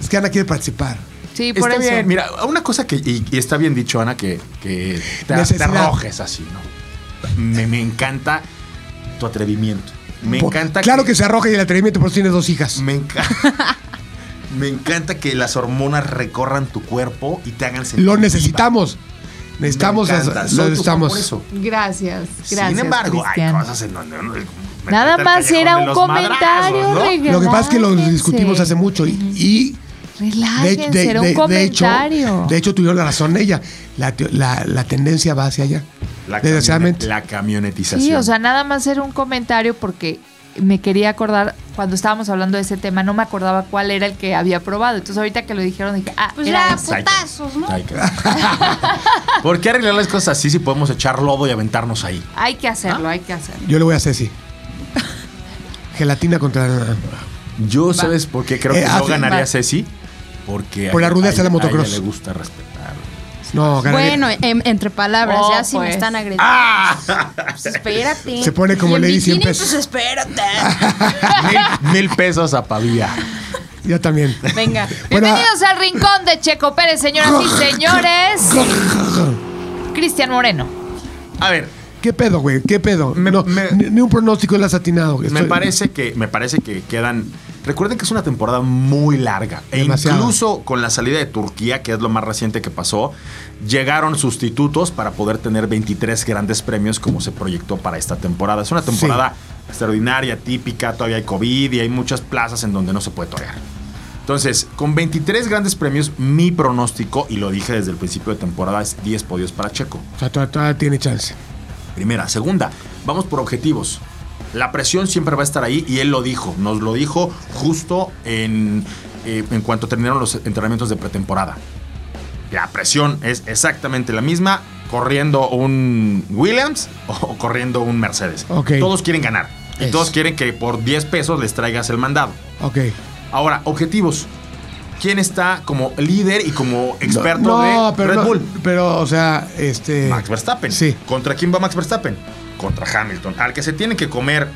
[SPEAKER 2] Es que Ana quiere participar.
[SPEAKER 3] Sí, por
[SPEAKER 6] está
[SPEAKER 3] eso.
[SPEAKER 6] bien. Mira, una cosa que. Y, y está bien dicho, Ana, que, que te, te
[SPEAKER 2] Necesidad.
[SPEAKER 6] arrojes así, ¿no? Me, me encanta tu atrevimiento. Me
[SPEAKER 2] Por-
[SPEAKER 6] encanta
[SPEAKER 2] Claro que se arroja y el atrevimiento, por eso tienes dos hijas.
[SPEAKER 6] Me encanta. Me encanta que las hormonas recorran tu cuerpo y te hagan sentir.
[SPEAKER 2] Lo
[SPEAKER 6] viva.
[SPEAKER 2] necesitamos.
[SPEAKER 6] Me
[SPEAKER 2] Necesitamos,
[SPEAKER 6] encanta.
[SPEAKER 2] las-
[SPEAKER 6] Soy
[SPEAKER 2] lo
[SPEAKER 6] tu fan
[SPEAKER 2] necesitamos.
[SPEAKER 6] por eso.
[SPEAKER 3] Gracias, gracias.
[SPEAKER 6] Sin embargo,
[SPEAKER 3] Cristian.
[SPEAKER 6] hay cosas en donde uno- me
[SPEAKER 3] Nada
[SPEAKER 6] encanta el
[SPEAKER 3] más
[SPEAKER 6] callejón
[SPEAKER 3] era
[SPEAKER 6] de
[SPEAKER 3] un
[SPEAKER 6] los
[SPEAKER 3] comentario,
[SPEAKER 6] madrazos, ¿no?
[SPEAKER 3] regalájense.
[SPEAKER 2] Lo que pasa es que lo discutimos hace mucho y, y de,
[SPEAKER 3] Relájense,
[SPEAKER 2] de-
[SPEAKER 3] era un
[SPEAKER 2] de- de hecho,
[SPEAKER 3] comentario.
[SPEAKER 2] de hecho tuvieron la razón ella. La, teo- la- la tendencia va hacia allá.
[SPEAKER 6] La,
[SPEAKER 2] desgraciadamente.
[SPEAKER 6] camionet- la camionetización.
[SPEAKER 3] Sí, o sea, nada más era un comentario porque me quería acordar cuando estábamos hablando de ese tema, no me acordaba cuál era el que había probado. Entonces ahorita que lo dijeron dije, ah,
[SPEAKER 4] Pues
[SPEAKER 3] era
[SPEAKER 4] ya,
[SPEAKER 3] ese.
[SPEAKER 6] Ay,
[SPEAKER 4] putazos, ¿no?
[SPEAKER 6] ay, qué- ¿Por qué arreglar las cosas así si podemos echar lodo y aventarnos ahí?
[SPEAKER 3] hay que hacerlo,
[SPEAKER 6] Ah.
[SPEAKER 3] hay que hacerlo.
[SPEAKER 2] Yo le voy a Ceci. Gelatina contra.
[SPEAKER 6] Yo, ¿sabes por qué creo
[SPEAKER 2] Eh,
[SPEAKER 6] que no
[SPEAKER 2] hace-
[SPEAKER 6] ganaría
[SPEAKER 3] Va.
[SPEAKER 6] Ceci? Porque.
[SPEAKER 2] Por la rudeza de la
[SPEAKER 6] A
[SPEAKER 2] motocross.
[SPEAKER 6] ella le gusta respetar.
[SPEAKER 2] No, ganaría.
[SPEAKER 4] Bueno, em- entre palabras,
[SPEAKER 3] Oh,
[SPEAKER 4] ya si me
[SPEAKER 3] pues.
[SPEAKER 4] están agrediendo. Pues espérate.
[SPEAKER 2] Ah. Se pone como
[SPEAKER 4] Y en
[SPEAKER 2] Lady cien
[SPEAKER 4] bikini,
[SPEAKER 2] pesos.
[SPEAKER 4] Pues espérate.
[SPEAKER 6] Mil, mil pesos a pavía.
[SPEAKER 2] Yo también. Bueno,
[SPEAKER 4] Venga.
[SPEAKER 2] ah,
[SPEAKER 3] Bienvenidos al rincón de Checo Pérez, señoras y señores. Cristian Moreno.
[SPEAKER 6] A ver,
[SPEAKER 2] ¿Qué pedo, güey? ¿Qué pedo?
[SPEAKER 6] Me-
[SPEAKER 2] No,
[SPEAKER 6] me-
[SPEAKER 2] ni, ni un pronóstico es atinado.
[SPEAKER 6] me
[SPEAKER 2] Estoy-
[SPEAKER 6] parece que me parece que quedan recuerden que es una temporada muy larga e
[SPEAKER 2] Demasiado.
[SPEAKER 6] incluso con la salida de Turquía que es lo más reciente que pasó llegaron sustitutos para poder tener 23 grandes premios como se proyectó para esta temporada es una temporada extraordinaria típica todavía hay covid y hay muchas plazas en donde no se puede torear entonces, con 23 grandes premios, mi pronóstico, y lo dije desde el principio de temporada, es 10 podios para Checo.
[SPEAKER 2] O sea, todavía, todavía tiene chance.
[SPEAKER 6] Primera. Segunda, vamos por objetivos. La presión siempre va a estar ahí y él lo dijo. Nos lo dijo justo en, eh, en cuanto terminaron los entrenamientos de pretemporada. La presión es exactamente la misma corriendo un Williams o corriendo un Mercedes.
[SPEAKER 2] Ok.
[SPEAKER 6] Todos quieren ganar. Y
[SPEAKER 2] Es.
[SPEAKER 6] todos quieren que por 10 pesos les traigas el mandado.
[SPEAKER 2] Ok.
[SPEAKER 6] Ahora, objetivos. ¿Quién está como líder y como experto de
[SPEAKER 2] pero
[SPEAKER 6] Red
[SPEAKER 2] no,
[SPEAKER 6] Bull?
[SPEAKER 2] Pero, o sea, este.
[SPEAKER 6] Max Verstappen.
[SPEAKER 2] Sí.
[SPEAKER 6] ¿Contra quién va Max Verstappen? Contra Hamilton. Al que se tiene que comer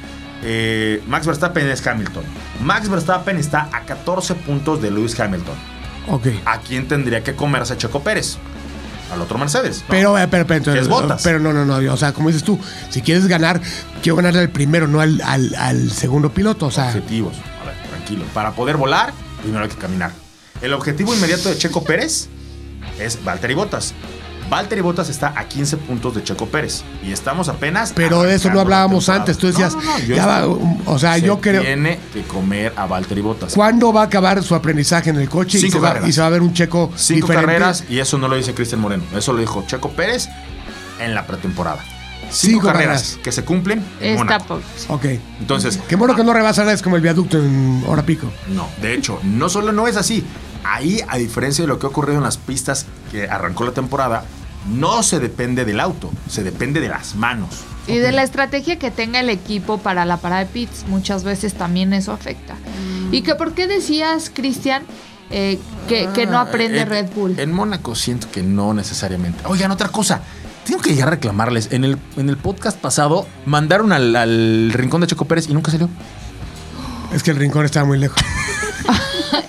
[SPEAKER 6] eh, Max Verstappen es Hamilton. Max Verstappen está a 14 puntos de Lewis Hamilton.
[SPEAKER 2] Ok.
[SPEAKER 6] ¿A quién tendría que comerse Checo Pérez? Al otro Mercedes. ¿no?
[SPEAKER 2] Pero, eh, pero, pero,
[SPEAKER 6] Que es
[SPEAKER 2] pero,
[SPEAKER 6] Bottas.
[SPEAKER 2] pero no, no, no. O sea, como dices tú, si quieres ganar, quiero ganarle al primero, no al, al- al segundo piloto. O sea,
[SPEAKER 6] Objetivos. A ver, tranquilo. Para poder volar, primero hay que caminar. El objetivo inmediato de Checo Pérez es Valtteri Bottas. Valtteri Bottas está a 15 puntos de Checo Pérez. Y estamos apenas.
[SPEAKER 2] pero de
[SPEAKER 6] arrancando
[SPEAKER 2] eso no
[SPEAKER 6] Ah, la
[SPEAKER 2] hablábamos
[SPEAKER 6] temporada.
[SPEAKER 2] antes. Tú decías,
[SPEAKER 6] No, no, no, yo
[SPEAKER 2] ya va,
[SPEAKER 6] estoy-
[SPEAKER 2] um, o sea,
[SPEAKER 6] se
[SPEAKER 2] yo creo.
[SPEAKER 6] Tiene que comer a Valtteri Bottas.
[SPEAKER 2] ¿Cuándo va a acabar su aprendizaje en el coche y
[SPEAKER 6] Cinco
[SPEAKER 2] se, va,
[SPEAKER 6] carreras.
[SPEAKER 2] y se va a ver un checo
[SPEAKER 6] Cinco
[SPEAKER 2] diferente?
[SPEAKER 6] carreras y eso no lo dice Cristian Moreno. Eso lo dijo Checo Pérez en la pretemporada. Cinco,
[SPEAKER 2] Cinco
[SPEAKER 6] carreras,
[SPEAKER 2] carreras.
[SPEAKER 6] que se cumplen en
[SPEAKER 3] Está
[SPEAKER 6] Mónaco.
[SPEAKER 3] po-
[SPEAKER 2] Ok.
[SPEAKER 6] Entonces,
[SPEAKER 2] Qué bueno que no rebasa nada, es como el viaducto en hora pico.
[SPEAKER 6] no, de hecho, no solo no es así. Ahí, a diferencia de lo que ha ocurrido en las pistas que arrancó la temporada, no se depende del auto, se depende de las manos.
[SPEAKER 3] Y de la estrategia que tenga el equipo para la parada de pits, muchas veces también eso afecta. ¿Y que por qué decías, Cristian, eh, que, que
[SPEAKER 6] Ah,
[SPEAKER 3] no aprende
[SPEAKER 6] En-
[SPEAKER 3] Red Bull?
[SPEAKER 6] En Mónaco siento que no necesariamente. Oigan, otra cosa. Tengo que llegar a reclamarles. En el, en el podcast pasado mandaron al, al rincón de Checo Pérez y nunca salió.
[SPEAKER 2] Es que el rincón estaba muy lejos.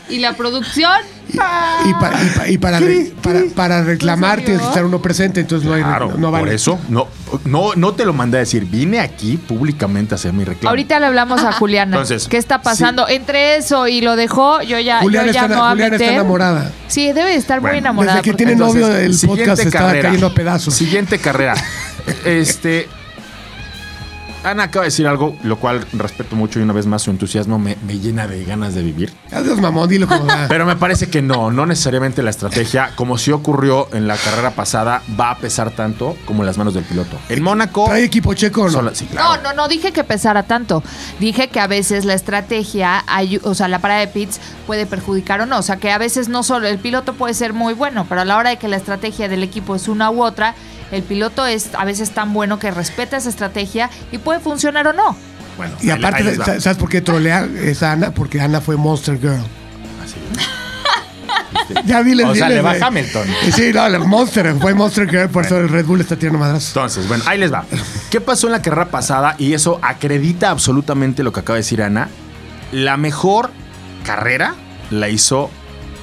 [SPEAKER 3] ¿Y la producción?
[SPEAKER 2] Y, pa- y pa- y para, re- para, para reclamar tienes que estar uno presente, entonces no hay
[SPEAKER 6] Claro,
[SPEAKER 2] no, no vale.
[SPEAKER 6] por eso no, no, no te lo mandé a decir. Vine aquí públicamente a hacer mi reclamo.
[SPEAKER 3] Ahorita le hablamos a Juliana.
[SPEAKER 6] Entonces,
[SPEAKER 3] ¿Qué está pasando? Entre eso y lo dejó, yo ya,
[SPEAKER 2] Juliana
[SPEAKER 3] Ah, yo ya
[SPEAKER 2] está-
[SPEAKER 3] me voy a
[SPEAKER 2] Juliana está
[SPEAKER 3] meter.
[SPEAKER 2] enamorada.
[SPEAKER 3] Sí, debe de estar muy
[SPEAKER 6] Bueno,
[SPEAKER 3] enamorada.
[SPEAKER 2] Desde que
[SPEAKER 3] porque-
[SPEAKER 2] tiene novio
[SPEAKER 6] Entonces,
[SPEAKER 2] el
[SPEAKER 6] siguiente
[SPEAKER 2] podcast estaba
[SPEAKER 6] carrera.
[SPEAKER 2] cayendo a pedazos.
[SPEAKER 6] Siguiente carrera. este. Ana acaba de decir algo, lo cual respeto mucho y una vez más su entusiasmo me, me llena de ganas de vivir.
[SPEAKER 2] Adiós, mamón, dilo como va.
[SPEAKER 6] Pero me parece que no, no necesariamente la estrategia, como sí ocurrió en la carrera pasada, va a pesar tanto como en las manos del piloto. En Mónaco.
[SPEAKER 2] ¿Trae equipo checo o no?
[SPEAKER 6] solo- sí, claro.
[SPEAKER 3] No, no, no dije que pesara tanto. Dije que a veces la estrategia, ayu- o sea, la parada de pits puede perjudicar o no. O sea, que a veces no solo el piloto puede ser muy bueno, pero a la hora de que la estrategia del equipo es una u otra, el piloto es a veces tan bueno que respeta esa estrategia y puede funcionar o no.
[SPEAKER 6] Bueno,
[SPEAKER 2] Y
[SPEAKER 6] ahí-
[SPEAKER 2] aparte,
[SPEAKER 6] ahí les va.
[SPEAKER 2] sa- ¿sabes por qué trolea esa Ana? Porque Ana fue Monster Girl.
[SPEAKER 6] Así.
[SPEAKER 2] Ya diles,
[SPEAKER 6] O sea,
[SPEAKER 2] diles,
[SPEAKER 6] le va
[SPEAKER 2] güey.
[SPEAKER 6] Hamilton.
[SPEAKER 2] Sí, no, la Monster, fue Monster Girl, por eso el Red Bull está tirando madrazos.
[SPEAKER 6] Entonces, bueno, ahí les va. ¿Qué pasó en la carrera pasada? Y eso acredita absolutamente lo que acaba de decir Ana. La mejor carrera la hizo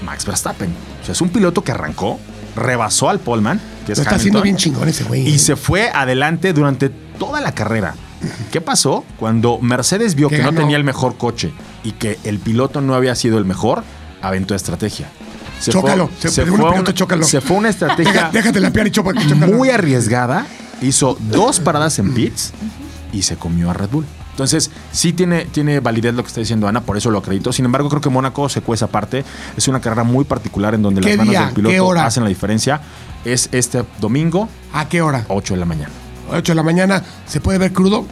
[SPEAKER 6] Max Verstappen. O sea, es un piloto que arrancó, rebasó al Polman, que es
[SPEAKER 2] Lo está haciendo
[SPEAKER 6] Hamilton,
[SPEAKER 2] bien chingón ese güey. eh.
[SPEAKER 6] y se fue adelante durante toda la carrera. ¿Qué pasó? Cuando Mercedes vio
[SPEAKER 2] Que
[SPEAKER 6] que no
[SPEAKER 2] ganó.
[SPEAKER 6] tenía el mejor coche y que el piloto no había sido el mejor, aventó estrategia. Se
[SPEAKER 2] Chócalo, se- de un
[SPEAKER 6] a
[SPEAKER 2] piloto,
[SPEAKER 6] una-
[SPEAKER 2] chócalo.
[SPEAKER 6] se fue a una estrategia
[SPEAKER 2] Déjate la piar y chopa. choca-
[SPEAKER 6] muy arriesgada, hizo dos paradas en pits y se comió a Red Bull. Entonces, sí tiene, tiene validez lo que está diciendo Ana, por eso lo acredito. Sin embargo, creo que Mónaco se cuece aparte. Es una carrera muy particular en donde
[SPEAKER 2] ¿Qué
[SPEAKER 6] las manos
[SPEAKER 2] día?
[SPEAKER 6] del piloto
[SPEAKER 2] ¿Qué hora?
[SPEAKER 6] hacen la diferencia. Es este domingo,
[SPEAKER 2] ¿A qué hora?
[SPEAKER 6] 8 de la mañana.
[SPEAKER 2] 8 de la mañana. ¿Se puede ver crudo?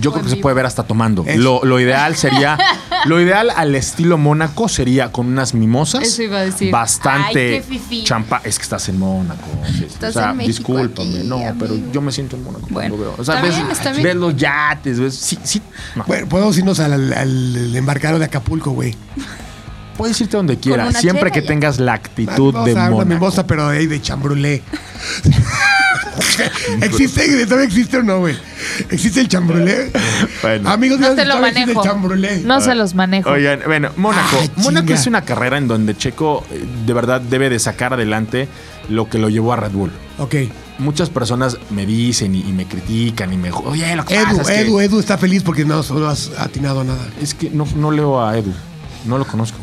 [SPEAKER 6] Yo creo que se puede ver hasta tomando.
[SPEAKER 2] Es-
[SPEAKER 6] Lo, lo ideal sería, lo ideal al estilo Mónaco sería con unas mimosas.
[SPEAKER 4] Eso iba a decir.
[SPEAKER 3] Ay,
[SPEAKER 6] Bastante
[SPEAKER 3] qué fifí.
[SPEAKER 6] champa. Es que estás en Mónaco. sí, sí.
[SPEAKER 4] Estás
[SPEAKER 6] o sea,
[SPEAKER 4] en México
[SPEAKER 6] discúlpame.
[SPEAKER 4] aquí,
[SPEAKER 6] no,
[SPEAKER 4] amigo.
[SPEAKER 6] pero yo me siento en Mónaco.
[SPEAKER 4] Bueno,
[SPEAKER 6] cuando veo. O sea,
[SPEAKER 4] está
[SPEAKER 6] ves,
[SPEAKER 4] bien, está bien.
[SPEAKER 6] ves los yates, ves. Sí, sí. No.
[SPEAKER 2] Bueno, podemos irnos al, al- al embarcadero de Acapulco, güey.
[SPEAKER 6] Puedes irte donde quieras,
[SPEAKER 4] una
[SPEAKER 6] siempre
[SPEAKER 4] chela
[SPEAKER 6] que
[SPEAKER 4] ya.
[SPEAKER 6] tengas la actitud
[SPEAKER 2] Vamos
[SPEAKER 6] de
[SPEAKER 2] a dar una
[SPEAKER 6] Mónaco.
[SPEAKER 2] mimosa, pero de ahí de chambrulé. ¿Existe? eh, ¿Todavía existe o no, güey? ¿Existe el chambrulé?
[SPEAKER 6] Bueno.
[SPEAKER 2] Amigos,
[SPEAKER 3] No
[SPEAKER 2] míos,
[SPEAKER 3] te lo
[SPEAKER 2] ¿todavía existe
[SPEAKER 3] manejo.
[SPEAKER 2] el chambrulé?
[SPEAKER 3] No se los manejo.
[SPEAKER 6] Oigan, bueno, Mónaco.
[SPEAKER 2] Ah,
[SPEAKER 6] Mónaco
[SPEAKER 2] chinga.
[SPEAKER 6] es una carrera en donde Checo eh, de verdad debe de sacar adelante lo que lo llevó a Red Bull.
[SPEAKER 2] Ok.
[SPEAKER 3] Ah,
[SPEAKER 6] muchas personas me dicen y, y me critican y me ju- oye lo que
[SPEAKER 2] Edu,
[SPEAKER 6] pasa es
[SPEAKER 2] Edu,
[SPEAKER 6] que
[SPEAKER 2] Edu está feliz porque no, no has atinado a nada.
[SPEAKER 6] es que no, no leo a Edu no lo conozco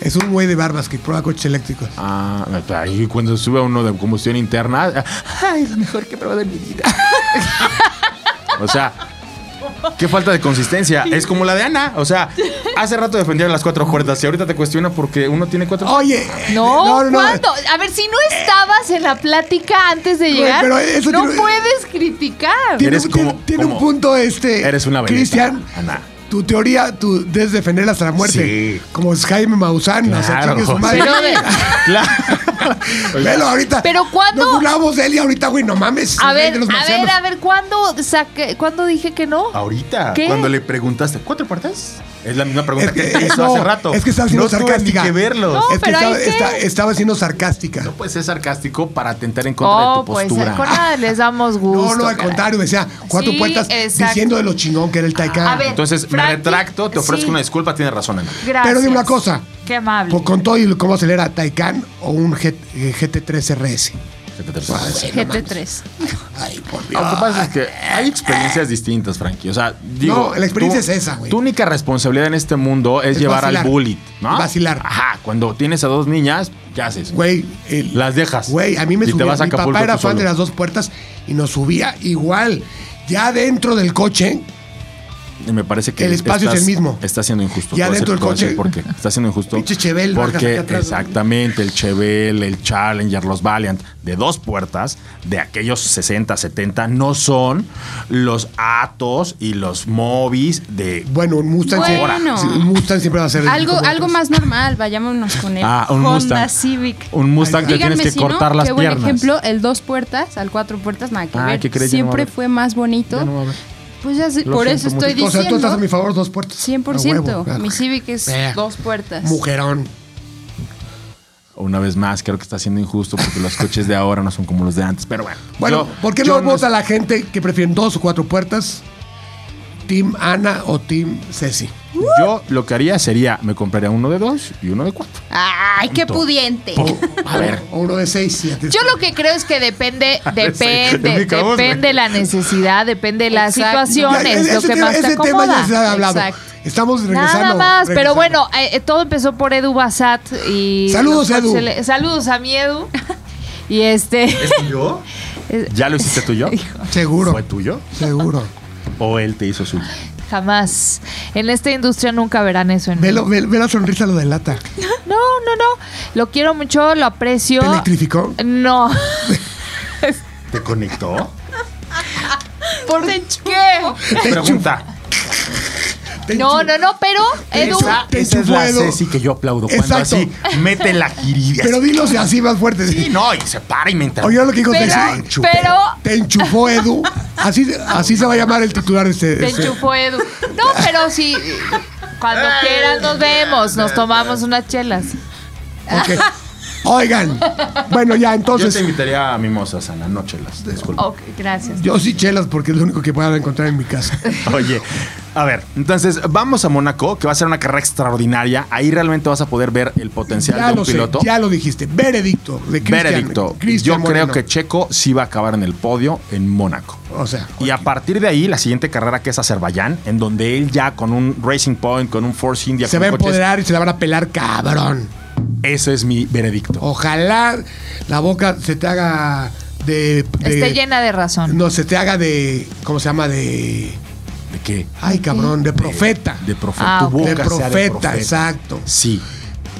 [SPEAKER 2] Es un güey de barbas que prueba coches eléctricos.
[SPEAKER 6] ah ahí cuando sube uno de combustión interna ah, ay es lo mejor que he probado en mi vida o sea qué falta de consistencia es como la de Ana o sea hace rato defendieron las cuatro puertas y ahorita te cuestiona porque uno tiene cuatro
[SPEAKER 2] Oye, eh,
[SPEAKER 3] No, ¿cuándo? A ver, si no estabas en la plática antes de
[SPEAKER 2] Güey,
[SPEAKER 3] llegar,
[SPEAKER 2] pero eh, eso
[SPEAKER 3] no
[SPEAKER 2] tiene-
[SPEAKER 3] puedes criticar.
[SPEAKER 2] Tiene,
[SPEAKER 6] Eres
[SPEAKER 2] tiene-
[SPEAKER 6] como-
[SPEAKER 2] tiene un
[SPEAKER 6] como-
[SPEAKER 2] punto este.
[SPEAKER 6] eres una veleta,
[SPEAKER 2] Cristian,
[SPEAKER 6] Ana.
[SPEAKER 2] tu teoría tú, es defender hasta la muerte.
[SPEAKER 6] Sí.
[SPEAKER 2] Como es Jaime Maussan. o sea,
[SPEAKER 6] Claro.
[SPEAKER 2] chingue su madre.
[SPEAKER 3] Pero de-
[SPEAKER 2] ah,
[SPEAKER 6] Claro.
[SPEAKER 2] Velo ahorita.
[SPEAKER 3] Pero ¿cuándo?
[SPEAKER 2] Nos burlamos de él y ahorita, güey, no mames.
[SPEAKER 3] A
[SPEAKER 2] el rey
[SPEAKER 3] ver,
[SPEAKER 2] de los
[SPEAKER 3] a
[SPEAKER 2] marcianos. Ah,
[SPEAKER 3] ver, a ver, ¿cuándo, saqué- ¿cuándo dije que no?
[SPEAKER 6] Ahorita,
[SPEAKER 3] ¿Qué?
[SPEAKER 6] cuando le preguntaste, ¿cuatro puertas? Es la misma pregunta
[SPEAKER 2] Es que-
[SPEAKER 6] que, te hizo
[SPEAKER 2] no,
[SPEAKER 6] hace rato.
[SPEAKER 2] es que estaba siendo
[SPEAKER 6] no tuve
[SPEAKER 2] sarcástica.
[SPEAKER 6] Ni que verlos.
[SPEAKER 3] No,
[SPEAKER 2] Es que
[SPEAKER 3] pero
[SPEAKER 2] estaba,
[SPEAKER 3] ahí qué.
[SPEAKER 2] esta- estaba siendo sarcástica.
[SPEAKER 6] No
[SPEAKER 2] No,
[SPEAKER 6] puedes ser sarcástico para atentar en contra
[SPEAKER 4] Oh,
[SPEAKER 6] de tu
[SPEAKER 3] pues
[SPEAKER 6] postura.
[SPEAKER 3] con nada les damos gusto.
[SPEAKER 2] no, al
[SPEAKER 3] caray.
[SPEAKER 2] contrario, decía cuatro
[SPEAKER 3] Sí,
[SPEAKER 2] puertas
[SPEAKER 3] exacto.
[SPEAKER 2] diciendo de lo chingón que era el Taycan.
[SPEAKER 3] A ver.
[SPEAKER 6] Entonces,
[SPEAKER 3] Frankie,
[SPEAKER 6] me retracto, te ofrezco
[SPEAKER 3] sí.
[SPEAKER 6] una disculpa, tienes razón, Ana.
[SPEAKER 3] Gracias.
[SPEAKER 2] Pero dime una cosa.
[SPEAKER 3] Qué amable.
[SPEAKER 2] Por- con todo y cómo acelera Taycan o un G- eh, GT3 RS.
[SPEAKER 6] Que te tercerices.
[SPEAKER 4] GT3.
[SPEAKER 2] Ay, por Dios.
[SPEAKER 6] Lo que pasa es que hay experiencias distintas, Frankie. O sea, digo.
[SPEAKER 2] No, la experiencia es esa, güey.
[SPEAKER 6] Tu única responsabilidad en este mundo es,
[SPEAKER 2] Es
[SPEAKER 6] llevar
[SPEAKER 2] vacilar.
[SPEAKER 6] al bullet, ¿no?
[SPEAKER 2] Vacilar.
[SPEAKER 6] Ajá, cuando tienes a dos niñas, ¿qué haces?
[SPEAKER 2] Güey, el-
[SPEAKER 6] Las dejas.
[SPEAKER 2] Güey, a mí me
[SPEAKER 6] Y te
[SPEAKER 2] subía.
[SPEAKER 6] vas a
[SPEAKER 2] Mi
[SPEAKER 6] Acapulco
[SPEAKER 2] papá era
[SPEAKER 6] tú
[SPEAKER 2] fan
[SPEAKER 6] solo.
[SPEAKER 2] de las dos puertas y nos subía igual. Ya dentro del coche,
[SPEAKER 6] Y me parece que
[SPEAKER 2] El espacio es el mismo.
[SPEAKER 6] Está siendo injusto.
[SPEAKER 2] Ya
[SPEAKER 6] Te voy a
[SPEAKER 2] dentro
[SPEAKER 6] decir- te
[SPEAKER 2] del
[SPEAKER 6] voy a decir
[SPEAKER 2] coche.
[SPEAKER 6] por qué. Está siendo injusto.
[SPEAKER 2] Pinche Chevel, bajas
[SPEAKER 6] Porque
[SPEAKER 2] acá atrás.
[SPEAKER 6] exactamente el Chevel, el Challenger, los Valiant de dos puertas de aquellos 60, 70 no son los Atos y los Movis de
[SPEAKER 2] bueno, un Mustang,
[SPEAKER 4] Bueno.
[SPEAKER 2] siempre, un Mustang siempre va a ser.
[SPEAKER 4] Algo,
[SPEAKER 2] como
[SPEAKER 4] algo
[SPEAKER 2] otros.
[SPEAKER 4] más normal, vayámonos con él.
[SPEAKER 6] Ah, un
[SPEAKER 4] Honda
[SPEAKER 6] Mustang.
[SPEAKER 4] Civic.
[SPEAKER 6] un Mustang que
[SPEAKER 4] Díganme
[SPEAKER 6] tienes que
[SPEAKER 4] si
[SPEAKER 6] cortar
[SPEAKER 4] no,
[SPEAKER 6] las
[SPEAKER 4] qué buen
[SPEAKER 6] piernas.
[SPEAKER 4] ejemplo, el dos puertas al cuatro puertas, nada que
[SPEAKER 6] Ah,
[SPEAKER 4] ver.
[SPEAKER 6] ¿qué crees? Ya no va a
[SPEAKER 4] Siempre
[SPEAKER 6] haber.
[SPEAKER 4] fue más bonito.
[SPEAKER 6] Ya no va a haber.
[SPEAKER 4] Pues ya, sé-
[SPEAKER 6] Lo
[SPEAKER 4] por eso
[SPEAKER 6] siento
[SPEAKER 4] estoy
[SPEAKER 2] O sea, tú
[SPEAKER 4] diciendo.
[SPEAKER 2] estás a mi favor, dos puertas.
[SPEAKER 4] 100%.
[SPEAKER 2] A huevo.
[SPEAKER 4] Mi Civic es
[SPEAKER 2] Eh.
[SPEAKER 4] dos puertas.
[SPEAKER 2] Mujerón.
[SPEAKER 6] Una vez más, creo que está siendo injusto porque los coches de ahora no son como los de antes. Pero bueno.
[SPEAKER 2] Bueno,
[SPEAKER 6] yo-
[SPEAKER 2] ¿por qué
[SPEAKER 6] yo
[SPEAKER 2] no vota la gente que prefieren dos o cuatro puertas? ¿Team Ana o Team Ceci?
[SPEAKER 6] Yo lo que haría sería, me compraría uno de dos y uno de cuatro.
[SPEAKER 4] Ay, qué pudiente.
[SPEAKER 2] A ver. O uno de seis. si antes-
[SPEAKER 3] Yo lo que creo es que depende,
[SPEAKER 6] es
[SPEAKER 3] depende,
[SPEAKER 6] mi caos,
[SPEAKER 3] depende la necesidad, depende las
[SPEAKER 4] Exacto.
[SPEAKER 2] Ya,
[SPEAKER 3] situaciones,
[SPEAKER 2] ese
[SPEAKER 3] lo que
[SPEAKER 2] tema-
[SPEAKER 3] más te
[SPEAKER 2] ese tema ya
[SPEAKER 3] acomoda.
[SPEAKER 2] se ha hablado.
[SPEAKER 4] Exacto.
[SPEAKER 2] Estamos regresando.
[SPEAKER 3] Nada más, pero
[SPEAKER 2] regresando.
[SPEAKER 3] bueno, eh, eh, todo empezó por Edu Basat y
[SPEAKER 2] Saludos,
[SPEAKER 3] los coches
[SPEAKER 2] Edu.
[SPEAKER 3] ele- saludos a mi Edu. Y este
[SPEAKER 6] ¿Yo? ¿Ya lo hiciste tuyo?
[SPEAKER 2] Seguro,
[SPEAKER 6] ¿Fue tuyo?
[SPEAKER 2] seguro.
[SPEAKER 6] ¿O él te hizo suyo?
[SPEAKER 3] jamás en esta industria nunca verán eso en mí.
[SPEAKER 2] Ve, lo- ve- ve la sonrisa, lo delata.
[SPEAKER 3] No, no, no. Lo quiero mucho, lo aprecio.
[SPEAKER 2] ¿Te electrificó?
[SPEAKER 3] No.
[SPEAKER 6] ¿Te conectó?
[SPEAKER 3] ¿Por qué?
[SPEAKER 6] Pregunta.
[SPEAKER 2] Te
[SPEAKER 3] No,
[SPEAKER 2] enchu-
[SPEAKER 3] no, no, pero Edu,
[SPEAKER 6] Esa,
[SPEAKER 2] Te
[SPEAKER 6] esa es la
[SPEAKER 2] enchufuedo.
[SPEAKER 6] Ceci que yo aplaudo. Cuando
[SPEAKER 2] Exacto.
[SPEAKER 6] así mete la quirida.
[SPEAKER 2] Pero dilo así más fuerte.
[SPEAKER 6] sí, no, y se para y me interrumpe.
[SPEAKER 2] Oye, lo que dijo
[SPEAKER 3] pero,
[SPEAKER 2] Ceci.
[SPEAKER 3] pero
[SPEAKER 2] Te enchufó Edu. Así, así se va a llamar el titular de este.
[SPEAKER 3] te
[SPEAKER 2] este-
[SPEAKER 3] enchufó Edu. No, pero sí, cuando quieras nos vemos, nos tomamos unas chelas.
[SPEAKER 2] ok. Oigan, bueno,
[SPEAKER 6] Yo
[SPEAKER 2] ya
[SPEAKER 6] te
[SPEAKER 2] entonces.
[SPEAKER 6] invitaría a mimosas, Ana, no chelas, disculpa.
[SPEAKER 3] Ok, gracias.
[SPEAKER 2] Yo sí chelas porque es lo único que puedo encontrar en mi casa.
[SPEAKER 6] Oye, a ver, entonces vamos a Mónaco, que va a ser una carrera extraordinaria. Ahí realmente vas a poder ver el potencial
[SPEAKER 2] Ya
[SPEAKER 6] de
[SPEAKER 2] lo
[SPEAKER 6] un
[SPEAKER 2] sé,
[SPEAKER 6] piloto.
[SPEAKER 2] ya lo dijiste. Veredicto de Cristian.
[SPEAKER 6] Veredicto.
[SPEAKER 2] Cristian
[SPEAKER 6] Yo creo
[SPEAKER 2] Moreno.
[SPEAKER 6] que Checo sí va a acabar en el podio en Mónaco.
[SPEAKER 2] O sea,
[SPEAKER 6] Y a partir de ahí, la siguiente carrera que es Azerbaiyán, en donde él ya con un Racing Point, con un Force India,
[SPEAKER 2] se
[SPEAKER 6] con
[SPEAKER 2] va a
[SPEAKER 6] coches,
[SPEAKER 2] empoderar y se la van a pelar cabrón.
[SPEAKER 6] Eso es mi veredicto.
[SPEAKER 2] Ojalá la boca se te haga de. de-
[SPEAKER 3] Esté llena de razón.
[SPEAKER 2] No, se te haga de. ¿Cómo se llama? De.
[SPEAKER 6] ¿De qué?
[SPEAKER 2] Ay, cabrón, de profeta.
[SPEAKER 6] De profeta.
[SPEAKER 3] Ah,
[SPEAKER 6] Tu
[SPEAKER 3] ok.
[SPEAKER 6] boca
[SPEAKER 2] De
[SPEAKER 6] sea de
[SPEAKER 2] profeta, exacto.
[SPEAKER 6] Sí.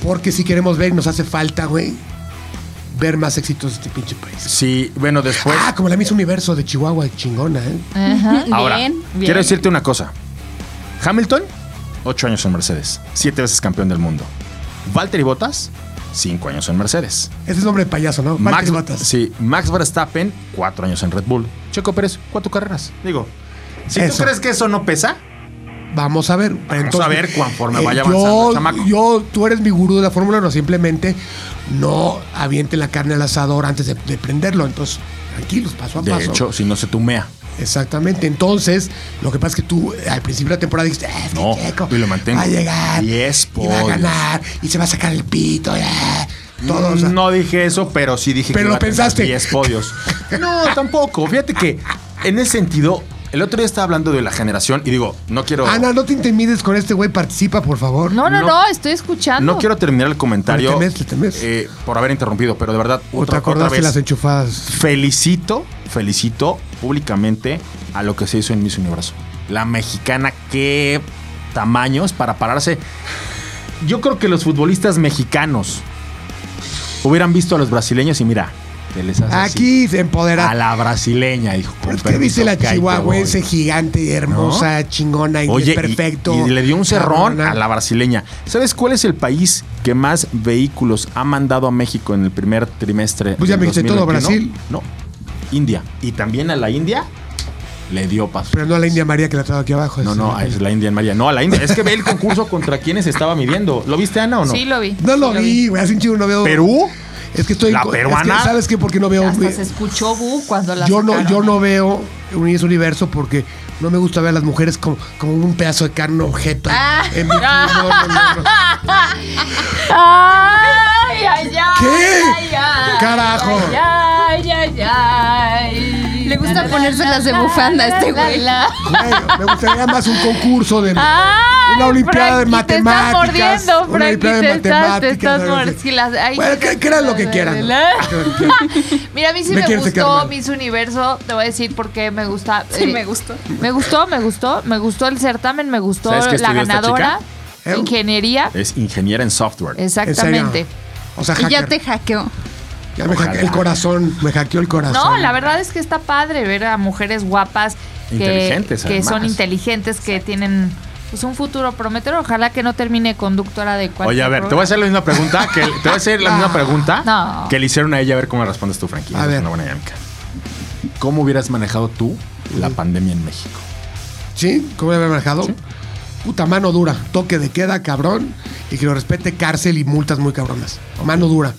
[SPEAKER 2] Porque si queremos ver, nos hace falta, güey, ver más éxitos de este pinche país.
[SPEAKER 6] Sí, bueno, después.
[SPEAKER 2] ah, como la Miss Universo de Chihuahua, chingona, ¿eh?
[SPEAKER 4] Ajá.
[SPEAKER 6] Ahora,
[SPEAKER 4] Bien.
[SPEAKER 6] quiero decirte una cosa. Hamilton, ocho años en Mercedes, siete veces campeón del mundo. Valtteri Bottas, cinco años en Mercedes.
[SPEAKER 2] Ese es nombre de payaso, ¿no?
[SPEAKER 6] Max,
[SPEAKER 2] Max Botas.
[SPEAKER 6] Sí, Max Verstappen, cuatro años en Red Bull. Checo Pérez, cuatro carreras. Digo, si tú
[SPEAKER 2] Eso.
[SPEAKER 6] crees que eso no pesa,
[SPEAKER 2] Vamos a ver. eh,
[SPEAKER 6] a ver conforme vaya avanzando
[SPEAKER 2] yo,
[SPEAKER 6] el chamaco.
[SPEAKER 2] Yo, tú eres mi gurú de la Fórmula 1, simplemente no aviente la carne al asador antes de, de prenderlo. Entonces, tranquilos, paso a
[SPEAKER 6] de
[SPEAKER 2] paso.
[SPEAKER 6] hecho, si no se tumea.
[SPEAKER 2] Exactamente. Entonces, lo que pasa es que tú eh, al principio de la temporada dijiste, "Ah, es que
[SPEAKER 6] No,
[SPEAKER 2] Checo
[SPEAKER 6] y lo mantengo.
[SPEAKER 2] Va a llegar.
[SPEAKER 6] Diez
[SPEAKER 2] y va a
[SPEAKER 6] podios.
[SPEAKER 2] ganar. Y se va a sacar el pito. ah, todo, o sea,
[SPEAKER 6] No dije eso, pero sí dije que
[SPEAKER 2] Pero lo
[SPEAKER 6] iba a tener
[SPEAKER 2] pensaste.
[SPEAKER 6] 10 podios. No, tampoco. Fíjate que en ese sentido, el otro día estaba hablando de la generación y digo, no quiero.
[SPEAKER 2] Ana, Ah, no te intimides con este güey, participa, por favor.
[SPEAKER 3] No, no,
[SPEAKER 6] No.
[SPEAKER 3] no, estoy escuchando.
[SPEAKER 6] No quiero terminar el comentario
[SPEAKER 2] Le temes, le temes.
[SPEAKER 6] eh, por haber interrumpido, pero de verdad,
[SPEAKER 2] ¿O te
[SPEAKER 6] otra, otra
[SPEAKER 2] acordaste
[SPEAKER 6] vez,
[SPEAKER 2] las enchufadas?
[SPEAKER 6] felicito, felicito públicamente a lo que se hizo en Miss Universo. La mexicana, qué tamaños para pararse. Yo creo que los futbolistas mexicanos hubieran visto a los brasileños y mira, se les hace así.
[SPEAKER 2] Aquí se empodera.
[SPEAKER 6] A la brasileña, dijo. con
[SPEAKER 2] Pero es que dice
[SPEAKER 6] permiso,
[SPEAKER 2] la
[SPEAKER 6] que ahí te
[SPEAKER 2] chihuahuense
[SPEAKER 6] voy.
[SPEAKER 2] gigante, hermosa, chingona y
[SPEAKER 6] Oye, y-
[SPEAKER 2] perfecto.
[SPEAKER 6] Y, le dio un cerrón
[SPEAKER 2] cabrona.
[SPEAKER 6] a la brasileña. ¿Sabes cuál es el país que más vehículos ha mandado a México en el primer trimestre?
[SPEAKER 2] Pues ya
[SPEAKER 6] del
[SPEAKER 2] me dijiste todo,
[SPEAKER 6] 2021?
[SPEAKER 2] Brasil.
[SPEAKER 6] No, India. Y también a la India le dio paso.
[SPEAKER 2] Pero no a la India María que la traigo aquí abajo.
[SPEAKER 6] No,
[SPEAKER 2] es-
[SPEAKER 6] no, es la India en María. No, a la India. Es que ve el concurso contra quienes estaba midiendo. ¿Lo viste, Ana, o no?
[SPEAKER 3] Sí, lo vi.
[SPEAKER 2] No lo
[SPEAKER 3] Sí
[SPEAKER 2] vi, güey. Hace un chingo no veo.
[SPEAKER 6] ¿Perú?
[SPEAKER 2] Es que estoy.
[SPEAKER 6] ¿La
[SPEAKER 2] en co- es que,
[SPEAKER 6] peruana?
[SPEAKER 2] ¿Sabes qué? Porque no veo.
[SPEAKER 3] Hasta se escuchó Bu cuando la
[SPEAKER 2] yo no,
[SPEAKER 3] sacaron.
[SPEAKER 2] yo no veo un Miss universo porque no me gusta ver a las mujeres como, como un pedazo de carne objeto.
[SPEAKER 3] Ah.
[SPEAKER 2] en bikini. No, no, no, no.
[SPEAKER 3] ¡Ay, ay, ay!
[SPEAKER 2] ¿Qué?
[SPEAKER 3] ay, ay,
[SPEAKER 2] Carajo.
[SPEAKER 3] ¡Ay, ay, ay! ay.
[SPEAKER 4] Le gusta
[SPEAKER 3] La, la,
[SPEAKER 4] ponerse
[SPEAKER 3] la,
[SPEAKER 4] las de
[SPEAKER 3] la,
[SPEAKER 4] bufanda a
[SPEAKER 3] la,
[SPEAKER 4] este
[SPEAKER 3] la,
[SPEAKER 4] güey.
[SPEAKER 3] la.
[SPEAKER 2] Bueno, me gustaría más un concurso de
[SPEAKER 3] Ah, Ay,
[SPEAKER 2] una olimpiada de
[SPEAKER 3] Frankie,
[SPEAKER 2] matemáticas.
[SPEAKER 3] Te estás mordiendo,
[SPEAKER 2] una
[SPEAKER 3] Frankie.
[SPEAKER 2] olimpiada de
[SPEAKER 3] Te estás, te
[SPEAKER 2] matemáticas.
[SPEAKER 3] estás
[SPEAKER 2] algo así.
[SPEAKER 3] mordiendo. Sí, las- ay,
[SPEAKER 2] Bueno, que, que eran lo que
[SPEAKER 3] la,
[SPEAKER 2] quieran.
[SPEAKER 3] la, la. Mira, a mí sí
[SPEAKER 2] Me
[SPEAKER 3] me,
[SPEAKER 2] quieres sacar
[SPEAKER 3] gustó
[SPEAKER 2] mal.
[SPEAKER 3] Miss Universo. Te voy a decir por qué me gusta.
[SPEAKER 4] Sí,
[SPEAKER 3] eh,
[SPEAKER 4] me gustó.
[SPEAKER 3] Me gustó, me gustó. Me gustó el certamen, me gustó
[SPEAKER 6] ¿Sabes qué
[SPEAKER 3] la
[SPEAKER 6] estudió esta
[SPEAKER 3] ganadora.
[SPEAKER 2] chica?
[SPEAKER 3] Ingeniería.
[SPEAKER 6] Es ingeniera en software.
[SPEAKER 2] ¿Eh? En serio. Ah,
[SPEAKER 3] Exactamente.
[SPEAKER 2] O sea,
[SPEAKER 4] Y ya
[SPEAKER 2] hacker.
[SPEAKER 4] te hackeó.
[SPEAKER 2] Ya me
[SPEAKER 6] Ojalá.
[SPEAKER 2] hackeó el corazón, me hackeó el corazón.
[SPEAKER 3] No, la verdad es que está padre ver a mujeres guapas que,
[SPEAKER 6] Inteligentes,
[SPEAKER 3] que son
[SPEAKER 6] además.
[SPEAKER 3] inteligentes, que tienen pues, un futuro prometedor. Ojalá que no termine conductora de cualquier
[SPEAKER 6] Oye, a ver, te voy a
[SPEAKER 3] programa.
[SPEAKER 6] hacer la misma pregunta que te voy a hacer la misma pregunta
[SPEAKER 3] No.
[SPEAKER 6] que le hicieron a ella a ver cómo respondes tú, Frankie.
[SPEAKER 2] A
[SPEAKER 6] Esa Es
[SPEAKER 2] ver.
[SPEAKER 6] una buena dinámica. ¿Cómo hubieras manejado tú la pandemia en México?
[SPEAKER 2] ¿Sí? ¿Cómo me había manejado? Puta mano dura, toque de queda, cabrón, y que lo respete cárcel y multas muy cabronas. Mano dura.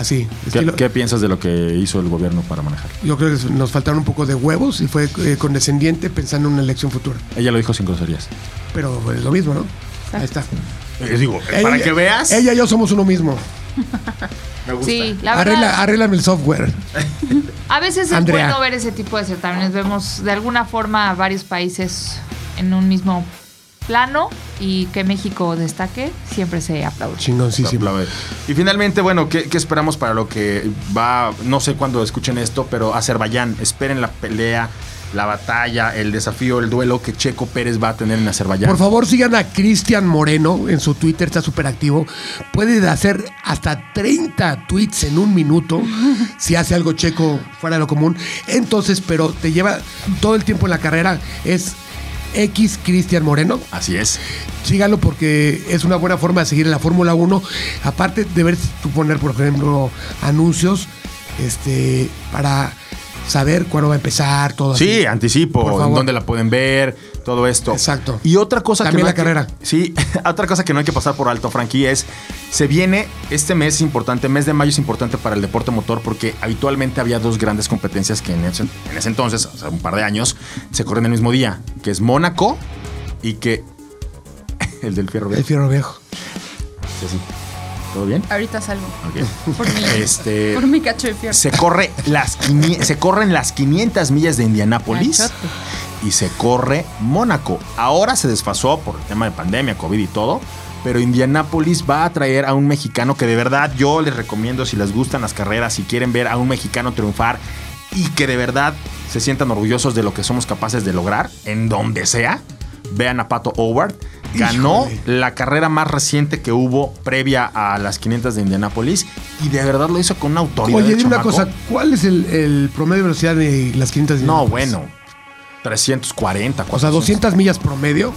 [SPEAKER 2] Así.
[SPEAKER 6] ¿Qué,
[SPEAKER 2] estilo-
[SPEAKER 6] qué piensas de lo que hizo el gobierno para manejar?
[SPEAKER 2] Yo creo que nos faltaron un poco de huevos y fue eh, condescendiente pensando en una elección futura.
[SPEAKER 6] Ella lo dijo sin groserías.
[SPEAKER 2] Pero es lo mismo, ¿no? Ahí está.
[SPEAKER 6] digo,
[SPEAKER 2] Eh, Ella- Ella y yo somos uno mismo.
[SPEAKER 3] Sí, la verdad.
[SPEAKER 2] Arregla, arréglame el software.
[SPEAKER 6] Ah,
[SPEAKER 3] A veces
[SPEAKER 2] Andrea.
[SPEAKER 3] es bueno ver ese tipo de certámenes. Vemos de alguna forma a varios países en un mismo plano y que México destaque siempre se aplaude.
[SPEAKER 2] Chingoncísimo.
[SPEAKER 6] Y finalmente, bueno, ¿qué, qué esperamos para lo que va? No sé cuándo escuchen esto, pero Azerbaiyán, esperen la pelea, la batalla, el desafío, el duelo que Checo Pérez va a tener en Azerbaiyán.
[SPEAKER 2] Por favor, sigan a Cristian Moreno en su Twitter, está súper activo. Puede hacer hasta 30 tweets en un minuto si hace algo checo fuera de lo común. Entonces, pero te lleva todo el tiempo en la carrera. Es X Cristian Moreno.
[SPEAKER 6] Así es.
[SPEAKER 2] Sígalo porque es una buena forma de seguir en la Fórmula 1. Aparte de ver tú poner, por ejemplo, anuncios este, para saber cuándo va a empezar, todo
[SPEAKER 6] Sí,
[SPEAKER 2] así. Por
[SPEAKER 6] anticipo,
[SPEAKER 2] favor.
[SPEAKER 6] dónde la pueden ver, todo esto.
[SPEAKER 2] Exacto.
[SPEAKER 6] Y otra cosa
[SPEAKER 2] También
[SPEAKER 6] que no
[SPEAKER 2] la
[SPEAKER 6] hay que-
[SPEAKER 2] carrera.
[SPEAKER 6] sí, otra cosa que no hay que pasar por alto, Frankie, es se viene este mes importante, mes de mayo es importante para el deporte motor porque habitualmente había dos grandes competencias que en ese, en ese entonces, hace un par de años, se corren el mismo día, que es Mónaco y que el del fierro
[SPEAKER 2] El
[SPEAKER 6] viejo.
[SPEAKER 2] fierro viejo.
[SPEAKER 6] Sí, sí. ¿Todo bien?
[SPEAKER 4] Ahorita salgo.
[SPEAKER 6] Ok.
[SPEAKER 4] Por mi,
[SPEAKER 6] Este
[SPEAKER 4] por mi cacho de fierro.
[SPEAKER 6] se corre las quinie- se corren las 500 millas de Indianápolis
[SPEAKER 4] Cachote.
[SPEAKER 6] y se corre Mónaco. Ahora se desfasó por el tema de pandemia, COVID y todo, pero Indianápolis va a traer a un mexicano que de verdad yo les recomiendo si les gustan las carreras, si quieren ver a un mexicano triunfar y que de verdad se sientan orgullosos de lo que somos capaces de lograr en donde sea. Vean a Pato Howard. Ganó la carrera más reciente que hubo previa a las 500 de Indianápolis y de verdad lo hizo con una autoridad.
[SPEAKER 2] Oye,
[SPEAKER 6] el
[SPEAKER 2] dime una
[SPEAKER 6] chamaco.
[SPEAKER 2] cosa, ¿cuál es el, el promedio de velocidad de las 500
[SPEAKER 6] No,
[SPEAKER 2] millas?
[SPEAKER 6] bueno. 340,
[SPEAKER 2] O sea, 200 millas promedio.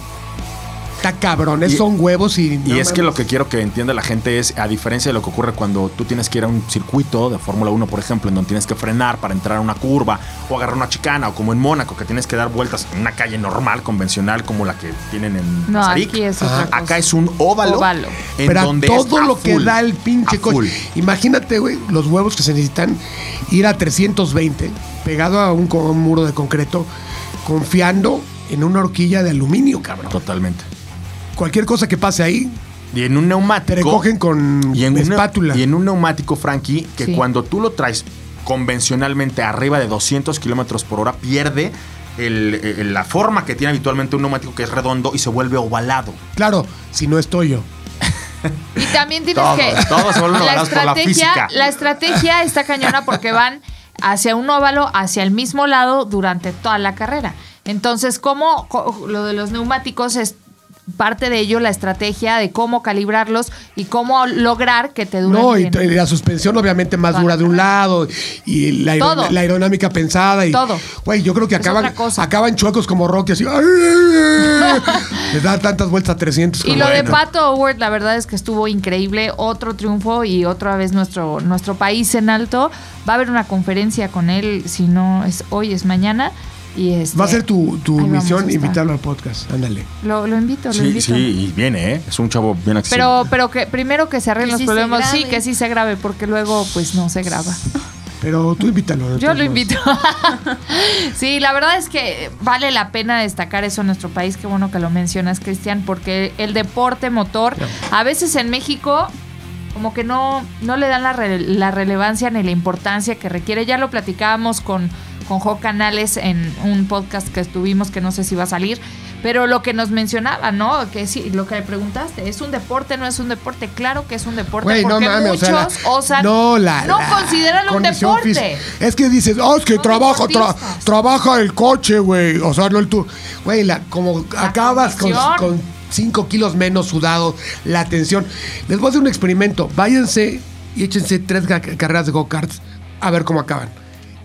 [SPEAKER 2] Está cabrón, esos
[SPEAKER 6] Y-
[SPEAKER 2] son huevos y...
[SPEAKER 6] Y es que lo que quiero que entienda la gente es, a diferencia de lo que ocurre cuando tú tienes que ir a un circuito de Fórmula 1, por ejemplo, en donde tienes que frenar para entrar a una curva o agarrar una chicana, o como en Mónaco, que tienes que dar vueltas en una calle normal, convencional, como la que tienen en
[SPEAKER 3] No,
[SPEAKER 6] Mazarik.
[SPEAKER 3] aquí es otra cosa.
[SPEAKER 6] Acá es un óvalo.
[SPEAKER 3] Óvalo.
[SPEAKER 6] en
[SPEAKER 2] Pero a
[SPEAKER 6] donde
[SPEAKER 2] todo
[SPEAKER 6] es a
[SPEAKER 2] lo que
[SPEAKER 6] full,
[SPEAKER 2] da el pinche
[SPEAKER 6] a full.
[SPEAKER 2] coche. Imagínate, güey, los huevos que se necesitan ir a 320 pegado a un, co- un muro de concreto, confiando en una horquilla de aluminio, cabrón.
[SPEAKER 6] Totalmente.
[SPEAKER 2] Cualquier cosa que pase ahí,
[SPEAKER 6] Y en un
[SPEAKER 2] te
[SPEAKER 6] neumático.
[SPEAKER 2] recogen con
[SPEAKER 6] y en
[SPEAKER 2] espátula.
[SPEAKER 6] Una, y en un neumático, Frankie, que
[SPEAKER 3] Sí.
[SPEAKER 6] cuando tú lo traes convencionalmente arriba de 200 kilómetros por hora, pierde el- el- la forma que tiene habitualmente un neumático que es redondo y se vuelve ovalado.
[SPEAKER 2] Claro, si no estoy yo.
[SPEAKER 3] Y también tienes
[SPEAKER 6] Todo,
[SPEAKER 3] que.
[SPEAKER 6] todo se vuelven avalados por la física.
[SPEAKER 3] la estrategia está cañona porque van hacia un óvalo, hacia el mismo lado durante toda la carrera. Entonces, como lo de los neumáticos es parte de ello, la estrategia de cómo calibrarlos y cómo lograr que te duren.
[SPEAKER 2] No, y,
[SPEAKER 3] bien.
[SPEAKER 2] t- y la suspensión obviamente más
[SPEAKER 3] Para
[SPEAKER 2] dura de un lado y la, aero-
[SPEAKER 3] Todo.
[SPEAKER 2] la aerodinámica pensada y
[SPEAKER 3] Todo.
[SPEAKER 2] Güey, yo creo que
[SPEAKER 3] Es
[SPEAKER 2] acaban
[SPEAKER 3] otra cosa.
[SPEAKER 2] acaban chuecos como Rocky así. Les da tantas vueltas a 300
[SPEAKER 3] Y
[SPEAKER 2] como-
[SPEAKER 3] lo de
[SPEAKER 6] Bueno.
[SPEAKER 3] Pato Howard, la verdad es que estuvo increíble. Otro triunfo y otra vez nuestro, nuestro país en alto. Va a haber una conferencia con él, si no es hoy, es mañana. Y este,
[SPEAKER 2] Va a ser tu, tu
[SPEAKER 3] ahí vamos a
[SPEAKER 2] misión
[SPEAKER 3] estar.
[SPEAKER 2] invitarlo al podcast. Ándale.
[SPEAKER 3] Lo, lo invito, lo
[SPEAKER 6] Sí,
[SPEAKER 3] invito.
[SPEAKER 6] sí, y viene, ¿eh? Es un chavo bien accesible.
[SPEAKER 3] Pero, pero que primero que se arreglen los
[SPEAKER 4] Que sí se
[SPEAKER 3] problemas, sí,
[SPEAKER 4] grabe.
[SPEAKER 3] que sí se grabe, porque luego pues no se graba.
[SPEAKER 2] Pero tú invítalo. de
[SPEAKER 3] Yo
[SPEAKER 2] todos modos.
[SPEAKER 3] lo invito. sí, la verdad es que vale la pena destacar eso en nuestro país. Qué bueno que lo mencionas, Cristian, porque el deporte motor, a veces en México, como que no, no le dan la, re- la relevancia ni la importancia que requiere. Ya lo platicábamos con, con Jo Canales en un podcast que estuvimos, que no sé si va a salir, pero lo que nos mencionaba, ¿no? Que sí, lo que le preguntaste, ¿es un deporte? ¿No es un deporte? Claro que es un deporte,
[SPEAKER 2] Güey, no
[SPEAKER 3] porque
[SPEAKER 2] mames, o
[SPEAKER 3] muchos
[SPEAKER 2] sea, la-
[SPEAKER 3] osan
[SPEAKER 2] no, la,
[SPEAKER 3] no
[SPEAKER 2] la
[SPEAKER 3] consideran un
[SPEAKER 2] condición
[SPEAKER 3] deporte.
[SPEAKER 2] física. Es que dices, oh, es que
[SPEAKER 3] Son
[SPEAKER 2] trabajo, tra-
[SPEAKER 3] deportistas.
[SPEAKER 2] trabaja el coche, güey. O sea, no el tú. Güey, la, como acabas con,
[SPEAKER 3] condición.
[SPEAKER 2] con 5 kilos menos sudado, la tensión. Les voy a hacer un experimento. Váyanse y échense tres ga- carreras de go-karts a ver cómo acaban.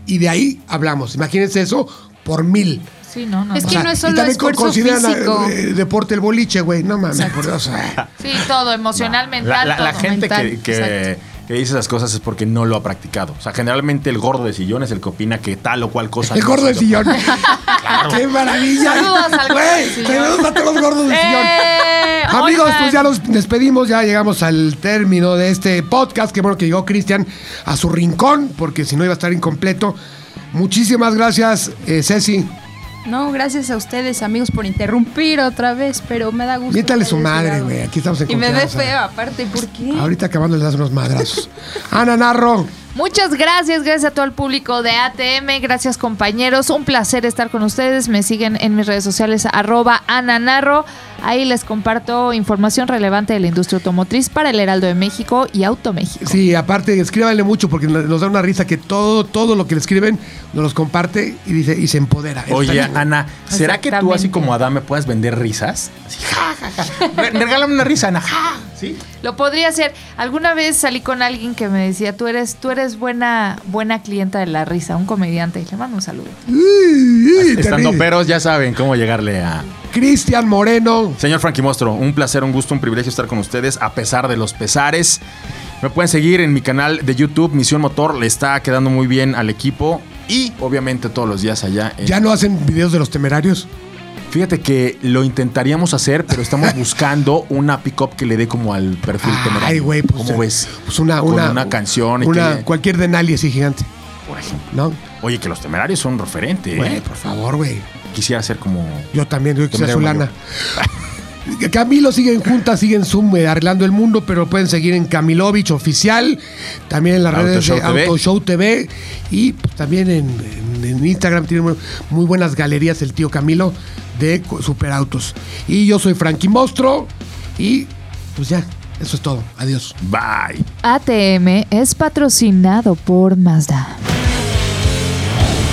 [SPEAKER 2] Y de ahí hablamos. Imagínense eso por mil.
[SPEAKER 3] Sí, no, no.
[SPEAKER 4] Es
[SPEAKER 3] no.
[SPEAKER 4] que no es solo
[SPEAKER 2] también
[SPEAKER 4] esfuerzo
[SPEAKER 2] consideran,
[SPEAKER 4] físico.
[SPEAKER 2] eh, deporte el boliche, güey. No mames, por Dios. eh.
[SPEAKER 3] Sí, todo, emocional,
[SPEAKER 6] La,
[SPEAKER 3] mental.
[SPEAKER 6] la- la
[SPEAKER 3] todo.
[SPEAKER 6] gente
[SPEAKER 4] mental,
[SPEAKER 6] que, que, que dice esas cosas es porque no lo ha practicado. O sea, generalmente el gordo de sillón es el que opina que tal o cual cosa.
[SPEAKER 2] El
[SPEAKER 6] no se
[SPEAKER 2] gordo del
[SPEAKER 6] le
[SPEAKER 2] sillón. ¡Qué maravilla!
[SPEAKER 3] Saludos al gordo del
[SPEAKER 2] Güey,
[SPEAKER 3] sillón.
[SPEAKER 2] saludos a todos los gordos del sillón.
[SPEAKER 3] Eh,
[SPEAKER 2] Amigos,
[SPEAKER 3] oigan.
[SPEAKER 2] pues ya nos despedimos, ya llegamos al término de este podcast. Qué bueno que llegó Cristian a su rincón, porque si no iba a estar incompleto. Muchísimas gracias, eh, Ceci.
[SPEAKER 4] No, gracias a ustedes, amigos, por interrumpir otra vez, pero me da gusto.
[SPEAKER 2] Miéntale su
[SPEAKER 4] haberles
[SPEAKER 2] madre,
[SPEAKER 4] llegado.
[SPEAKER 2] güey. Aquí estamos en
[SPEAKER 4] Y me ve
[SPEAKER 2] confianza.
[SPEAKER 4] feo, aparte, ¿por qué?
[SPEAKER 2] Ahorita acabando les das unos madrazos. Ana Narro.
[SPEAKER 3] Muchas gracias, gracias a todo el público de ATM, gracias compañeros, un placer estar con ustedes, me siguen en mis redes sociales arroba ananarro, ahí les comparto información relevante de la industria automotriz para el Heraldo de México y Automéxico.
[SPEAKER 2] Sí, aparte, escríbanle mucho porque nos nos da una risa que todo, todo lo que le escriben nos los comparte y dice y se empodera. Eso
[SPEAKER 6] Oye,
[SPEAKER 2] está chingón.
[SPEAKER 6] Ana, ¿será que tú así
[SPEAKER 3] Exactamente.
[SPEAKER 6] como Adán me puedas vender risas? Así, ja, ja, ja. Re- Regálame una risa, Ana. ja. ¿Sí?
[SPEAKER 3] Lo podría hacer. Alguna vez salí con alguien que me decía, tú eres, tú eres buena, buena clienta de la risa, un comediante, y le mando un saludo.
[SPEAKER 2] Sí, te
[SPEAKER 6] Estando
[SPEAKER 2] ríes.
[SPEAKER 6] peros ya saben cómo llegarle a...
[SPEAKER 2] Cristian Moreno.
[SPEAKER 6] Señor Frankie Mostro, un placer, un gusto, un privilegio estar con ustedes a pesar de los pesares. Me pueden seguir en mi canal de YouTube, Misión Motor. Le está quedando muy bien al equipo. Y obviamente todos los días allá. en-
[SPEAKER 2] ¿Ya no hacen videos de los temerarios?
[SPEAKER 6] Fíjate que lo intentaríamos hacer, pero estamos buscando una pick-up que le dé como al perfil temerario.
[SPEAKER 2] Ay, güey, pues.
[SPEAKER 6] ¿Cómo
[SPEAKER 2] eh,
[SPEAKER 6] ves?
[SPEAKER 2] Pues una,
[SPEAKER 6] Con
[SPEAKER 2] una,
[SPEAKER 6] una canción y
[SPEAKER 2] una-
[SPEAKER 6] que-
[SPEAKER 2] Cualquier denali así gigante. ¿No?
[SPEAKER 6] Oye, que los temerarios son referente. ¿eh?
[SPEAKER 2] Güey, por favor, güey.
[SPEAKER 6] Quisiera hacer como.
[SPEAKER 2] Yo también, yo quisiera su
[SPEAKER 6] Tendremos
[SPEAKER 2] lana. Camilo siguen juntas, siguen Zoom eh, arreglando el mundo, pero pueden seguir en Camilovich Oficial, también en las
[SPEAKER 6] Auto
[SPEAKER 2] redes
[SPEAKER 6] Show
[SPEAKER 2] de
[SPEAKER 6] TV.
[SPEAKER 2] Auto Show TV y pues, también en, en- en Instagram tiene muy, muy buenas galerías el tío Camilo de co- Superautos. Y yo soy Frankie Mostro y pues ya, eso es todo. Adiós.
[SPEAKER 6] Bye.
[SPEAKER 3] ATM es patrocinado por Mazda.